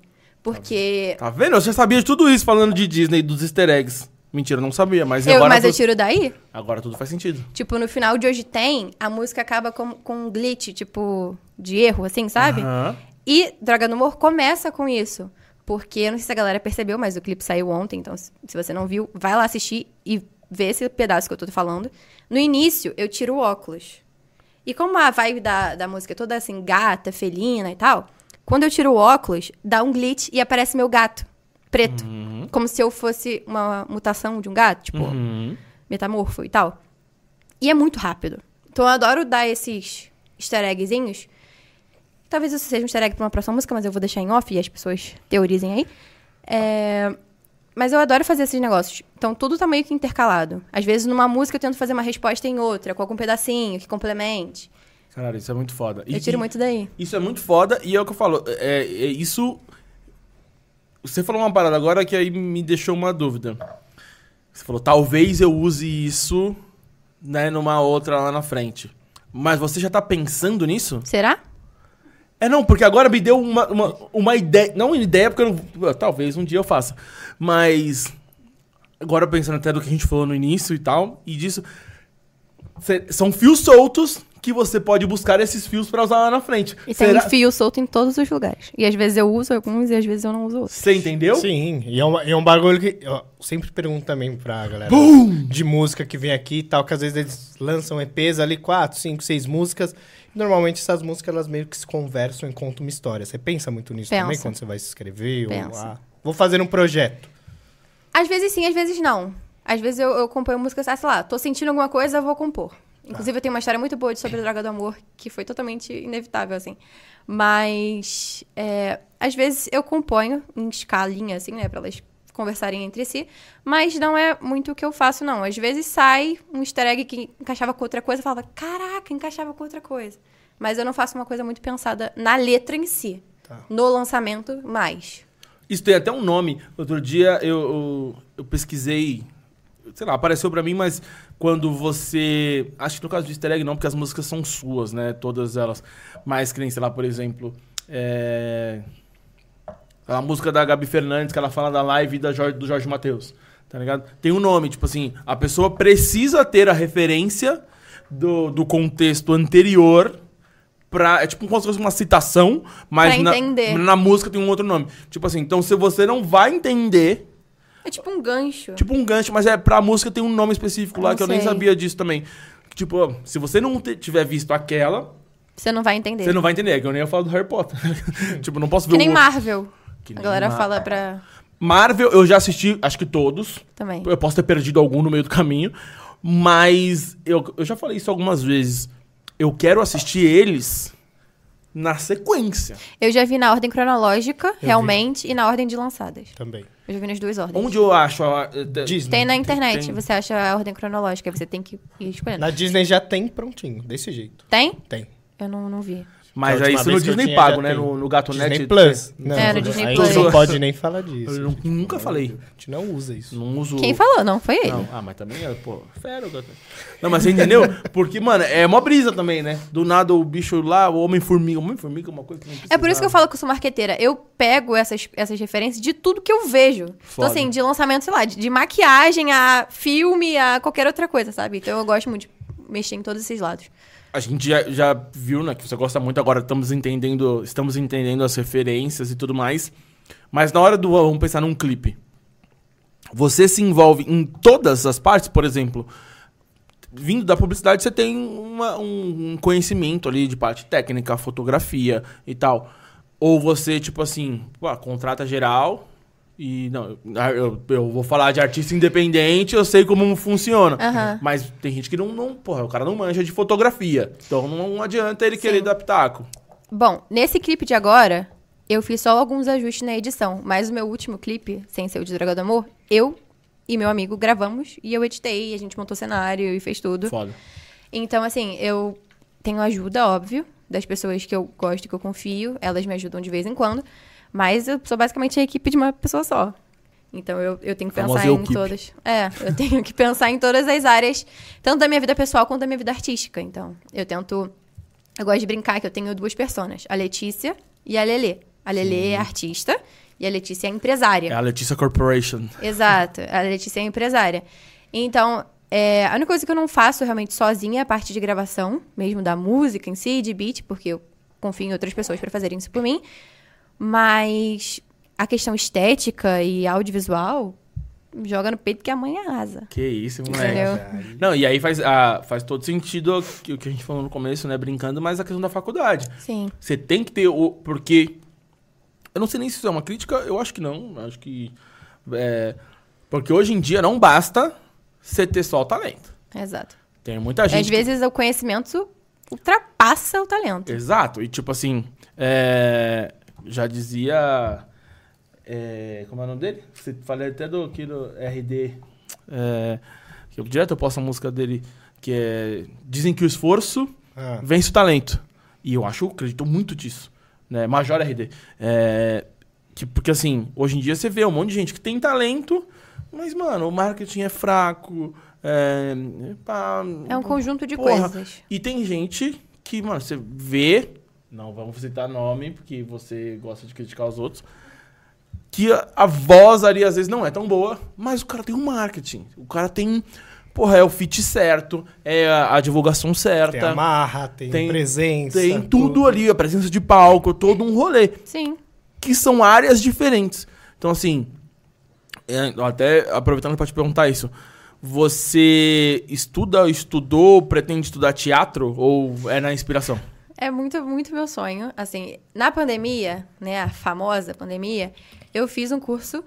S3: Porque.
S1: Tá vendo? Eu já sabia de tudo isso falando de Disney, dos easter eggs. Mentira, eu não sabia, mas
S3: eu,
S1: agora,
S3: mas eu
S1: tudo-
S3: tiro daí?
S1: agora tudo faz sentido.
S3: Tipo, no final de Hoje Tem, a música acaba com, com um glitch, tipo, de erro, assim, sabe?
S1: Aham.
S3: E Droga do Amor começa com isso. Porque, eu não sei se a galera percebeu, mas o clipe saiu ontem, então se se você não viu, vai lá assistir e vê esse pedaço que eu tô falando. No início, eu tiro o óculos. E como a vibe da, da música é toda assim, gata, felina e tal, quando eu tiro o óculos, dá um glitch e aparece meu gato, preto. Como se eu fosse uma mutação de um gato, tipo,
S1: Uhum.
S3: metamorfo e tal. E é muito rápido. Então eu adoro dar esses easter eggzinhos. Talvez isso seja um easter egg pra uma próxima música, mas eu vou deixar em off e as pessoas teorizem aí. É, Mas eu adoro fazer esses negócios. Então tudo tá meio que intercalado. Às vezes numa música eu tento fazer uma resposta em outra, com algum pedacinho que complemente.
S1: Caralho, isso é muito foda. E-
S3: eu tiro
S1: e-
S3: muito daí.
S1: Isso é muito foda e é o que eu falo. É, é isso. Você falou uma parada agora que aí me deixou uma dúvida. Você falou, talvez eu use isso, né, numa outra lá na frente. Mas você já tá pensando nisso?
S3: Será?
S1: É não, porque agora me deu uma, uma, uma ideia. Não uma ideia, porque eu não, talvez um dia eu faça. Mas. Agora pensando até do que a gente falou no início e tal, e disso. cê- são fios soltos que você pode buscar esses fios pra usar lá na frente.
S3: E
S1: Será-
S3: tem um fio solto em todos os lugares. E às vezes eu uso alguns e às vezes eu não uso outros.
S1: Você entendeu?
S2: Sim, e é um, e é um bagulho que eu sempre pergunto também pra galera de música que vem aqui e tal, que às vezes eles lançam EPs ali, quatro, cinco, seis músicas. Normalmente essas músicas elas meio que se conversam e contam uma história. Você pensa muito nisso também
S3: Pensa.
S2: quando você vai se escrever? Ou,
S3: Pensa.
S2: ah, vou fazer um projeto.
S3: Às vezes sim, às vezes não. Às vezes eu, eu componho músicas, ah, sei lá, tô sentindo alguma coisa, eu vou compor. Inclusive, eu tenho uma história muito boa de sobre a droga do amor, que foi totalmente inevitável, assim. Mas, é, às vezes eu componho em escalinha, assim, né, pra elas conversarem entre si. Mas não é muito o que eu faço, não. Às vezes sai um easter egg que encaixava com outra coisa, eu falava, caraca, encaixava com outra coisa. Mas eu não faço uma coisa muito pensada na letra em si.
S2: Tá.
S3: No lançamento, mais.
S1: Isso tem até um nome. Outro dia eu, eu, eu pesquisei, sei lá, apareceu pra mim, mas quando você. Acho que no caso de easter egg não, porque as músicas são suas, né? Todas elas. Mas que nem, sei lá, por exemplo. É... A música da Gabi Fernandes, que ela fala da live da Jor- do Jorge Matheus. Tá ligado? Tem um nome, tipo assim, a pessoa precisa ter a referência do, do contexto anterior. Pra, é tipo como se fosse uma citação, mas
S3: Pra
S1: na-
S3: entender.
S1: na música tem um outro nome. Tipo assim, então se você não vai entender,
S3: É tipo um gancho.
S1: tipo um gancho, mas é pra música tem um nome específico lá
S3: Não
S1: que eu nem
S3: sei.
S1: sabia disso também. Tipo, ó, se você não te- tiver visto aquela,
S3: Você não vai entender.
S1: você não vai entender. É que eu nem ia falar do Harry Potter. (laughs) tipo, não posso ver
S3: Que nem
S1: o
S3: Marvel.
S1: Que
S3: a
S1: nem é.
S3: galera
S1: Mar-
S3: fala pra.
S1: Marvel, eu já assisti, acho que todos.
S3: Também.
S1: Eu posso ter perdido algum no meio do caminho. Mas eu, eu já falei isso algumas vezes. Eu quero assistir eles na sequência.
S3: Eu já vi na ordem cronológica, realmente, e na ordem de lançadas.
S2: Também.
S3: Eu já vi nas duas ordens.
S1: Onde eu acho a. Disney.
S2: Disney.
S3: Tem na internet,
S1: tem.
S3: você acha a ordem cronológica, aí você tem que ir escolhendo.
S2: Na Disney já tem é prontinho, desse jeito.
S3: Tem?
S2: Tem.
S3: Eu não, não vi.
S1: Mas
S4: Que a
S1: aí
S4: última
S1: isso no
S4: vez que eu
S1: Disney
S4: tinha
S1: pago,
S4: já
S1: né?
S4: tem.
S1: No, no Gato
S2: Disney
S1: Net.
S2: Plus. Não,
S3: É, no Disney
S2: aí
S3: Plus.
S2: não pode nem falar disso.
S1: Eu nu- nunca falei.
S2: A gente não usa isso.
S1: Não uso.
S3: Quem falou? Não, foi ele.
S1: Não, ah, mas também é, pô, fera o Gato Net. Não, mas você entendeu? Porque, mano, é uma brisa também, né? Do nada o bicho lá, o Homem-Formiga. O Homem-Formiga é uma coisa que não
S3: É por isso que eu
S1: precisava.
S3: falo que eu sou marqueteira. Eu pego essas, essas referências de tudo que eu vejo.
S1: Foda.
S3: Então, assim, de lançamento, sei lá, de, de maquiagem a filme, a qualquer outra coisa, sabe? Então eu gosto muito de mexer em todos esses lados.
S1: A gente já, já viu, né, que você gosta muito agora, estamos entendendo, estamos entendendo as referências e tudo mais. Mas na hora do vamos pensar num clipe. Você se envolve em todas as partes, por exemplo, vindo da publicidade, você tem uma- um, um conhecimento ali de parte técnica, fotografia e tal. Ou você, tipo assim, pô, contrata geral e. Não, eu, eu- eu vou falar de artista independente, eu sei como funciona.
S3: Aham.
S1: Mas tem gente que não, não. Porra, o cara não manja de fotografia. Então não adianta ele querer dar pitaco.
S3: Bom, nesse clipe de agora, eu fiz só alguns ajustes na edição, mas o meu último clipe, sem ser o de Dragão do Amor, eu e meu amigo gravamos e eu editei, a gente montou cenário e fez tudo.
S1: Foda.
S3: Então, assim, eu tenho ajuda, óbvio, das pessoas que eu gosto, que eu confio, elas me ajudam de vez em quando, mas eu sou basicamente a equipe de uma pessoa só. Então eu, eu tenho que
S1: Famosa
S3: pensar em
S1: equipe.
S3: todas. É, eu tenho que pensar em todas as áreas, tanto da minha vida pessoal quanto da minha vida artística. Então, eu tento eu gosto de brincar que eu tenho duas personas, a Letícia e a Lelê. A Lelê é artista e a Letícia é empresária.
S1: É a Letícia Corporation.
S3: Exato. A Letícia é empresária. Então, é, a única coisa que eu não faço realmente sozinha é a parte de gravação, mesmo da música em si, de beat, porque eu confio em outras pessoas pra fazerem isso por mim. Mas a questão estética e audiovisual, joga no peito que a mãe arrasa.
S1: Que isso, moleque.
S3: Entendeu?
S1: Não, e aí faz, ah, faz todo sentido o que o que a gente falou no começo, né? Brincando, mas a questão da faculdade.
S3: Sim.
S1: Você tem que ter o. Porque. Eu não sei nem se isso é uma crítica, eu acho que não. Acho que. é, porque hoje em dia não basta você ter só o talento.
S3: Exato.
S1: Tem muita gente.
S3: É, Às
S1: que-
S3: vezes o conhecimento ultrapassa o talento.
S1: Exato. E tipo assim. é, já dizia. é, como é o nome dele? Você falei até do aqui do RD. É, que eu, direto eu posto a música dele, que é. Dizem que o esforço
S2: Ah,
S1: vence o talento. E eu acho, eu acredito muito disso. Né? Major RD. É, que, porque assim, hoje em dia você vê um monte de gente que tem talento, mas, mano, o marketing é fraco. É, pá,
S3: É um conjunto de
S1: Porra.
S3: coisas.
S1: E tem gente que, mano, você vê. Não vamos citar nome, porque você gosta de criticar os outros. Que a, a voz ali às vezes não é tão boa, mas o cara tem um marketing. O cara tem. Porra, é o fit certo, é a, a divulgação certa.
S2: tem amarra, tem,
S1: Tem-
S2: presença.
S1: Tem tudo ali, a presença de palco, todo um rolê,
S3: Sim.
S1: que são áreas diferentes. Então, assim, é, até aproveitando pra te perguntar isso, você estuda, estudou, pretende estudar teatro ou é na inspiração?
S3: É muito, muito meu sonho. Assim, na pandemia, né, a famosa pandemia, eu fiz um curso,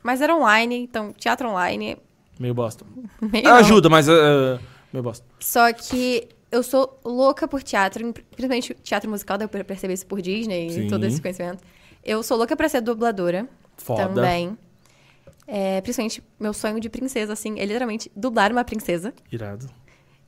S3: mas era online, então teatro online, (laughs)
S1: Meio bosta. Ah,
S3: meio não.
S1: Ajuda, mas. é, meio bosta.
S3: Só que eu sou louca por teatro, principalmente teatro musical, deu pra perceber isso por Disney
S1: Sim.
S3: e todo esse conhecimento. Eu sou louca pra ser dubladora
S1: Foda.
S3: também. É, principalmente meu sonho de princesa, assim, é literalmente dublar uma princesa.
S1: Irado.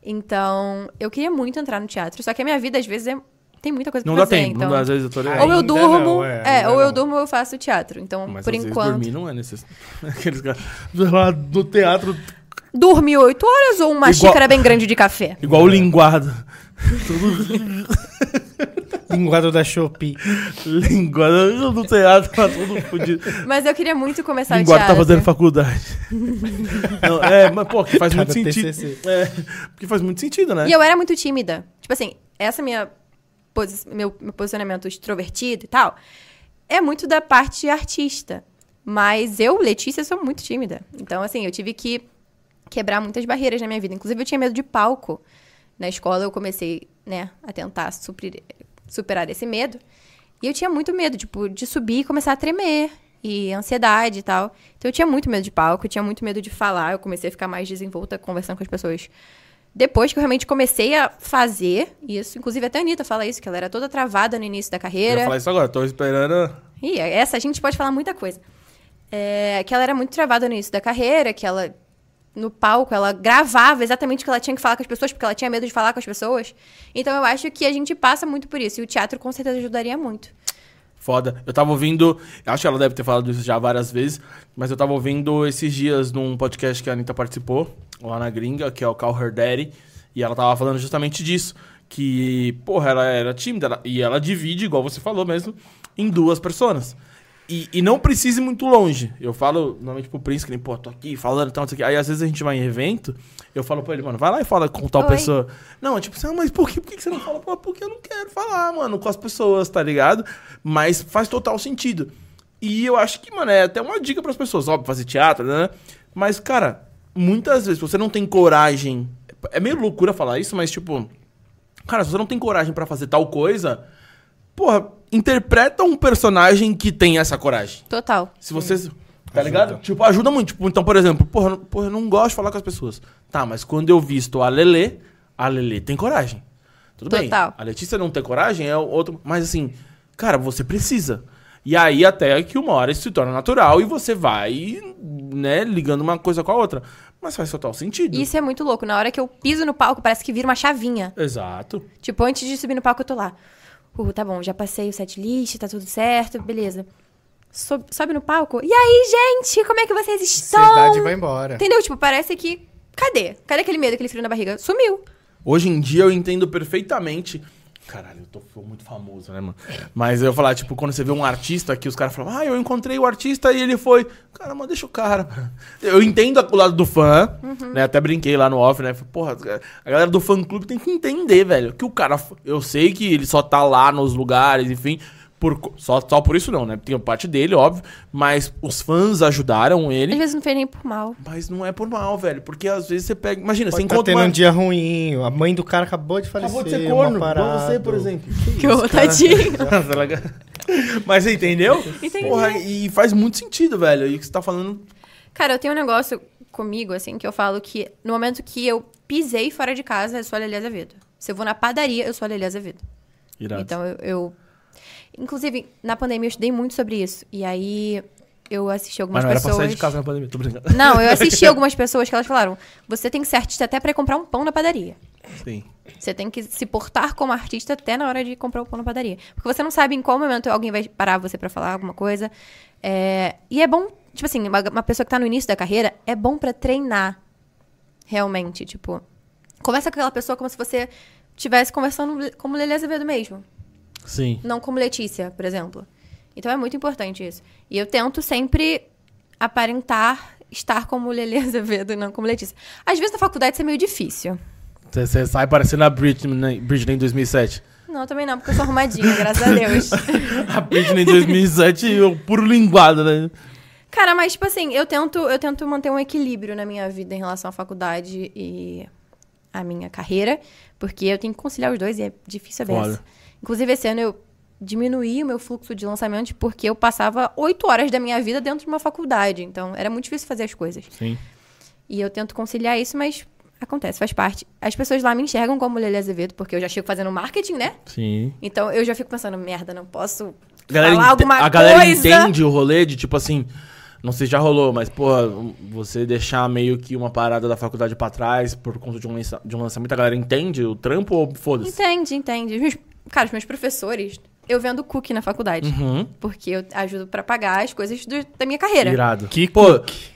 S3: Então, eu queria muito entrar no teatro, só que a minha vida, às vezes, é- tem muita coisa
S1: Não
S3: pra
S1: dá
S3: fazer.
S1: tempo,
S3: então...
S1: não dá, às vezes eu tô ligado.
S3: Ou eu
S2: Ainda
S3: durmo,
S2: não, é,
S3: é,
S2: ainda
S3: ou eu
S2: não.
S3: durmo ou eu faço teatro. Então,
S1: Mas
S3: por
S1: às vezes
S3: enquanto.
S1: dormir não é necessário. (laughs) Aqueles caras. Lá no teatro,
S3: Dormir oito horas ou uma
S1: Igual-
S3: xícara bem grande de café?
S1: igual o linguado. (laughs) Todo
S2: Linguado da Shopee.
S3: Então,
S1: linguado no teatro, tá todo fodido.
S3: Mas eu queria muito começar o
S1: Linguado
S3: teatro.
S1: tá fazendo
S3: (laughs)
S1: faculdade. Não, é, mas, pô, que faz
S2: Tá
S1: muito
S2: no
S1: sentido.
S2: TCC.
S1: É, porque faz muito sentido, né?
S3: E eu era muito tímida. Tipo assim, essa minha posi- meu, meu posicionamento extrovertido e tal é muito da parte artista. Mas eu, Letícia, sou muito tímida. Então, assim, eu tive que quebrar muitas barreiras na minha vida. Inclusive, eu tinha medo de palco. Na escola, eu comecei, né, a tentar suprir- superar esse medo. E eu tinha muito medo, tipo, de subir e começar a tremer. E ansiedade e tal. Então, eu tinha muito medo de palco, eu tinha muito medo de falar. Eu comecei a ficar mais desenvolta conversando com as pessoas. Depois que eu realmente comecei a fazer isso. Inclusive, até a Anitta fala isso, que ela era toda travada no início da
S1: Eu
S3: carreira.
S1: ia falar isso agora, tô esperando.
S3: Ih, essa a gente pode falar muita coisa. É, que ela era muito travada no início da carreira, que ela no palco, ela gravava exatamente o que ela tinha que falar com as pessoas, porque ela tinha medo de falar com as pessoas. Então eu acho que a gente passa muito por isso. E o teatro com certeza ajudaria muito.
S1: Foda. Eu tava ouvindo. Acho que ela deve ter falado isso já várias vezes, mas eu tava ouvindo esses dias num podcast que a Anitta participou, lá na gringa, que é o Call Her Daddy, e ela tava falando justamente disso. Que, porra, ela era tímida. ela- e ela divide, igual você falou mesmo, em duas pessoas. E, e não precisa ir muito longe. Eu falo normalmente pro Prince, que nem, pô, tô aqui falando e tal, não sei o quê. Aí às vezes a gente vai em evento, eu falo pra ele, mano, vai lá e fala com tal
S3: Oi.
S1: pessoa. Não, é tipo assim, ah, mas por que, por que que você não fala? Pô, porque eu não quero falar, mano, com as pessoas, tá ligado? Mas faz total sentido. E eu acho que, mano, é até uma dica pras pessoas, óbvio, fazer teatro, né? Mas, cara, muitas vezes, se você não tem coragem. É meio loucura falar isso, mas tipo. Cara, se você não tem coragem pra fazer tal coisa, porra, interpreta um personagem que tem essa coragem.
S3: Total.
S1: Se vocês. Tá ligado? Tipo, ajuda muito. Tipo, então, por exemplo, porra, eu não- porra, eu não gosto de falar com as pessoas. Tá, mas quando eu visto a Lelê, a Lelê tem coragem. Tudo bem.
S3: Total.
S1: A Letícia não ter coragem é o outro. Mas assim, cara, você precisa. E aí, até que uma hora isso se torna natural e você vai, né, ligando uma coisa com a outra. Mas faz total sentido.
S3: E isso é muito louco. Na hora que eu piso no palco, parece que vira uma chavinha.
S1: Exato.
S3: Tipo, antes de subir no palco, eu tô lá. Uh, tá bom, já passei o set list, tá tudo certo, beleza. Sob- sobe no palco. E aí, gente, como é que vocês estão?
S2: Ansiedade vai
S1: É.
S2: embora.
S3: Entendeu? Tipo, parece que. Cadê? Cadê aquele medo, aquele frio na barriga? Sumiu.
S1: Hoje em dia eu entendo perfeitamente. Caralho, eu tô, tô muito famoso, né, mano? Mas eu ia falar, tipo, quando você vê um artista que os caras falam, ah, eu encontrei o artista e ele foi. Cara, mas deixa o cara. mano. Eu entendo o lado do fã, né? Até brinquei lá no off, né? Falei, Porra, a galera do fã clube tem que entender, velho. Que o cara. Eu sei que ele só tá lá nos lugares, enfim. Por, co- só, só por isso não, né? Tem a parte dele, óbvio. Mas os fãs ajudaram
S3: Às
S1: ele.
S3: vezes não fez nem por
S1: (laughs)
S3: mal.
S1: Mas não é por mal, velho. Porque às vezes você pega. Imagina, você
S2: Pode tá
S1: encontra.
S2: tendo
S1: uma-
S2: um dia ruim, a mãe do cara acabou de falecer,
S1: Acabou de ser
S2: uma
S1: corno, igual
S2: parada.
S1: você, por exemplo.
S3: Que horror, tadinho.
S1: tá Mas você entendeu?
S3: Entendi.
S1: Porra, e faz muito sentido, velho. E o que você tá falando.
S3: Cara, eu tenho um negócio comigo, assim, que eu falo que no momento que eu pisei fora de casa, eu sou a Lelê Azevedo. Se eu vou na padaria, eu sou a Lelê Azevedo. Então eu, eu- Inclusive, na pandemia eu estudei muito sobre isso. E aí eu assisti algumas
S1: Mas não era pra
S3: pessoas.
S1: sair de casa na pandemia, tô brincando.
S3: Não, eu assisti (laughs) algumas pessoas que elas falaram: você tem que ser artista até pra ir comprar um pão na padaria.
S1: (laughs) Sim.
S3: Você tem que se portar como artista até na hora de comprar o pão na padaria. Porque você não sabe em qual momento alguém vai parar você pra falar alguma coisa. É, E é bom, tipo assim, uma, uma pessoa que tá no início da carreira, é bom pra treinar. Realmente, tipo. Conversa com aquela pessoa como se você estivesse conversando como Lelê Azevedo mesmo.
S1: Sim.
S3: Não como Letícia, por exemplo. Então é muito importante isso. E eu tento sempre aparentar estar como Lelê (laughs) Azevedo e não como Letícia. Às vezes na faculdade isso é meio difícil.
S1: Você- Você sai parecendo a Britney, né? Britney em 2007.
S3: Não, também não, porque eu sou arrumadinha, (laughs) graças a Deus.
S1: (laughs) A Britney em 2007, eu puro linguado, né?
S3: Cara, mas tipo assim, eu tento, eu tento manter um equilíbrio na minha vida em relação à faculdade e à minha carreira, porque eu tenho que conciliar os dois e é difícil a beça.
S1: Foda.
S3: Inclusive, esse ano eu diminuí o meu fluxo de lançamentos porque eu passava oito horas da minha vida dentro de uma faculdade, então era muito difícil fazer as coisas.
S1: Sim.
S3: E eu tento conciliar isso, mas acontece, faz parte. As pessoas lá me enxergam como Lelê Azevedo, porque eu já chego fazendo marketing, né?
S1: Sim.
S3: Então eu já fico pensando, merda, não posso
S1: A galera,
S3: falar
S1: ente-
S3: alguma
S1: a galera
S3: coisa.
S1: entende o rolê de tipo assim. Não sei se já rolou, mas, porra, um- você deixar meio que uma parada da faculdade pra trás por conta de um, lança- de um lançamento, a galera entende o trampo ou foda-se?
S3: Entende, entende. Os meus- cara, os meus professores, eu vendo cookie na faculdade.
S1: Uhum.
S3: Porque eu ajudo pra pagar as coisas do- da minha carreira. (laughs)
S1: Irado.
S2: Que
S1: Pô, (laughs)
S2: cookie.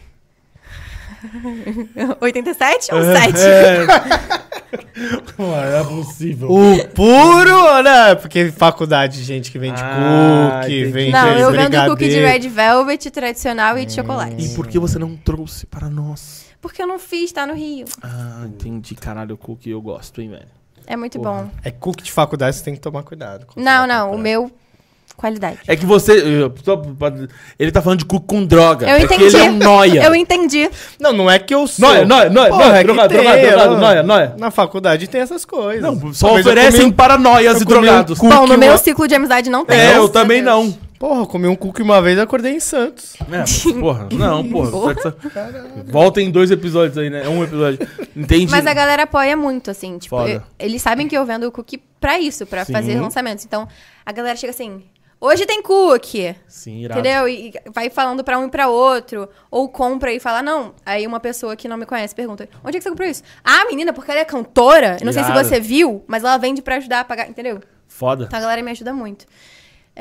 S3: 87
S1: É,
S3: ou 7? (laughs)
S1: Não é possível.
S2: O puro, né? Porque faculdade, gente que vende
S1: Ah,
S2: cookie,
S1: entendi.
S2: vende
S3: Não, eu vendo
S2: brigadeiro.
S3: cookie de red velvet tradicional e de chocolate.
S1: E por que você não trouxe para nós?
S3: Porque eu não fiz, tá no Rio.
S1: Ah, entendi. Caralho, o cookie eu gosto, hein, velho.
S3: É muito
S1: Porra. tá
S3: bom.
S2: É cookie de faculdade, você tem que tomar cuidado. quando
S3: Não,
S2: você vai
S3: não, o
S2: comprar.
S3: meu. Qualidade.
S1: É que você. eu- só pra- Ele tá falando de cookie com droga.
S3: Eu
S1: porque
S3: entendi.
S1: Ele é um noia.
S3: Eu entendi.
S2: Não, não é que eu sou.
S1: Noia, noia, noia,
S2: Porra,
S1: noia,
S2: que
S1: drogado,
S2: tem,
S1: drogado, drogado,
S2: eu-
S1: noia, noia.
S2: Na faculdade tem essas coisas.
S1: é, Não, só
S2: Uma vez eu
S1: oferecem
S2: comi um-
S1: paranoias
S2: eu
S1: e
S2: comi um
S1: drogados.
S2: cu-
S3: Bom,
S2: Cookie,
S3: no meu
S2: uma-
S3: ciclo de amizade não tem.
S1: É, eu
S3: graças a
S1: também
S3: Deus.
S1: não.
S2: Porra, eu comi um cookie uma vez e acordei em Santos.
S1: É, mas, porra, não, porra.
S3: Porra.
S1: Só que só- Volta em dois episódios aí, né? É Um episódio. Entendi.
S3: Mas a galera apoia muito, assim. Tipo,
S1: Foda.
S3: eu- eles sabem que eu vendo o cookie pra isso, pra
S1: Sim.
S3: fazer lançamentos. Então, a galera chega assim. Hoje tem cookie.
S1: Sim, irado.
S3: Entendeu? E e vai falando pra um e pra outro. Ou compra e fala, não. Aí uma pessoa que não me conhece pergunta, onde é que você comprou isso? Ah, menina, porque ela é cantora. Eu não sei se
S1: Irado.
S3: você viu, mas ela vende pra ajudar a pagar, entendeu?
S1: Foda.
S3: Então a galera me ajuda muito.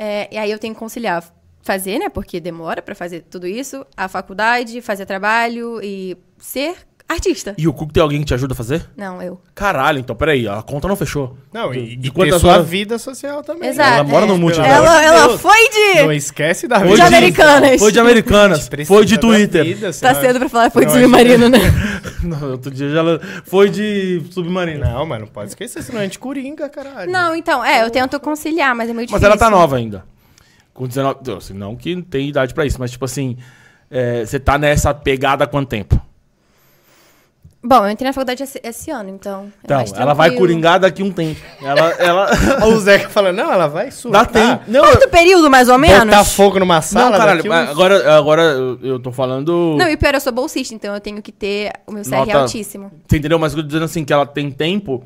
S3: É, e aí eu tenho que conciliar fazer, né? Porque demora pra fazer tudo isso. A faculdade, fazer trabalho e ser artista.
S1: E o Cook tem alguém que te ajuda a fazer?
S3: Não, eu.
S1: Caralho, então, peraí, a conta não fechou.
S2: Não,
S1: De-
S2: e,
S1: de
S2: e ter
S1: quantas
S2: sua
S1: horas-
S2: vida social também.
S3: Exato.
S1: Ela mora no né? multiverso.
S3: Ela,
S2: Pelo amor de
S3: ela
S2: Deus.
S3: foi
S2: É. Não
S3: (laughs) de...
S2: esquece da
S1: Foi
S3: de
S2: vida.
S3: americanas.
S1: Foi de Americanas,
S2: Precisa
S1: foi de
S2: da
S1: Twitter.
S2: vida,
S3: Tá
S2: senão-
S3: cedo pra falar, foi de
S2: Não, acho que- é. (laughs)
S3: submarino, né?
S1: (laughs) Não, outro dia já ela- foi de submarina.
S2: Não, mas não pode esquecer, senão a gente coringa, caralho.
S3: Não, então, é, eu tento conciliar, mas é muito
S1: Mas
S3: difícil.
S1: ela tá nova ainda. Com 19. Não, assim, não que tem idade pra isso, mas tipo assim. é, Você tá nessa pegada há quanto tempo?
S3: Bom, eu entrei na faculdade esse, esse ano, então. é
S1: Então,
S3: mais
S1: ela vai
S3: tranquilo.
S1: coringar daqui um tempo. Ela. ela... (laughs)
S2: Ou o Zeca falando, não, ela vai
S1: Dá
S2: surtar.
S1: tempo. Tá. Não, eu-
S3: Quarto período, mais ou menos.
S2: Botar fogo numa sala.
S1: não, caralho,
S2: daqui uns-
S1: agora, agora eu, eu tô falando.
S3: Não, e pior, eu sou bolsista, então eu tenho que ter o meu CR
S1: Nota-
S3: altíssimo.
S1: Você entendeu? Mas eu tô dizendo assim que ela tem tempo.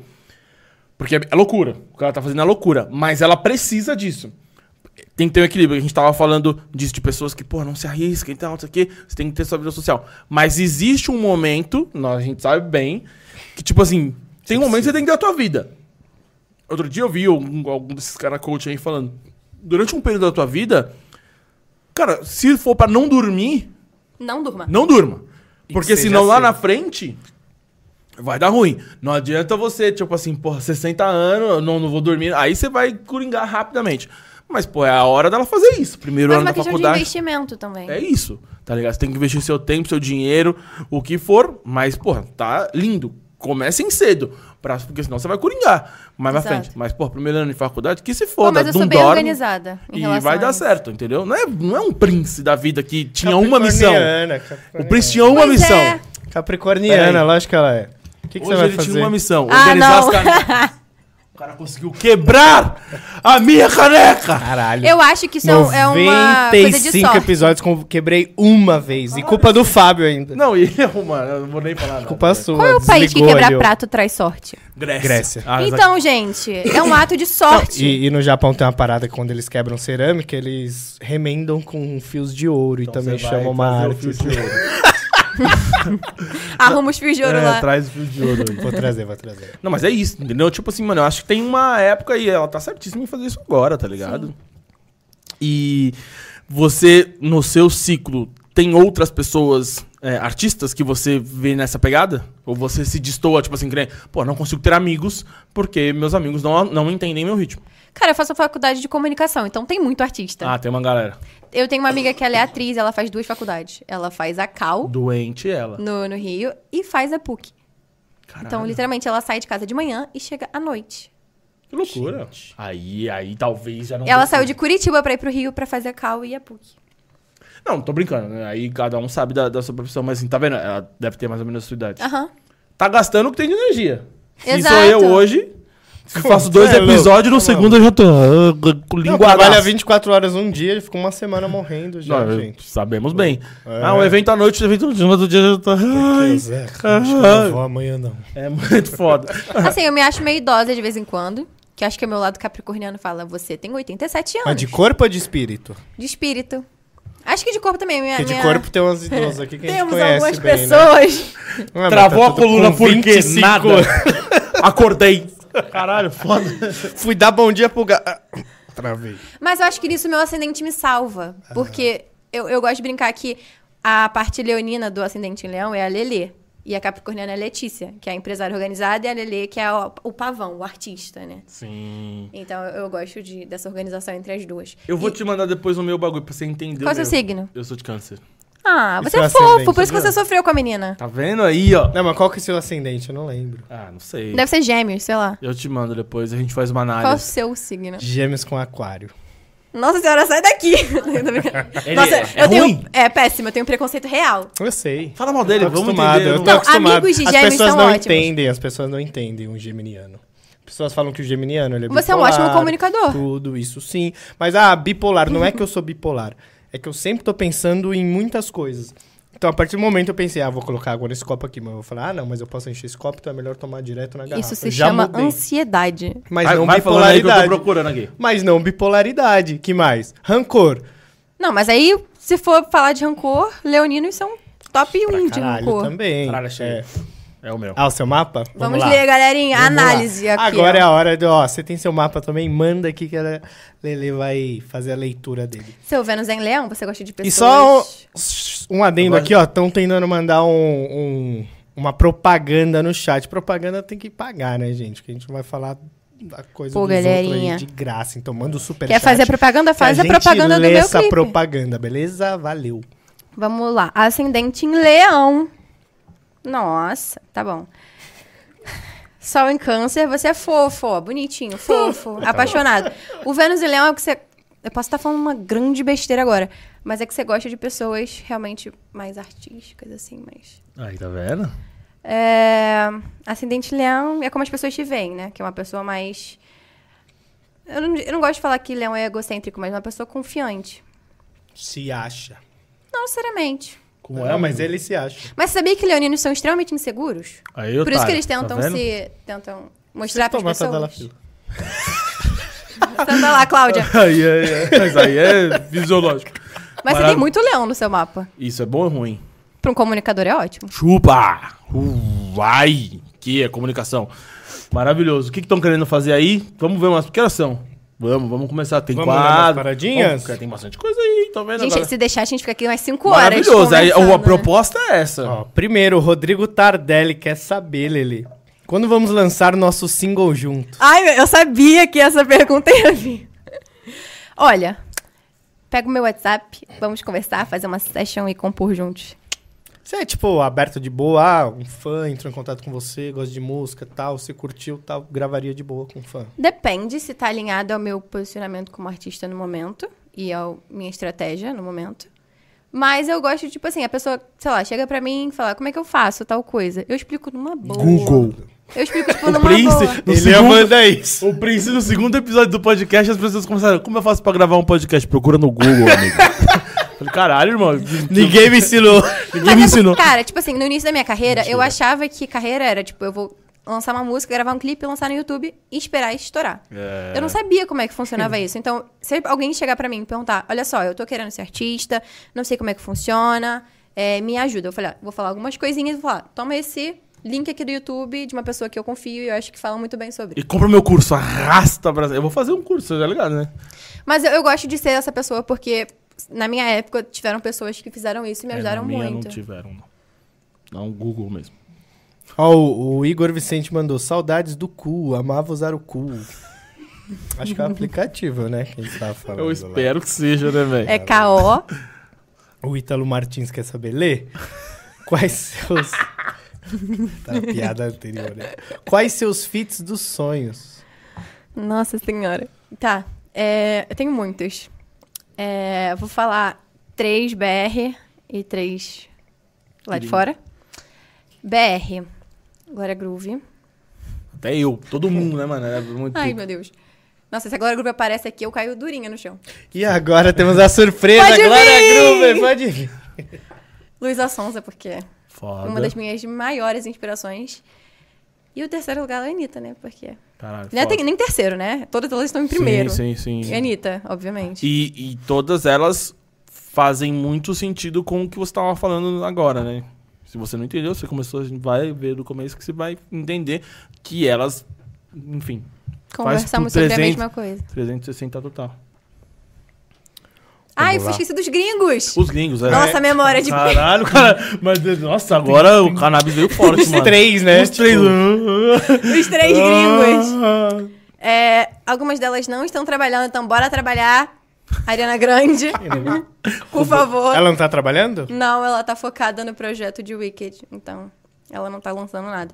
S1: Porque é é loucura. O que ela tá fazendo é loucura. Mas ela precisa disso. Tem que ter um equilíbrio. A gente tava falando disso de pessoas que, pô, não se arrisca e tal, isso aqui. Você tem que ter sua vida social. Mas existe um momento, nós, a gente sabe bem, que tipo assim, tem um momento que você tem que ter a tua vida. Outro dia eu vi algum, algum desses caras coach aí falando. Durante um período da tua vida, cara, se for pra não dormir,
S3: Não durma.
S1: não durma. Porque
S2: que seja assim.
S1: senão lá
S2: cedo.
S1: na frente vai dar ruim. Não adianta você, tipo assim, porra, 60 anos, eu não, não vou dormir. Aí você vai coringar rapidamente. Mas, pô, é a hora dela fazer isso. Primeiro
S3: Mas é
S1: ano
S3: uma
S1: da
S3: questão de
S1: faculdade.
S3: investimento também.
S1: É isso, tá ligado? Você tem que investir seu tempo, seu dinheiro, o que for. Mas, porra, tá lindo. Comecem cedo. Pra, porque senão você vai coringar mais
S3: Exato.
S1: pra frente. Mas, pô, primeiro ano de faculdade, que se
S3: Pô,
S1: foda.
S3: mas eu sou
S1: não
S3: bem
S1: dorme
S3: organizada em
S1: E
S3: relação
S1: vai
S3: a
S1: dar
S3: isso.
S1: certo, entendeu? Não é, não é um prince da vida que tinha uma missão.
S2: Capricorniana,
S1: O
S2: Capricorniana.
S1: Prince tinha uma
S3: Pois
S1: missão.
S3: é.
S2: Capricorniana,
S1: Peraí.
S2: lógico que ela é. O que, que você
S1: Hoje
S2: vai
S1: ele
S2: fazer?
S1: tinha uma missão.
S3: Ah,
S1: organizar
S3: não.
S1: as canecas. O cara conseguiu quebrar a minha caneca.
S2: Caralho.
S3: Eu acho que isso é um- é uma coisa de
S2: 95
S3: sorte.
S2: episódios com... quebrei uma vez. E culpa do Fábio ainda.
S1: Não, e ele arruma. Eu não vou nem falar nada.
S2: Culpa sua.
S3: Qual é o país que
S2: desligou
S3: quebrar
S2: ali, ó.
S3: prato traz sorte?
S1: Grécia.
S2: Grécia.
S1: Ah, exato.
S3: Então, gente, é um ato de sorte.
S2: E, e no Japão tem uma parada que quando eles quebram cerâmica, eles remendam com fios de ouro e
S1: Então
S2: também
S1: você vai
S2: chamam uma
S1: fazer o
S2: arte.
S1: fio de ouro.
S3: Arruma os fios de ouro
S1: É,
S3: lá.
S1: traz o fio de ouro aí.
S2: Vou trazer, vou
S1: (laughs)
S2: trazer.
S1: Não, mas é isso, entendeu? Tipo assim, mano, eu acho que tem uma época e ela tá certíssima em fazer isso agora, tá ligado? E você, no seu ciclo, tem outras pessoas, é, artistas, que você vê nessa pegada? Ou você se destoa, tipo assim, que nem, pô, não consigo ter amigos porque meus amigos não, não entendem meu ritmo.
S3: Cara, eu faço faculdade de comunicação, então tem muito artista.
S1: Ah, tem uma galera.
S3: Eu tenho uma amiga que ela é atriz, ela faz duas faculdades. Ela faz a Cal,
S1: Doente ela.
S3: no, no Rio, e faz a PUC.
S1: Caralho,
S3: Então, literalmente, ela sai de casa de manhã e chega à noite.
S1: que loucura. Aí, aí talvez já não...
S3: Ela
S1: dê
S3: saiu de
S1: certo.
S3: Curitiba pra ir pro Rio pra fazer a Cal e a PUC.
S1: Não, tô brincando, né? Aí cada um sabe da, da sua profissão, mas assim, tá vendo? Ela deve ter mais ou menos a sua idade.
S3: Aham.
S1: tá gastando o que tem de energia. Se
S3: Exato.
S1: sou eu hoje, que faço dois
S2: é louco?
S1: episódios, no segundo eu já tô ah, com
S2: Não,
S1: língua
S2: trabalha 24 horas um dia, ele fica uma semana morrendo já, gente.
S1: Sabemos bem.
S2: É.
S1: Ah, um evento à noite, um evento no outro dia já tá... Ai,
S2: Zeca,
S1: acho que eu não
S2: vou amanhã não.
S1: é muito foda. (laughs)
S2: Ah,
S3: Assim, eu me acho meio idosa de vez em quando. Que acho que é meu lado capricorniano fala, você tem 87 anos.
S2: Mas de corpo ou de espírito?
S3: De espírito. Acho que de corpo também. Minha,
S2: Porque de
S3: É, minha-
S2: corpo tem umas idosas aqui que a gente
S3: Temos
S2: conhece
S3: algumas
S2: bem, né?
S3: pessoas.
S2: Ah, mas
S1: Travou
S2: tá
S1: a
S2: tudo com
S1: coluna por quê?
S2: 25.
S1: Nada.
S2: (laughs)
S1: Acordei. Caralho, foda.
S2: Fui dar bom dia pro Ah. gato. Travei.
S3: Mas eu acho que nisso meu ascendente me salva. Porque eu, eu gosto de brincar que a parte leonina do ascendente em leão é a Lelê. E a capricorniana é a Letícia, que é a empresária organizada, e a Lelê, que é o, o pavão, o artista, né?
S1: Sim.
S3: Então eu, eu gosto de, dessa organização entre as duas.
S1: Eu vou
S3: E-
S1: te mandar depois o meu bagulho pra você entender.
S3: Qual
S1: o
S3: é o seu
S1: meu.
S3: signo?
S1: Eu sou de câncer.
S3: Ah,
S2: Isso
S3: você
S2: é um
S3: é fofo,
S2: ascendente,
S3: por isso que
S2: viu?
S3: você sofreu com a menina.
S1: né? Tá vendo aí, ó?
S2: Não, mas qual que é o seu ascendente? Eu não lembro.
S1: Ah, não sei.
S3: Deve ser gêmeos, sei lá.
S1: Eu te mando depois, a gente faz uma
S3: Qual é o
S1: análise.
S3: seu signo?
S2: Gêmeos com aquário.
S3: Nossa senhora, sai daqui! (laughs) Tô brincando.
S1: Ele
S3: Nossa,
S1: é- é
S3: eu tenho.
S1: ruim?
S3: É péssimo, eu tenho preconceito real.
S2: Eu sei.
S1: Fala mal dele,
S2: Eu tô
S1: vamos
S2: acostumado,
S1: entender. né?
S2: eu
S1: não
S2: tô
S3: Não,
S2: acostumado.
S3: amigos de
S2: as
S3: gêmeos
S2: pessoas
S3: são
S2: não
S3: ótimos.
S2: entendem, as pessoas não entendem um geminiano. As pessoas falam que o geminiano ele é
S3: Você é um
S2: bipolar,
S3: ótimo comunicador.
S2: Tudo isso sim. Mas ah, bipolar, não é que eu sou bipolar. É que eu sempre tô pensando em muitas coisas. Então, a partir do momento eu pensei, ah, vou colocar água nesse copo aqui. Mas eu vou falar, ah, não, mas eu posso encher esse copo, então é melhor tomar direto
S1: Tá,
S2: na garrafa.
S3: Isso se
S2: Já
S3: chama
S2: mudei.
S3: ansiedade.
S2: Mas
S1: vai,
S2: não
S1: vai falando aí que eu tô
S2: bipolaridade.
S1: procurando aqui.
S2: Mas não bipolaridade. Que mais? Rancor.
S3: Não, mas aí, se for falar de rancor, leoninos são top 1 Hum, de
S2: Caralho,
S3: rancor.
S2: também.
S1: Caralho, achei.
S2: É.
S1: É o meu.
S2: Ah, o seu mapa?
S3: Vamos,
S2: lá.
S3: ler, galerinha, a
S2: Vamos lá.
S3: análise aqui.
S2: Agora é
S3: ó.
S2: a hora do, ó, você tem seu mapa também, manda aqui que a Lele vai fazer a leitura dele.
S3: Seu Vênus em Leão, você gosta de pessoas...
S2: E só um, um adendo
S1: Agora-
S2: aqui, ó, estão tentando mandar um, um- uma propaganda no chat. Propaganda tem que pagar, né, gente? Porque a gente não vai falar da coisa
S3: Pô,
S2: dos outros
S3: galerinha.
S2: aí de graça. Então manda o super
S3: Quer fazer propaganda? Faz a, propaganda do
S2: lê
S3: meu
S2: essa
S3: clipe.
S2: propaganda, beleza? Valeu.
S3: Vamos lá. Ascendente em Leão. Nossa, tá bom. Sol em Câncer, você é fofo, ó, bonitinho,
S2: (laughs) Tá
S3: fofo, apaixonado. O Vênus em Leão é o que você. Eu posso estar falando uma grande besteira agora, mas é que você gosta de pessoas realmente mais artísticas, assim, mais.
S1: Aí, tá vendo?
S3: É, Ascendente em Leão é como as pessoas te veem, né? Que é uma pessoa mais. Eu não, eu não gosto de falar que Leão é egocêntrico, mas é uma pessoa confiante.
S2: Se acha.
S3: Não necessariamente.
S1: Como
S2: não,
S1: é,
S2: mas
S1: amigo?
S2: ele se acha.
S3: Mas sabia que leoninos são extremamente inseguros?
S1: Aí, otário,
S3: Por isso que eles
S1: tá
S3: tentam
S1: vendo?
S3: se. tentam mostrar para as
S2: Toma,
S3: pessoas.
S2: Tadala Fila.
S3: Senta lá, Cláudia.
S1: (laughs) (laughs) Aí, aí, aí. Mas aí é fisiológico.
S3: Mas você
S1: Maravilha.
S3: tem muito leão no seu mapa.
S1: Isso é bom ou ruim?
S3: Para um comunicador é ótimo.
S1: Chupa! Uh, Vai! Que é comunicação. Maravilhoso. O que estão querendo fazer aí? Vamos ver umas. Que horas são? Vamos, vamos começar. Tem
S2: Vamos
S1: quadro.
S2: dar umas paradinhas?
S1: Vamos, é, tem bastante coisa aí, tá vendo?
S3: gente,
S1: agora?
S3: se deixar, a gente fica aqui umas 5 horas.
S1: Maravilhoso. Aí,
S3: conversando,
S1: a
S3: né?
S1: proposta é essa.
S2: Ó, primeiro, o Rodrigo Tardelli quer saber, Lele. Quando vamos lançar o nosso single junto?
S3: Ai, meu, eu sabia que essa pergunta ia vir. Olha, pega o meu WhatsApp, vamos conversar, fazer uma session e compor juntos.
S2: Você é, tipo, aberto de boa, ah, um fã entrou em contato com você, gosta de música tal, se curtiu tal, gravaria de boa com um fã.
S3: Depende se tá alinhado ao meu posicionamento como artista no momento e à minha estratégia no momento. Mas eu gosto, tipo assim, a pessoa, sei lá, chega pra mim e fala, como é que eu faço tal coisa? Eu explico numa boa. Eu
S1: (laughs)
S3: explico, tipo, numa boa.
S1: Prince, é no segundo,
S2: isso.
S1: o Prince, no segundo episódio do podcast, as pessoas começaram. Como eu faço pra gravar um podcast? Procura no Google, (laughs) amigo. Falei, caralho, irmão.
S2: Ninguém me ensinou.
S1: (laughs) Ninguém me
S3: Mas é porque,
S1: ensinou.
S3: Cara, tipo assim, no início da minha carreira, eu achava que carreira era, tipo, eu vou lançar uma música, gravar um clipe, lançar no YouTube e esperar estourar. Eu não sabia como é que
S1: (laughs)
S3: funcionava isso. Então, se alguém chegar pra mim e perguntar, olha só, eu tô querendo ser artista, não sei como é que funciona, é, me ajuda. Eu falei, ah, vou falar algumas coisinhas e vou falar, toma esse link aqui do YouTube de uma pessoa que eu confio e eu acho que fala muito bem sobre.
S1: E compra o meu curso, arrasta pra. Eu vou fazer um curso, você tá ligado, né?
S3: Mas eu, eu gosto de ser essa pessoa porque... Na minha época, tiveram pessoas que fizeram isso e me ajudaram
S1: é, na minha
S3: muito.
S1: Não tiveram, não. Não, Google mesmo.
S2: Ó, o, o Igor Vicente mandou saudades do cu, amava usar o cu. (laughs) Acho que é o aplicativo, né? Que a gente tava falando.
S1: Eu
S2: lá.
S1: espero que seja, né, velho?
S3: É K.O.
S2: O Ítalo Martins quer saber ler? Quais seus. (laughs) tá a piada anterior, né? Quais seus fits dos sonhos?
S3: Nossa senhora. Tá, é, eu tenho muitos. É, eu vou falar três BR e três lá de fora. BR, Glória é Groove.
S1: Até eu, todo mundo, né, mano? É muito...
S3: Ai, meu Deus. Nossa, se a Glória Groove aparece aqui, eu caio durinha no chão.
S2: E agora temos a surpresa,
S3: Pode
S2: Glória
S3: vir!
S2: Gruber, pode vir.
S3: Luísa Sonza, porque é
S1: Foda.
S3: uma das minhas maiores inspirações. E o terceiro lugar é a Anitta, né? Porque.
S1: Caralho,
S3: Não é
S1: foda.
S3: tem- nem terceiro, né? Todas elas estão em primeiro. É
S1: Sim, sim,
S3: E
S1: sim.
S3: a Anitta, obviamente.
S1: E, e todas elas fazem muito sentido com o que você tava falando agora, né? Se você não entendeu, você começou, a gente vai ver do começo que você vai entender que elas, enfim,
S3: Conversamos
S1: por
S3: sobre a
S1: 300.
S3: mesma coisa.
S1: 360 total.
S3: Ai, fui
S2: lá.
S3: esqueci dos gringos!
S1: Os gringos, é.
S3: Nossa, a memória de
S1: Caralho, cara. Mas, nossa, agora o cannabis veio forte,
S2: Os
S1: mano.
S2: três, Ah. né?
S1: Os três.
S2: Tipo,
S3: (laughs) Os três
S1: Ah.
S3: gringos. É, algumas delas não estão trabalhando, então bora trabalhar. Ariana
S1: (laughs)
S3: Grande, por favor.
S2: Ela não tá trabalhando?
S3: Não, ela tá focada no projeto de Wicked, então ela não tá lançando nada.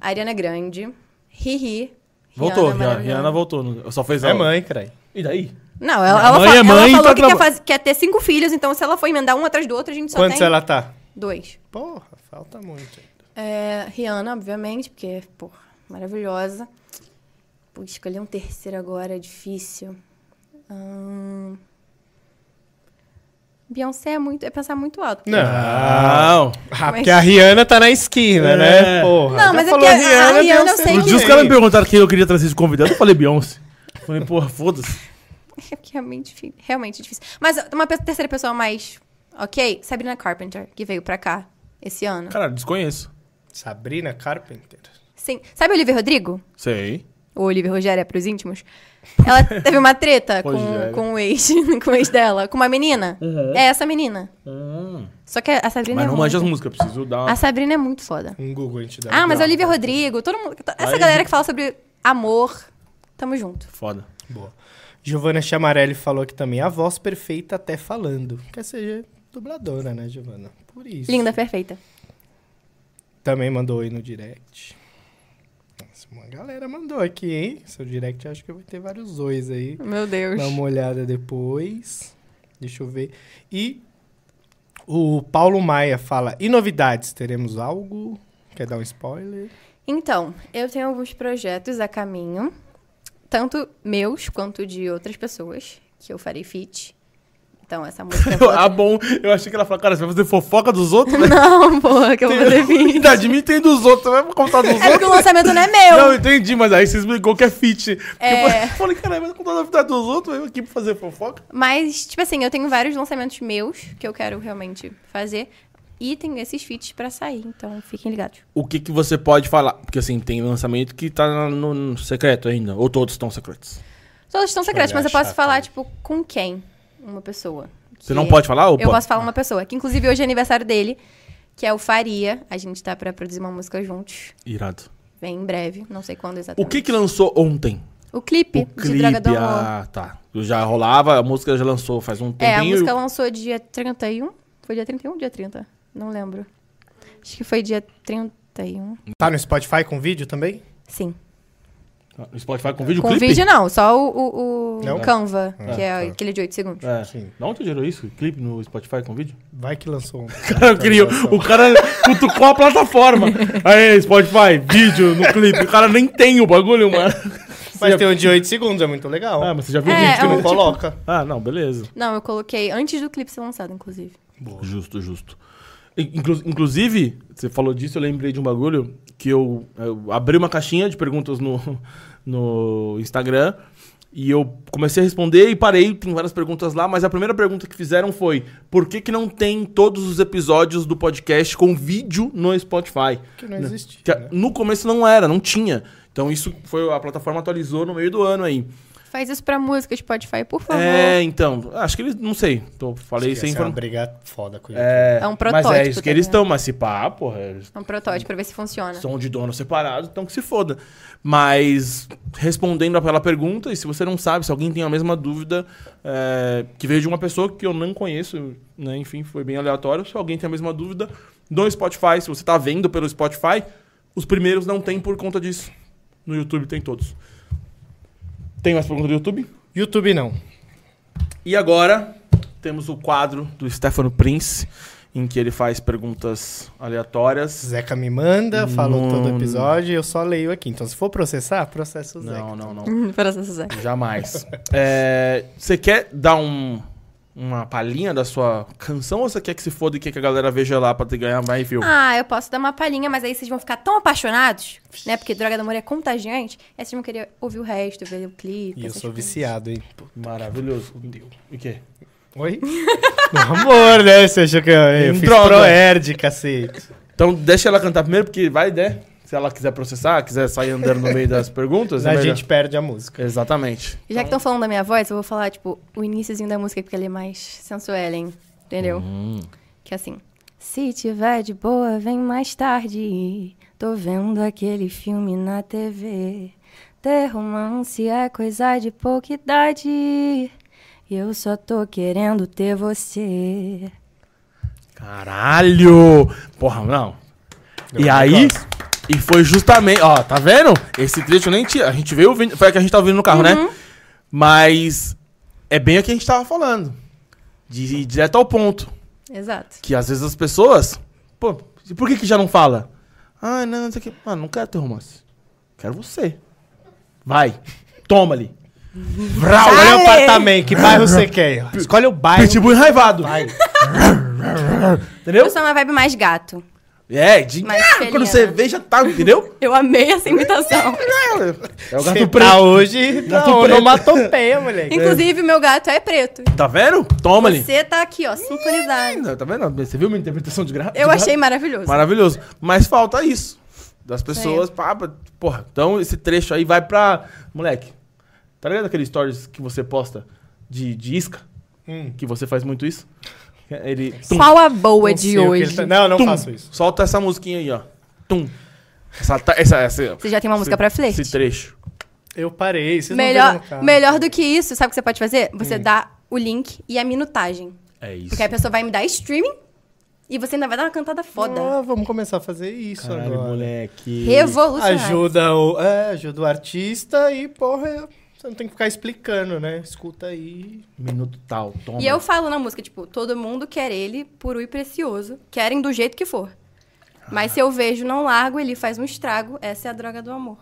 S3: Ariana Grande, Riri.
S1: Voltou, Rihanna,
S3: maravilhosa.
S1: Rihanna voltou. não- Só fez
S2: É
S1: a-
S2: mãe, caralho.
S1: E daí?
S3: Não, ela,
S1: Minha
S3: ela,
S1: mãe
S3: fa-
S1: é
S3: ela
S1: mãe,
S3: falou
S1: tá
S3: que quer,
S1: traba-
S3: faz- quer ter cinco filhos, então se ela for emendar um atrás do outro, a gente só
S2: Quantos
S3: tem
S2: ela tá?
S3: dois.
S2: Porra, falta muito. ainda.
S3: É, Rihanna, obviamente, porque, pô, maravilhosa. Pô, escolher um terceiro agora é difícil. Ahn, Beyoncé é muito. É pensar muito alto.
S2: Não. Ah,
S3: Mas-
S2: porque a Rihanna tá na esquina, né?
S1: É.
S2: Porra.
S3: Não,
S2: Já
S3: mas é
S2: falou
S3: que a- a Rihanna eu
S2: Beyoncé.
S3: sei
S1: Os
S3: que-
S1: dias
S2: é
S1: que ela me perguntaram quem eu queria trazer de convidado, eu falei Beyoncé. Falei, porra, foda-se.
S3: (laughs) É que é realmente, difí- realmente difícil. Mas uma pe- terceira pessoa mais. Ok? Sabrina Carpenter, que veio pra cá esse ano.
S1: Caralho, desconheço.
S2: Sabrina Carpenter.
S3: Sim. Sabe o Olivia Rodrigo?
S1: Sei.
S3: O Olivia Rogério é pros íntimos. Ela teve uma treta com,
S1: Rogéria.
S3: com o ex, (laughs) com o ex dela, com uma menina. É essa menina. Só que a Sabrina
S1: Mas
S3: é
S1: não
S3: muito...
S1: manja as músicas, preciso dar
S3: A
S1: uma...
S3: Sabrina é muito foda.
S2: Um Google a gente dá.
S3: Ah, mas a
S2: Não.
S3: Olivia Rodrigo, todo mundo. to- Essa
S1: Aí-
S3: galera que fala sobre amor, tamo junto.
S1: Foda.
S2: Boa. Giovana Chamarelli falou aqui também. A voz perfeita até falando. Quer seja dubladora, né, Giovana? Por isso.
S3: Linda, perfeita.
S2: Também mandou aí no direct. Nossa, uma galera mandou aqui, hein? Seu direct acho que vai ter vários ois aí.
S3: Meu Deus.
S2: Dá uma olhada depois. Deixa eu ver. E o Paulo Maia fala: e novidades? Teremos algo? Quer dar um spoiler?
S3: Então, eu tenho alguns projetos a caminho, tanto meus quanto de outras pessoas, que eu farei feat. Então, essa música.
S1: (laughs)
S3: eu vou-
S1: ah, bom. Eu achei que ela falou, cara, você vai fazer fofoca dos
S3: (laughs)
S1: outros, né?
S3: Não, porra, que eu
S1: (laughs)
S3: vou fazer feat.
S1: Tá, de mim tem dos outros, você vai contar dos
S3: É porque o
S1: outros?
S3: lançamento não é meu.
S1: Não, entendi, mas aí vocês brigou que é fit.
S3: É.
S1: Eu falei, caralho, mas contar a vida dos outros, eu aqui pra fazer fofoca.
S3: Mas, tipo assim, eu tenho vários lançamentos meus que eu quero realmente fazer. E tem esses feats pra sair, então fiquem ligados.
S1: O que que você pode falar? Porque assim, tem lançamento que tá no, no secreto ainda, ou todos estão secretos.
S3: Todos estão secretos, mas eu posso
S2: chata,
S3: falar,
S2: né?
S3: tipo, com quem? Uma pessoa.
S1: Você
S3: Que-
S1: não pode falar ou
S3: Eu
S1: pode?
S3: posso falar uma pessoa. Que inclusive hoje é aniversário dele, que é o Faria. A gente tá pra produzir uma música juntos.
S1: Irado.
S3: Vem em breve, não sei quando
S1: O
S3: exatamente.
S1: que que lançou ontem?
S3: O clipe,
S1: O
S3: de Droga do
S1: clipe,
S3: Amor.
S1: ah, tá. Eu Já rolava, a música já lançou faz um tempinho.
S3: É, a música
S1: e o-
S3: lançou dia 31. Foi dia 31 ou dia 30? Não lembro. Acho que foi dia 31.
S2: Tá no Spotify com vídeo também?
S3: Sim.
S1: Ah, No Spotify com vídeo
S3: Com
S1: clipe?
S3: vídeo não, só o, o- o
S2: Não?
S3: Canva,
S2: Ah,
S3: que é
S2: tá.
S3: aquele de 8 segundos.
S1: É.
S2: Sim.
S1: Da onde gerou isso? Clipe no Spotify com vídeo?
S2: Vai que lançou um.
S1: Cara, (laughs) eu queria. O cara cutucou a plataforma. Aí, Spotify, vídeo no clipe. O cara nem tem o bagulho, mano.
S2: Mas tem um de 8 segundos, é muito legal.
S1: Ah, mas você já viu o
S3: É,
S1: vídeo
S2: que
S1: que
S3: é
S2: não
S1: não
S3: um-
S1: coloca.
S2: coloca.
S1: Ah, não, beleza.
S3: Não, eu coloquei antes do clipe ser lançado, inclusive.
S1: Justo, justo. Inclu- inclusive, você falou disso, eu lembrei de um bagulho que eu, eu abri uma caixinha de perguntas no, (laughs) no Instagram e eu comecei a responder e parei, tem várias perguntas lá, mas a primeira pergunta que fizeram foi por que, que não tem todos os episódios do podcast com vídeo no Spotify?
S2: Que não existe.
S1: Que a-
S2: né?
S1: No começo não era, não tinha. Então isso foi, a plataforma atualizou no meio do ano aí.
S3: Faz isso pra música, Spotify, por favor.
S1: É, então, acho que eles, não sei, tô, falei
S2: Isso
S1: sem
S2: ia ser é uma
S1: informação.
S2: briga foda com o YouTube.
S1: É,
S3: É um
S1: Mas é
S3: protótipo,
S1: isso que
S3: tá
S1: eles
S3: ligado?
S1: estão, mas se pá, porra, eles
S3: É um protótipo pra ver se funciona.
S1: (laughs) são de dono separado, então que se foda. Mas, respondendo aquela pergunta, e se você não sabe, se alguém tem a mesma dúvida, é, que veio de uma pessoa que eu não conheço, né, enfim, foi bem aleatório, se alguém tem a mesma dúvida, no Spotify, se você tá vendo pelo Spotify, os primeiros não tem por conta disso. No YouTube tem todos. Tem mais pergunta do YouTube?
S2: YouTube não.
S1: E agora temos o quadro do Stefano Prince, em que ele faz perguntas aleatórias.
S2: Zeca me manda, falou
S1: Não.
S2: todo episódio, eu só leio aqui. Então, se for processar, processa o Zeca.
S1: Não, não, não.
S3: Processo Zé.
S1: Jamais. (laughs) É, Você quer dar um- uma palhinha da sua canção ou você quer que se foda e quer que a galera veja lá pra te ganhar mais view?
S3: Ah, eu posso dar uma palhinha, mas aí vocês vão ficar tão apaixonados, né? Porque Droga do Amor é contagiante. Aí vocês vão querer ouvir o resto, ver o clipe.
S2: E eu
S3: essas
S2: sou
S3: coisas.
S2: viciado, hein?
S1: Maravilhoso. O quê?
S2: Oi? (laughs) Meu amor, né? Você achou que eu, eu fiz
S1: Droga.
S2: proerd, cacete.
S1: Então deixa ela cantar primeiro, porque vai, né? Se ela quiser processar, quiser sair andando no meio das perguntas, é
S2: A
S1: melhor.
S2: gente perde a música.
S1: Exatamente.
S3: Já que estão falando da minha voz, eu vou falar, tipo, o iníciozinho da música, porque ele é mais sensual, hein? Entendeu?
S1: Hum.
S3: Que é assim. Se tiver de boa, vem mais tarde. Tô vendo aquele filme na TV. Ter romance é coisa de pouca idade. Eu só tô querendo ter você.
S1: Caralho! Porra, não. e aí, e foi justamente, ó, tá vendo? Esse trecho nem tinha, a gente veio ouvindo, foi a que a gente tá ouvindo no carro,
S3: Uhum.
S1: né? Mas é bem o que a gente tava falando. De ir direto ao ponto.
S3: Exato.
S1: Que às vezes as pessoas, pô, e por que que já não fala? Ah, não, não sei o que. Mano, não quero ter romance. Quero você. Vai, toma ali. Vral!
S2: Escolhe o
S3: Ai!
S2: apartamento, que bairro você (laughs) quer. Escolhe o bairro.
S1: Pitbull tipo, enraivado.
S3: Eu
S1: (laughs) entendeu?
S3: sou uma vibe mais gato.
S1: É, de...
S3: Mais né?
S1: Ah,
S3: felina.
S1: quando você vê, já tá, entendeu?
S3: Eu amei essa imitação.
S1: (laughs) É o
S2: Você
S1: gato
S2: tá
S1: preto.
S2: hoje na
S1: Gato preto.
S2: onomatopeia, moleque.
S3: Inclusive, meu gato é preto.
S1: Tá vendo? Toma ali.
S3: Você tá aqui, ó, sincronizado.
S1: Tá vendo? Você viu minha interpretação de graça?
S3: Eu achei maravilhoso.
S1: Maravilhoso. Mas falta isso. Das pessoas, pá, pá, porra. Então esse trecho aí vai pra. Moleque, tá ligado aqueles stories que você posta de, de isca?
S2: Hum.
S1: Que você faz muito isso? Ele. Tum,
S3: Qual a boa
S2: Não sei
S3: de
S2: o que ele
S3: hoje?
S2: tá- Não, não
S1: tum.
S2: faço isso.
S1: Solta essa musiquinha aí, ó. Tum. Essa. ta- essa, essa
S3: Você já tem uma música é pra flerte?
S1: Esse trecho.
S2: Eu parei. Vocês
S3: Melhor,
S2: não viram, cara.
S3: melhor do que isso, sabe o que você pode fazer? Você
S2: Hum.
S3: dá o link e a minutagem.
S1: É isso.
S3: Porque a pessoa vai me dar streaming e você ainda vai dar uma cantada foda.
S2: Ah, vamos começar a fazer isso
S1: Caralho,
S2: agora.
S1: moleque.
S3: Revolucionário.
S2: Ajuda o, é, ajuda o artista e, porra, é- você não tem que ficar explicando, né? Escuta aí.
S1: Minuto tal. Toma.
S3: E eu falo na música, tipo, todo mundo quer ele, puro e precioso. Querem do jeito que for. Mas se eu vejo, não largo, ele faz um estrago. Essa é a droga do amor.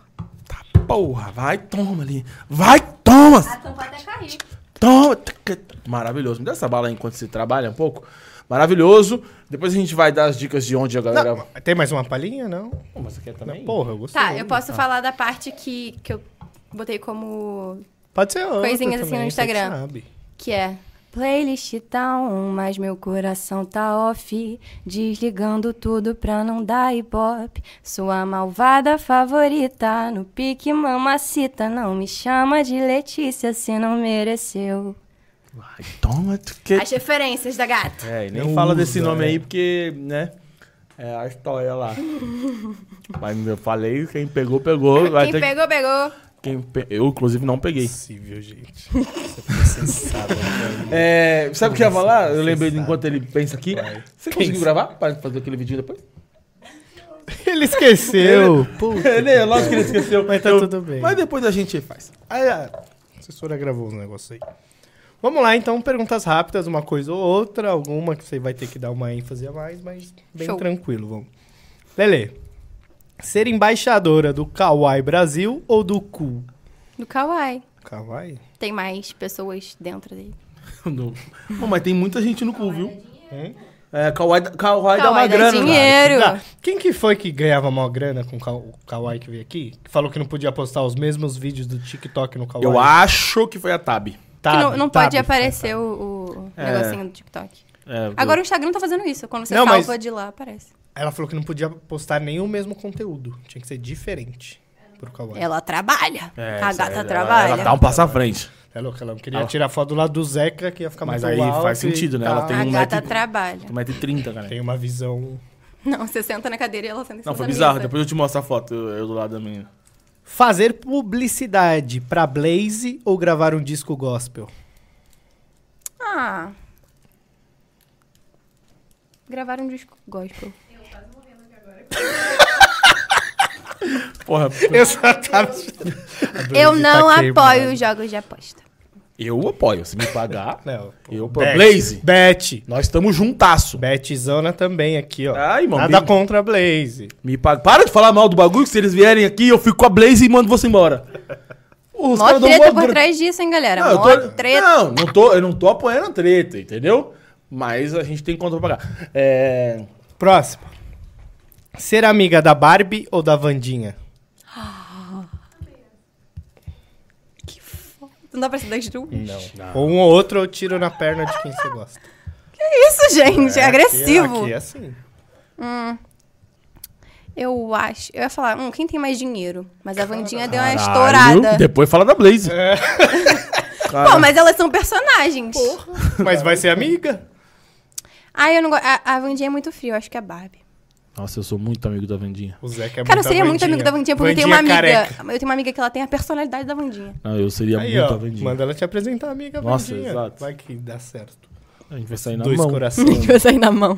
S1: Tá, Porra, vai, toma ali. Vai, toma!
S3: tampa até cair.
S1: Toma! Maravilhoso. Me dá essa bala aí enquanto você trabalha um pouco. Maravilhoso. Depois a gente vai dar as dicas de onde a galera.
S2: Não, tem mais uma palhinha, não?
S1: Pô, mas você quer também?
S2: Porra, eu gostei.
S3: Tá, eu posso falar da parte que, que eu botei como
S2: Pode ser outra
S3: Coisinhas assim
S2: também,
S3: no
S2: você que
S3: Instagram.
S2: sabe.
S3: Que é playlist tá on, mas meu coração tá off. Desligando tudo pra não dar ibope. Sua malvada favorita, no pique mamacita. Não me chama de Letícia se não mereceu.
S1: Vai, toma! tu que-
S3: As referências da gata.
S1: É, e nem
S2: Não
S1: fala
S2: usa,
S1: desse nome
S2: é.
S1: aí porque, né? É a história
S3: (laughs)
S1: lá. mas eu falei, quem pegou, pegou. Vai
S3: Quem
S1: ter que-
S3: pegou, pegou.
S1: quem pe- Eu, inclusive, não peguei.
S2: Possível, (laughs) gente. Você foi (laughs) sensado, né?
S1: É, sabe o que eu ia falar? Eu
S2: Você
S1: lembrei de
S2: sabe.
S1: enquanto ele pensa aqui. Você conseguiu
S2: Pensa.
S1: gravar pra fazer aquele vídeo depois?
S2: Ele esqueceu. Puta.
S1: Ele, é lógico que ele esqueceu.
S2: Mas tá
S1: Eu-
S2: tudo bem.
S1: Mas depois a gente faz. (laughs)
S2: Aí, é, a assessora gravou os negócios aí. Vamos lá, então, perguntas rápidas, uma coisa ou outra, alguma que você vai ter que dar uma ênfase a mais, mas bem
S3: Show.
S2: tranquilo, vamos. Lele, ser embaixadora do Kawaii Brasil ou do Cu?
S3: Do Kawaii.
S2: Kawaii?
S3: Tem mais pessoas dentro dele.
S1: Não. Pô, mas tem muita gente no cu, viu?
S2: Hum?
S1: É, Kawhi, dá- Kawhi dá uma
S3: Kawaii dá
S1: grana.
S3: dinheiro.
S2: Dá. Quem que foi que ganhava maior grana com o Ka- o Kawaii que veio aqui? Que falou que não podia postar os mesmos vídeos do TikTok no Tá, Kawaii?
S1: Eu acho que foi a Tab.
S3: que
S2: Tab,
S3: não, não
S1: tá
S2: Tab.
S3: pode aparecer o, o
S1: É.
S3: negocinho do TikTok.
S1: É,
S3: Agora o Instagram tá fazendo isso. Quando você
S2: Não,
S3: salva
S2: mas-
S3: de lá, aparece.
S2: Ela falou que não podia postar nem o mesmo conteúdo. Tinha que ser diferente pro Kawaii.
S3: Ela trabalha.
S1: É,
S3: a
S1: isso aí,
S3: gata
S1: ela-
S3: trabalha.
S1: Ela dá um passo à frente.
S2: É louco, ela não queria
S1: Ela-
S2: tirar foto do lado do Zeca, que ia ficar
S1: Mas
S2: muito
S1: aí
S2: alto
S1: faz
S2: e
S1: sentido, né?
S2: tal.
S1: Ela tem
S3: a
S1: um
S3: gata
S1: metro e-
S3: trabalha.
S1: 1,30m, cara.
S2: Tem uma visão...
S3: Não, você senta na cadeira e ela senta em cima
S1: Não, foi
S3: da
S1: bizarro.
S3: mesa.
S1: Depois eu te mostro a foto, eu, eu do lado da menina.
S2: Fazer publicidade pra Blaze ou gravar um
S1: (laughs)
S2: disco gospel?
S3: Ah. Gravaram um disco gospel.
S1: Porra,
S2: Eu só tava...
S3: Eu
S1: tá
S2: tá
S3: não apoio os jogos de aposta.
S1: eu apoio. Se me pagar,
S2: Não, pô.
S1: eu apoio.
S2: Bet,
S1: Blaze,
S2: Bet.
S1: (laughs) nós estamos juntasso.
S2: Betzona também aqui, ó.
S1: Ai, irmão,
S2: Nada
S1: bem-
S2: contra a Blaze.
S1: Me paga. Para de falar mal do bagulho, que se eles vierem aqui, eu fico com a Blaze e mando você embora. Os
S3: Mó
S1: caras dão
S3: treta
S1: mó
S3: por
S1: gra-
S3: trás disso, hein, galera?
S1: Não, eu
S3: Mó
S1: tô-
S3: treta.
S1: Não, não tô, eu não tô apoiando a treta, entendeu? Mas a gente tem conta pra pagar. É...
S2: Próximo. Ser amiga da Barbie ou da Vandinha?
S3: Não dá pra ser das duas?
S2: Ou um ou outro eu tiro na perna de quem você gosta.
S3: (laughs) Isso, gente, é, agressivo.
S2: Aqui, aqui é assim.
S3: Eu acho. Eu ia falar, hum, quem tem mais dinheiro? Mas a Vandinha deu uma
S1: Caralho,
S3: estourada.
S1: Depois fala da Blaze.
S2: É.
S1: (laughs) Cara,
S3: Pô, mas elas são personagens.
S2: Mas vai ser amiga.
S3: Ah, eu não gosto. A, a Vandinha é muito fria, eu acho que é a Barbie.
S1: Nossa, eu sou muito amigo da Vandinha.
S2: O Zeca é
S3: Cara, eu
S2: muito
S3: seria muito
S2: Vandinha.
S3: amigo da Vandinha, porque eu tenho uma
S2: Vandinha
S3: amiga.
S2: careca.
S3: Eu tenho uma amiga que ela tem a personalidade da Vandinha.
S1: Não, eu seria
S2: Aí,
S1: muito
S2: ó,
S1: a Vandinha.
S2: manda ela te apresentar a amiga
S1: Nossa,
S2: Vandinha.
S1: exato.
S2: Vai que dá certo.
S1: A gente vai sair na
S2: Dois
S1: mão. (laughs)
S3: (laughs)
S2: corações. (laughs)
S3: vai sair na mão.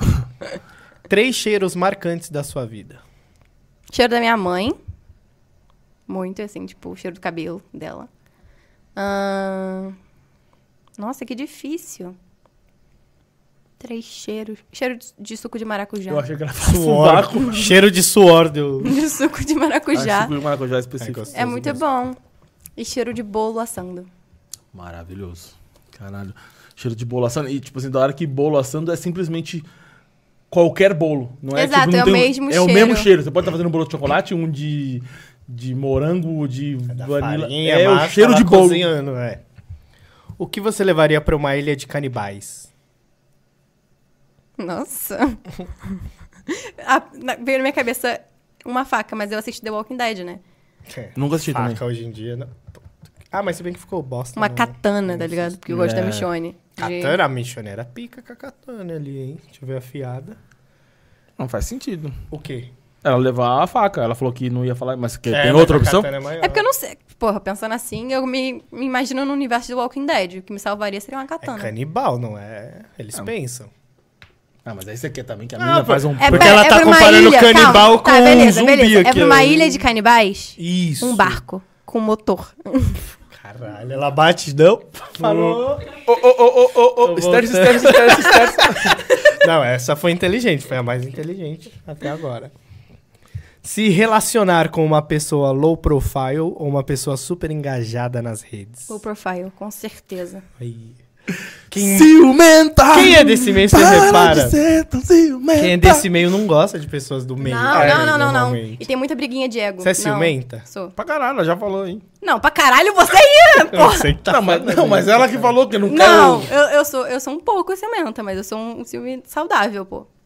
S2: Três cheiros marcantes da sua vida.
S3: Cheiro da minha mãe. Muito, assim, tipo, o cheiro do cabelo dela. Ahn, Nossa, que difícil. Três cheiros. Cheiro de, de suco de maracujá.
S1: Eu achei que ela um falou sovaco.
S2: Cheiro de suor deu.
S3: (laughs) De suco de
S1: Ah,
S3: maracujá.
S1: suco de maracujá específico.
S2: É gostoso.
S3: É muito bom. E cheiro de bolo assando.
S1: Maravilhoso. Caralho. Cheiro de bolo assando. E, tipo assim, da hora que bolo assando é simplesmente qualquer bolo. Não é,
S3: Exato,
S1: tipo, não
S3: é o
S1: tem um-
S3: mesmo
S1: É o
S3: cheiro.
S1: mesmo cheiro. Você pode estar fazendo um bolo de chocolate, um de, de morango, de vanila.
S2: Farinha,
S1: é o
S2: massa,
S1: cheiro
S2: lá
S1: de bolo.
S2: cozinhando, é. O que você levaria pra uma ilha de canibais?
S3: Nossa. (laughs) A- na- veio na minha cabeça uma faca, mas eu assisti The Walking Dead, né?
S1: Nunca assisti
S2: É. Faca
S1: também.
S2: hoje em dia. não. Ah, mas se bem que ficou bosta.
S3: Uma
S2: no-
S3: katana, tá ligado? Porque eu gosto
S1: Ah, É.
S3: da Michonne. De-
S2: Katana, a missioneira pica com a katana ali, hein? Deixa eu ver a fiada.
S1: Não faz sentido.
S2: O quê?
S1: Ela levar a faca. Ela falou que não ia falar, mas que
S2: É,
S1: tem
S2: mas
S1: outra
S2: a
S1: opção?
S2: katana É, maior.
S3: É porque eu não sei. Porra, pensando assim, eu me, me imagino no universo de Walking Dead. O que me salvaria seria uma
S2: É
S3: katana.
S2: canibal, não é? Eles pensam.
S1: Ah, mas aí você quer também que a
S2: Ah,
S1: menina
S2: pô.
S1: faz um...
S2: É porque ela tá
S3: pra uma
S2: comparando canibal com um zumbi
S3: É
S2: aqui,
S3: pra uma
S2: né?
S3: ilha de canibais,
S2: Isso.
S3: um barco com motor.
S2: Caralho, ela bate, não? Falou.
S1: Ô, ô, ô, ô, ô, ô.
S2: Tô
S1: Stairs,
S2: voltando.
S1: stairs, stairs, stairs.
S2: (laughs) Não, essa foi inteligente, foi a mais inteligente até agora. Se relacionar com uma pessoa low profile ou uma pessoa super engajada nas redes.
S3: Low profile, com certeza.
S2: Aí. Quem,
S1: Ciumenta!
S2: quem é desse meio, você
S1: Para
S2: repara?
S1: de ser tão ciumenta.
S2: Quem é desse meio não gosta de pessoas do meio.
S3: Não,
S2: né,
S3: não, não, não, não.
S2: normalmente.
S3: E tem muita briguinha de ego.
S2: Você é
S3: Não,
S2: ciumenta?
S3: Sou.
S1: Pra caralho, ela já falou, hein?
S3: Não, pra caralho você ia,
S2: Eu
S3: porra.
S2: sei que tá
S1: não, mas,
S2: falando,
S1: não, mas
S2: né?
S1: ela que falou que eu não,
S3: Não,
S1: quero.
S3: eu, eu sou, eu sou um pouco ciumenta, mas eu sou um ciúme saudável, pô.
S1: (laughs)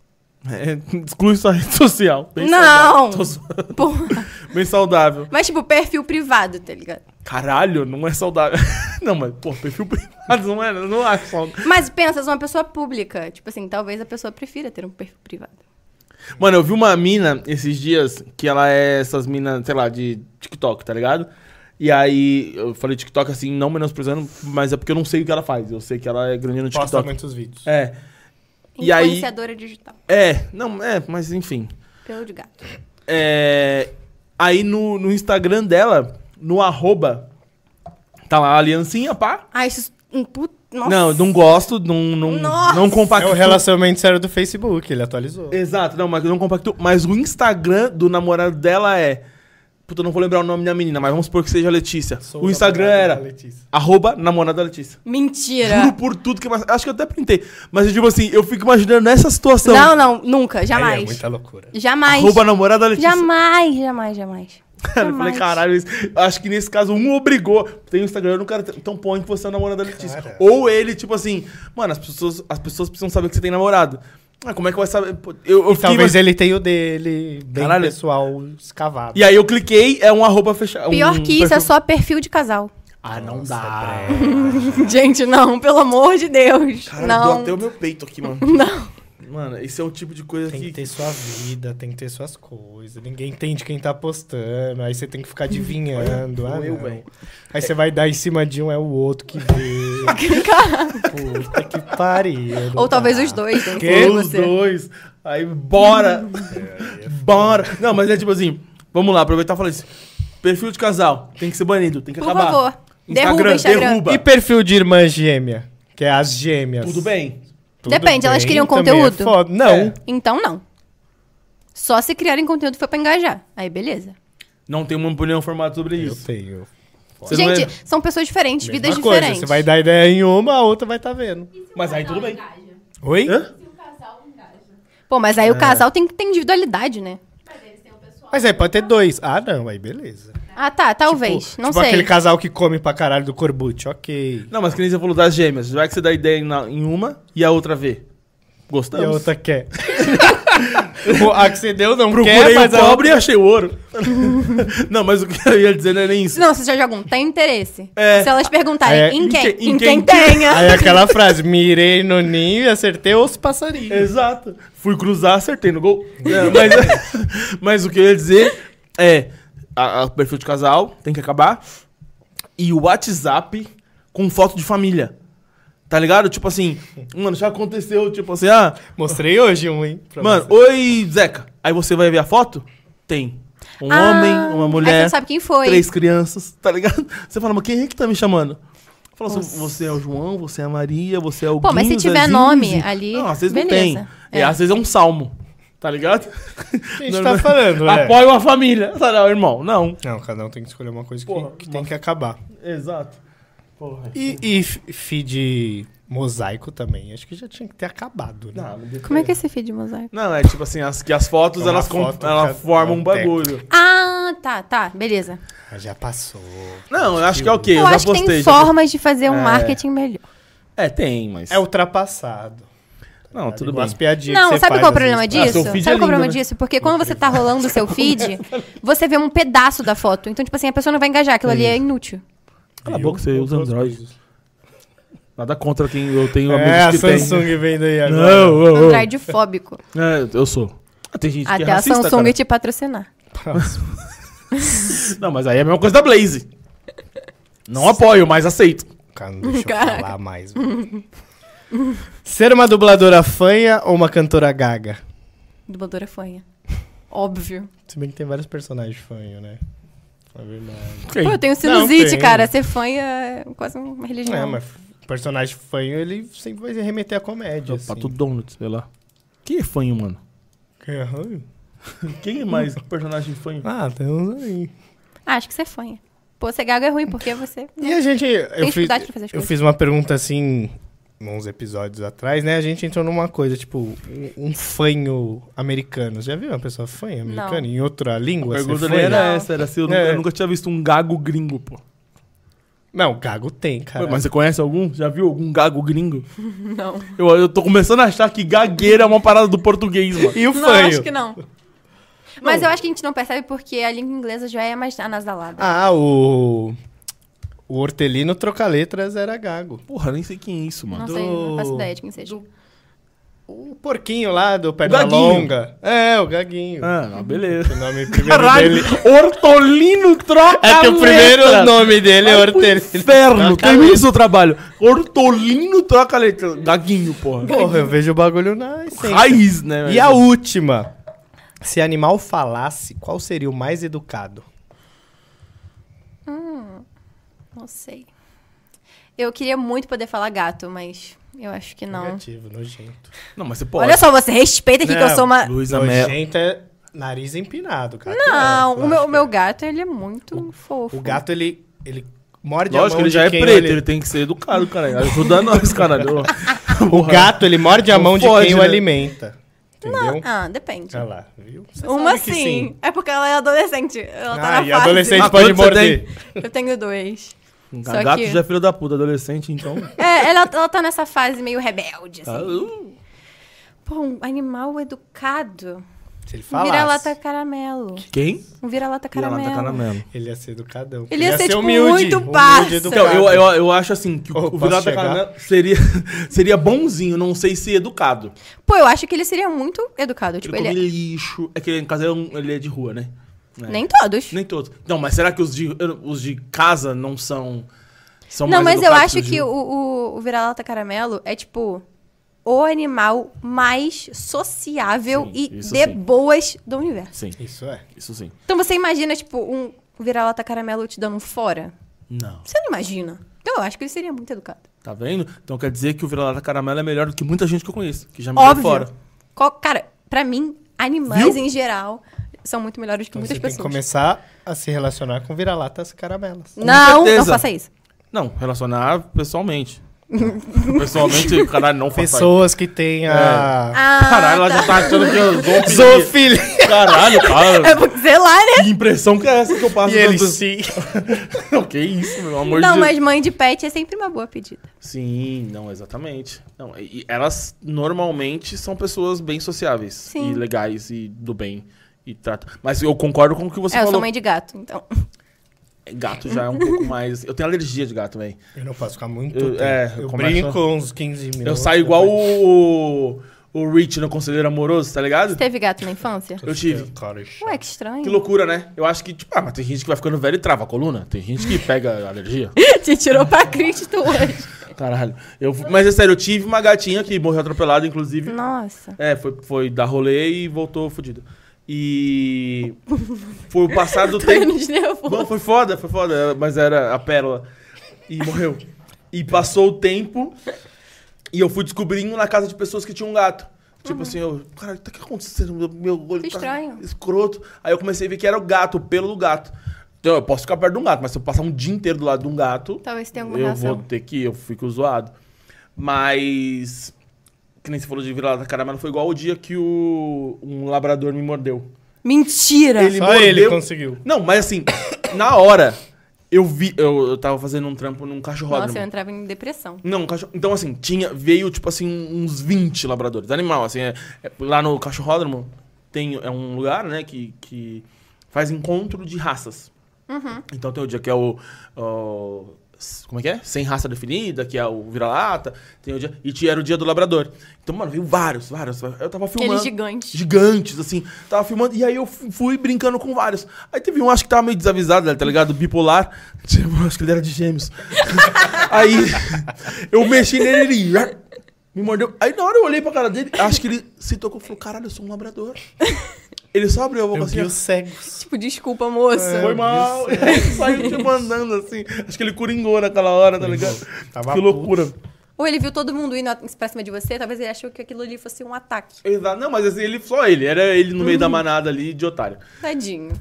S1: É, exclui sua rede social. Bem
S3: Não!
S1: saudável. Tô zoando.
S3: Porra.
S1: Bem saudável.
S3: Mas, tipo, perfil privado, tá ligado?
S1: Caralho, não é saudável. (laughs) Não, mas, pô, perfil privado não é, não acho saudável.
S3: Mas pensa, eu sou uma pessoa pública. Tipo assim, talvez a pessoa prefira ter um perfil privado.
S1: Mano, eu vi uma mina esses dias que ela é essas minas, sei lá, de TikTok, tá ligado? E aí, eu falei TikTok assim, não menosprezando, mas é porque eu não sei o que ela faz. Eu sei que ela é grande no TikTok.
S2: Posta muitos vídeos.
S1: É. E aí.
S3: Influenciadora digital.
S1: É, não, é, mas enfim.
S3: Pelo de gato.
S1: É, aí no, no Instagram dela, no arroba, tá lá a aliancinha, pá.
S3: Ah, isso. um Puto, nossa.
S1: Não, não gosto, não, não,
S3: Nossa.
S1: não compacto.
S2: É o relacionamento sério do Facebook, ele atualizou.
S1: Exato, não, mas eu não compacto. Mas o Instagram do namorado dela é. Puta, eu não vou lembrar o nome da menina, mas vamos supor que seja a Letícia.
S2: Sou
S1: o Instagram
S2: namorado
S1: era
S2: da Letícia.
S1: arroba namorada Letícia. Juro
S3: Mentira.
S1: por tudo que. mas Acho que eu até printei. Mas, tipo assim, eu fico imaginando essa situação.
S3: Não, não, nunca,
S2: Aí
S3: jamais.
S2: É muita loucura.
S3: Jamais.
S1: Arroba namorada Letícia.
S3: Jamais, jamais, jamais.
S1: Cara, eu falei,
S3: Jamais.
S1: caralho, isso- acho que nesse caso um obrigou. Tem o Instagram do cara, então põe que você é o namorado da Letícia.
S2: Cara.
S1: Ou ele, tipo assim, mano, as pessoas, as pessoas precisam saber que você tem namorado. Ah, como é que vai saber? Pô, Eu, eu
S2: E
S1: fiquei
S2: talvez
S1: imag-
S2: ele tenha o dele, bem
S1: Caralho.
S2: pessoal, escavado.
S1: E aí eu cliquei, é um arroba fechado.
S3: Pior
S1: um
S3: que isso, é
S1: perfil-
S3: só perfil de casal. (laughs)
S1: Ah, não
S2: Nossa, é
S1: dá.
S3: Gente, não, pelo amor de Deus.
S1: Cara, deu
S3: não.
S1: até o meu peito aqui, mano.
S3: (laughs) Não.
S1: Mano, esse é o tipo de coisa
S2: (laughs) Tem que
S1: que.
S2: ter sua vida, tem que ter suas coisas. Ninguém entende quem tá postando. Aí você tem que ficar adivinhando. ah,
S1: Sou eu,
S2: não.
S1: velho.
S2: Aí você vai dar em cima de um, é o outro que
S3: (laughs)
S2: vê. Puta que pariu. não
S3: Ou talvez
S2: dá.
S3: os dois, tem que
S1: Que
S3: ser
S1: os
S3: você. É,
S1: dois. Aí,
S3: (laughs)
S1: bora! (laughs) bora! Não, mas é tipo assim, vamos lá, aproveitar e falar isso. Perfil de casal, tem que ser banido, tem que
S3: Por
S1: acabar.
S3: favor, derruba o Instagram.
S1: derruba.
S2: E perfil de irmã gêmea? Que é as gêmeas.
S1: Tudo bem.
S2: Tudo
S3: Depende, elas criam
S2: também é
S3: conteúdo?
S2: foda. Não.
S1: É.
S3: Então não. Só se criarem conteúdo que foi pra engajar. Aí beleza.
S1: Não tem uma opinião formada sobre
S2: Eu
S1: isso.
S2: tenho.
S1: Você não
S3: Gente,
S1: é-
S3: são pessoas diferentes,
S2: Mesma
S3: vidas
S2: coisa,
S3: diferentes.
S2: Você vai dar ideia em uma, a outra vai estar vendo.
S1: Mas aí tudo bem.
S2: Oi?
S1: Hã?
S3: Pô, mas
S1: É.
S3: aí o casal tem que ter individualidade, né?
S2: Mas aí pode ter dois. Ah, não, aí beleza.
S3: Ah, tá, talvez.
S2: Tipo-
S3: não
S2: tipo
S3: sei.
S2: aquele casal que come pra caralho do corbucci, ok.
S1: Não, mas que nem você falou das gêmeas. Vai que você dá ideia em na- em uma e a outra vê.
S2: E
S1: Gostamos.
S2: a outra quer. (laughs) O- a que você deu não
S1: Procurei um
S2: quer, mas
S1: o
S2: a
S1: cobre e achei o ouro. (laughs) não, mas o que eu ia dizer não é nem
S2: (laughs)
S1: isso.
S3: Não, você já jogam, tem interesse.
S1: É.
S3: Se elas perguntarem
S2: É,
S3: em quem,
S1: em quem-
S3: em,
S1: em quem-
S3: quem, tenha.
S2: Aí aquela frase, mirei no ninho e acertei os passarinhos.
S1: Exato. Fui cruzar, acertei no gol. É, (laughs) mas, (laughs) mas o que eu ia dizer é: a- a- o perfil de casal tem que acabar. E o WhatsApp com foto de família. Tá ligado? Tipo assim, mano, já aconteceu, tipo assim, ah,
S2: Mostrei hoje um, hein? pra
S1: mano,
S2: você.
S1: oi, Zeca. Aí você vai ver a foto? Tem. Um
S3: Ah,
S1: homem, uma
S3: Aí você
S1: mulher,
S3: não sabe quem foi.
S1: três crianças, tá ligado? (laughs) Você fala, mas quem é que tá me chamando? Fala assim, você é o João, você é a Maria, você é o
S3: Pô, mas se
S1: Guinho,
S3: tiver
S1: Zezinho,
S3: nome
S1: Zizi.
S3: ali,
S1: Não, às vezes
S3: beleza.
S1: não tem. É,
S3: É.
S1: às vezes é um salmo, tá ligado?
S2: (laughs) a gente tá falando, né?
S1: Apoio a família. Tá, não, irmão, não.
S2: Não, cada um tem que escolher uma coisa que,
S1: Porra,
S2: que tem que acabar.
S1: Exato. Porra.
S2: E, e f- feed mosaico também. Acho que já tinha que ter acabado, né?
S1: Não, não devia.
S3: Como é que é esse feed de mosaico?
S1: Não, é tipo assim, as, que as fotos
S2: É uma
S1: elas, com-
S2: foto,
S1: elas
S2: cara,
S1: formam um
S2: é um teco.
S1: bagulho.
S3: Ah, tá, tá, beleza.
S2: Mas já passou.
S1: Não, eu acho que é ok, eu,
S3: eu
S1: já
S3: acho que
S1: postei.
S3: tem
S1: já postei.
S3: formas de fazer um
S1: É.
S3: marketing melhor.
S1: É, tem, mas.
S2: É ultrapassado.
S1: Não,
S2: Tá
S1: tudo
S2: ligado?
S1: bem.
S2: As piadinhas que
S3: Não,
S2: você
S3: sabe
S2: faz,
S3: qual é o
S2: às
S3: problema
S2: vezes,
S1: vezes.
S3: disso?
S1: Ah, seu feed
S3: sabe
S1: é
S3: qual é o
S1: lindo,
S3: problema
S1: né?
S3: disso? Porque quando você tá rolando o seu
S1: (laughs)
S3: feed, você vê um pedaço da foto. Então, tipo assim, a pessoa não vai engajar. Aquilo ali é inútil.
S1: Cala a
S2: Eu
S1: boca, você usa
S2: outras
S1: Android.
S2: coisas.
S1: Nada contra quem eu tenho
S2: É, a
S1: amigos que tem.
S2: Samsung vendo aí agora.
S1: Não, ô, ô.
S3: Android É um fóbico.
S1: É, eu sou. Ah, tem gente que é
S3: Até a
S1: racista,
S3: Samsung
S1: cara.
S3: te patrocinar.
S1: Não, mas aí é a mesma coisa da Blaze. Não apoio, mas aceito.
S2: Cara,
S3: (laughs)
S2: não deixa eu falar mais. velho. Ser uma dubladora fanha ou uma cantora gaga?
S3: Dubladora fanha. Óbvio.
S2: Se bem que tem vários personagens fanho, né? É verdade.
S1: Ok.
S3: Pô, eu tenho sinusite,
S2: tem.
S3: cara. Ser fanha é quase uma religião.
S2: É, mas personagem fanho, ele sempre vai remeter à comédia.
S1: Opa,
S2: assim.
S1: tudo Donut, sei lá. Quem é fanho, mano?
S2: Aham.
S1: Quem é mais personagem fanho?
S2: Ah, tem uns aí.
S3: Ah, acho que ser fanha. Pô, ser gago é ruim, porque você...
S2: E a gente. Eu fiz,
S3: dificuldade pra fazer as
S2: eu
S3: coisas.
S2: fiz uma pergunta assim, uns episódios atrás, né? A gente entrou numa coisa, tipo, um- um fanho americano. Já viu uma pessoa fanha americana? Em outra língua? ser
S1: pergunta nem
S2: fanho?
S1: era
S3: Não.
S1: essa, era se eu, nunca-
S2: É.
S1: eu nunca tinha visto um gago gringo, pô.
S2: Não, gago tem, cara.
S1: Ué, Mas você conhece algum? Já viu algum gago gringo?
S3: Não.
S1: Eu, eu tô começando a achar que gagueira é uma parada do português, mano.
S2: E o
S3: Não,
S2: fanho?
S3: acho que não. Mas eu acho que a gente não percebe porque a língua inglesa já é mais anasalada.
S2: Ah, o. O Hortelino troca letras era gago.
S1: Porra, nem sei quem é isso,
S2: Ah,
S1: mano.
S3: não sei, não faço ideia de quem seja.
S2: O porquinho lá do Perna
S1: Gaguinho.
S2: Longa. É, o Gaguinho.
S1: Ah, não, beleza.
S2: O nome primeiro
S1: Caralho, (laughs)
S2: dele.
S1: Hortolino troca
S2: É que o primeiro
S1: letra.
S2: nome dele é
S1: Vai pro
S2: Hortelino.
S1: Inferno,
S2: Troca
S1: termina o seu trabalho. Hortolino troca letra. Gaguinho, porra.
S2: Porra, eu vejo o bagulho na essência.
S1: Raiz, né?
S2: E
S1: velho?
S2: a última. Se animal falasse, qual seria o mais educado?
S3: Não sei. Eu queria muito poder falar gato, mas eu acho que não.
S2: Negativo, nojento.
S1: Não, mas você pode.
S3: Olha só, você respeita aqui que eu
S2: Não,
S3: sou uma.
S1: Luísa Mel.
S2: Nojento é nariz empinado, cara.
S3: Não,
S2: É,
S3: o meu,
S2: lógico.
S3: o meu gato, ele é muito fofo.
S2: O gato, ele, ele morde a
S1: Lógico,
S2: mão
S1: ele
S2: de
S1: já é
S2: quem
S1: preto, ele... tem que ser educado, caralho. Ajuda (laughs) nós,
S2: (laughs)
S1: caralho.
S2: O gato, ele morde a
S1: Não
S2: mão de
S1: pode,
S2: quem o
S1: né?
S2: alimenta. Entendeu?
S3: Ah, depende.
S2: Olha lá, viu? Você
S3: Uma
S2: sabe que
S3: sim. É porque ela é adolescente. Ela tá
S2: Ah,
S3: na
S2: e
S3: fase.
S2: adolescente
S1: Ah,
S2: pode
S1: quanto você
S2: morder.
S3: Eu tenho dois. Só
S1: gato
S3: que-
S1: já é filho da puta, adolescente, então.
S3: É, ela, ela tá nessa fase meio rebelde,
S1: Ah,
S3: assim.
S1: uh,
S3: Pô, um animal educado.
S2: Se ele
S3: Um
S2: falasse,
S3: vira-lata caramelo.
S1: Quem?
S3: Um vira-lata caramelo.
S1: Vira-lata caramelo.
S2: ele ia ser educadão.
S3: Ele ia ser, tipo, muito parça.
S2: humilde,
S1: Então,
S2: educado.
S1: eu, eu, eu acho assim que o,
S2: Oh,
S1: o
S2: posso
S1: Virata
S2: chegar?
S1: Caramelo seria, (laughs) seria bonzinho, não sei se educado.
S3: Pô, eu acho que ele seria muito educado. Tipo,
S1: ele
S3: ele
S1: come
S3: é-
S1: lixo. É que ele, em casa é um- ele é de rua, né? É.
S3: Nem todos.
S1: Nem todos. Não, mas será que os de, os de casa não são. são
S3: Não,
S1: mais
S3: mas eu
S1: educados
S3: acho
S1: os
S3: que
S1: de-
S3: o, o, o vira-lata caramelo é, tipo, o animal mais sociável
S1: Sim,
S3: e de
S1: isso sim.
S3: boas do universo.
S1: Sim,
S2: Isso é.
S1: isso sim.
S3: Então você imagina, tipo, um vira-lata caramelo te dando um fora?
S1: Não.
S3: Você não imagina. Então eu acho que ele seria muito educado.
S1: Tá vendo? Então quer dizer que o Vira-Lata Caramelo é melhor do que muita gente que eu conheço, que já me deu
S3: Óbvio.
S1: fora.
S3: Qual- cara, pra mim, animais
S1: Viu?
S3: em geral são muito melhores que
S2: Então
S3: muitas
S2: você tem que
S3: pessoas.
S2: começar a se relacionar com vira-latas caramelas.
S3: Não, não
S1: certeza.
S3: faça isso.
S1: Não, relacionar pessoalmente.
S3: (laughs)
S1: pessoalmente, caralho, não faça isso.
S2: Pessoas que têm a...
S3: Ah,
S1: Caralho, ela já tá achando que eu vou pedir.
S2: Zoofilia.
S1: Caralho,
S3: É (laughs)
S1: cara.
S3: porque, sei lá, né?
S1: Que impressão que é essa que eu passo
S2: E ele
S1: tanto-
S2: sim.
S1: Não, (laughs) que isso, meu amor
S3: não,
S1: de
S3: mas mãe de pet é sempre uma boa pedida.
S1: Sim, não, exatamente. Não, e e elas normalmente são pessoas bem sociáveis
S3: Sim.
S1: e legais e do bem. E trata. Mas eu concordo com o que você
S3: é, eu
S1: falou.
S3: sou mãe de gato, então. (laughs)
S1: Gato já é um pouco mais. Eu tenho alergia de gato, velho.
S2: Eu não posso ficar muito
S1: Eu-
S2: tempo.
S1: é,
S2: eu
S1: começa-
S2: brinco uns 15 minutos.
S1: Eu saio igual
S2: depois-
S1: o, o Rich no Conselheiro Amoroso, tá ligado?
S3: Você (laughs) teve gato na infância?
S1: Eu tive.
S2: Cara,
S3: Ué, que estranho.
S1: Que loucura, né? Eu acho que, tipo, ah, mas tem gente que vai ficando velho e trava a coluna. Tem gente que pega alergia.
S3: (laughs) (laughs) Te tirou pra Cristo hoje.
S1: Caralho. Eu, fu- mas é sério, eu tive uma gatinha que morreu atropelada, inclusive.
S3: Nossa.
S1: É, foi, foi dar rolê e voltou fodido. E. Foi o passar do tempo.
S3: (laughs) Tô de nervoso.
S1: Não, foi foda, foi foda, era- mas era a pérola. E morreu. E passou o tempo e eu fui descobrindo na casa de pessoas que tinham um gato. Tipo assim, eu, cara, o que tá acontecendo? Meu- Meu olho
S3: Que
S1: tá
S3: estranho.
S1: escroto. Aí eu comecei a ver que era o gato, o pelo do gato. Então, eu posso ficar perto de um gato, mas se eu passar um dia inteiro do lado de um gato,
S3: Talvez tenha alguma
S1: eu
S3: relação.
S1: vou ter que ir, eu fico zoado. Mas. Que nem você falou de virar da caramelo, foi igual o dia que o, um labrador me mordeu.
S3: Mentira!
S1: Ele
S2: Só
S1: mordeu-
S2: ele conseguiu.
S1: Não, mas assim, (coughs) na hora, eu vi. Eu, eu tava fazendo um trampo num cachorródromo.
S3: Nossa, eu entrava em depressão.
S1: Não, cachorro. Então, assim, tinha, veio, tipo assim, uns 20 labradores. Animal, assim, é- é- lá no cachorródromo tem, é um lugar, né, que, que faz encontro de raças.
S3: Uhum.
S1: Então tem o dia que é o. o- s- como é que é? Sem raça definida, que é o vira-lata. Tem o dia. E tinha- era o dia do labrador. Então, mano, veio vários, vários. Eu tava filmando.
S3: Aqueles gigantes.
S1: Gigantes, assim. Tava filmando. E aí eu fu- fui brincando com vários. Aí teve um, acho que tava meio desavisado, né, tá ligado? Bipolar. (laughs) Tipo, acho que ele era de gêmeos. (laughs) Aí eu mexi nele e ele (laughs) me mordeu. Aí na hora eu olhei pra cara dele, acho que ele se tocou e falou: caralho, eu sou um
S3: (laughs)
S1: labrador. Ele só abriu a boca
S2: Eu
S1: assim.
S2: vi
S1: ó.
S2: os cegos.
S3: Tipo, desculpa, moço.
S1: Foi mal. (laughs) E aí saiu te mandando assim. Acho que ele coringou naquela hora, tá ligado?
S2: Tava
S1: que loucura.
S3: Ou ele viu todo mundo indo pra cima de você, talvez ele achou que aquilo ali fosse um ataque.
S1: Exato. Não, mas assim, ele só ele. Era ele no meio da manada ali de otário.
S3: Tadinho.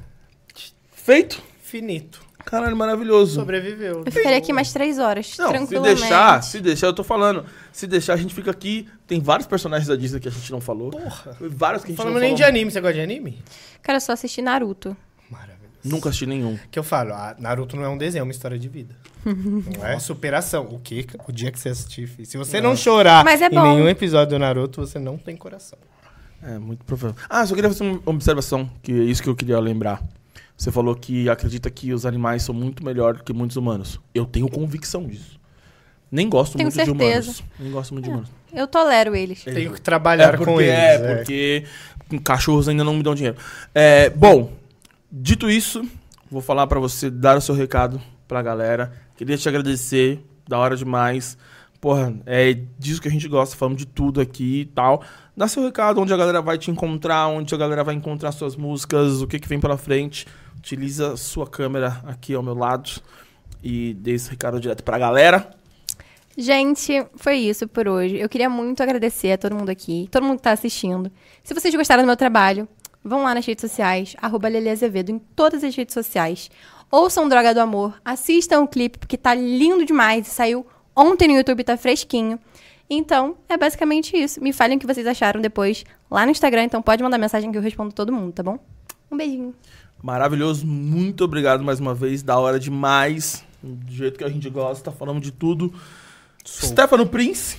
S1: Feito.
S2: Finito.
S1: Caralho, maravilhoso.
S2: Sobreviveu.
S3: Eu ficaria aqui mais três horas,
S1: Não, se
S3: tranquilamente.
S1: deixar, se deixar, eu tô falando. Se deixar, a gente fica aqui. Tem vários personagens da Disney que a gente não falou. Porra. Vários que a gente
S2: Falando
S1: não
S2: nem
S1: falou.
S2: de anime, você gosta de anime?
S3: Cara, eu só assisti Naruto.
S2: Maravilhoso.
S1: Nunca assisti nenhum.
S2: Que eu falo, ah, Naruto não é um desenho, é uma história de
S3: (laughs)
S2: vida. não é superação. O que o dia que você assistir, filho, se você não chorar
S3: Mas é
S2: em
S3: bom.
S2: nenhum episódio do Naruto, você não tem coração.
S1: É, muito provável. Ah, só queria fazer uma observação, que é isso que eu queria lembrar. Você falou que acredita que os animais são muito melhor do que muitos humanos. Eu tenho convicção disso. Nem gosto
S3: Tenho
S1: muito de
S3: certeza. É.
S1: humanos. Nem gosto muito de humanos.
S3: Eu tolero eles.
S2: Tenho que trabalhar
S1: porque,
S2: com eles.
S1: É,
S2: É,
S1: porque cachorros ainda não me dão dinheiro. É, bom, dito isso, vou falar pra você dar o seu recado pra galera. Queria te agradecer, da hora demais. Porra, é disso que a gente gosta, falamos de tudo aqui e tal. Dá seu recado, onde a galera vai te encontrar, onde a galera vai encontrar suas músicas, o que, que vem pela frente. Utiliza sua câmera aqui ao meu lado e dê esse recado direto pra galera.
S3: Gente, foi isso por hoje. Eu queria muito agradecer a todo mundo aqui, todo mundo que tá assistindo. Se vocês gostaram do meu trabalho, vão lá nas redes sociais, arroba Lele Azevedo, em todas as redes sociais. Ouçam Droga do Amor, assistam o clipe, porque tá lindo demais. Saiu ontem no YouTube, tá fresquinho. Então, é basicamente isso. Me falem o que vocês acharam depois lá no Instagram, então pode mandar mensagem que eu respondo todo mundo, tá bom? Um beijinho.
S1: Maravilhoso, muito obrigado mais uma vez, da hora demais, do jeito que a gente gosta, falamos de tudo. Stefano Prince,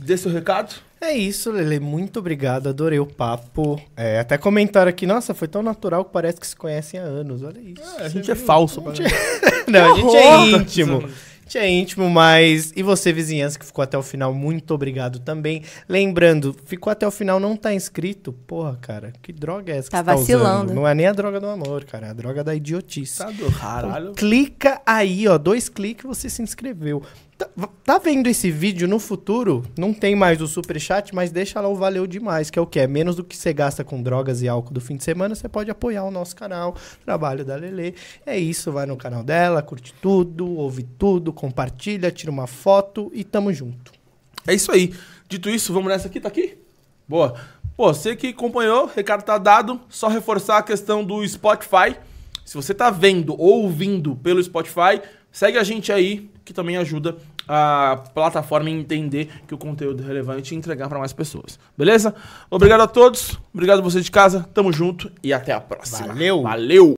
S1: dê seu recado.
S2: É isso, Lele. Muito obrigado. Adorei o papo. É, até comentaram aqui, nossa, foi tão natural que parece que se conhecem há anos. Olha isso.
S1: a gente
S2: (laughs)
S1: é falso,
S2: Não, a gente é
S1: horror!
S2: íntimo. A gente é íntimo, mas. E você, vizinhança, que ficou até o final, muito obrigado também. Lembrando, ficou até o final, não tá inscrito? Porra, cara, que droga é essa que
S3: Tá
S2: você tá
S3: vacilando.
S2: usando? Não é nem a droga do amor, cara, é a droga da idiotice.
S1: Tá do caralho.
S2: Clica aí, ó, dois cliques você se inscreveu. Tá, tá vendo esse vídeo no futuro? Não tem mais o superchat, mas deixa lá o valeu demais, que é o que é menos do que você gasta com drogas e álcool do fim de semana, você pode apoiar o nosso canal, o trabalho da Lele. É isso, vai no canal dela, curte tudo, ouve tudo, compartilha, tira uma foto e tamo junto.
S1: É isso aí. Dito isso, vamos nessa aqui, tá aqui? Boa. Pô, você que acompanhou, recado tá dado. Só reforçar a questão do Spotify. Se você tá vendo ou ouvindo pelo Spotify, segue a gente aí, que também ajuda a plataforma a entender que o conteúdo é relevante e entregar pra mais pessoas. Beleza? Obrigado a todos, obrigado você de casa, tamo junto e até a próxima.
S2: Valeu.
S1: Valeu!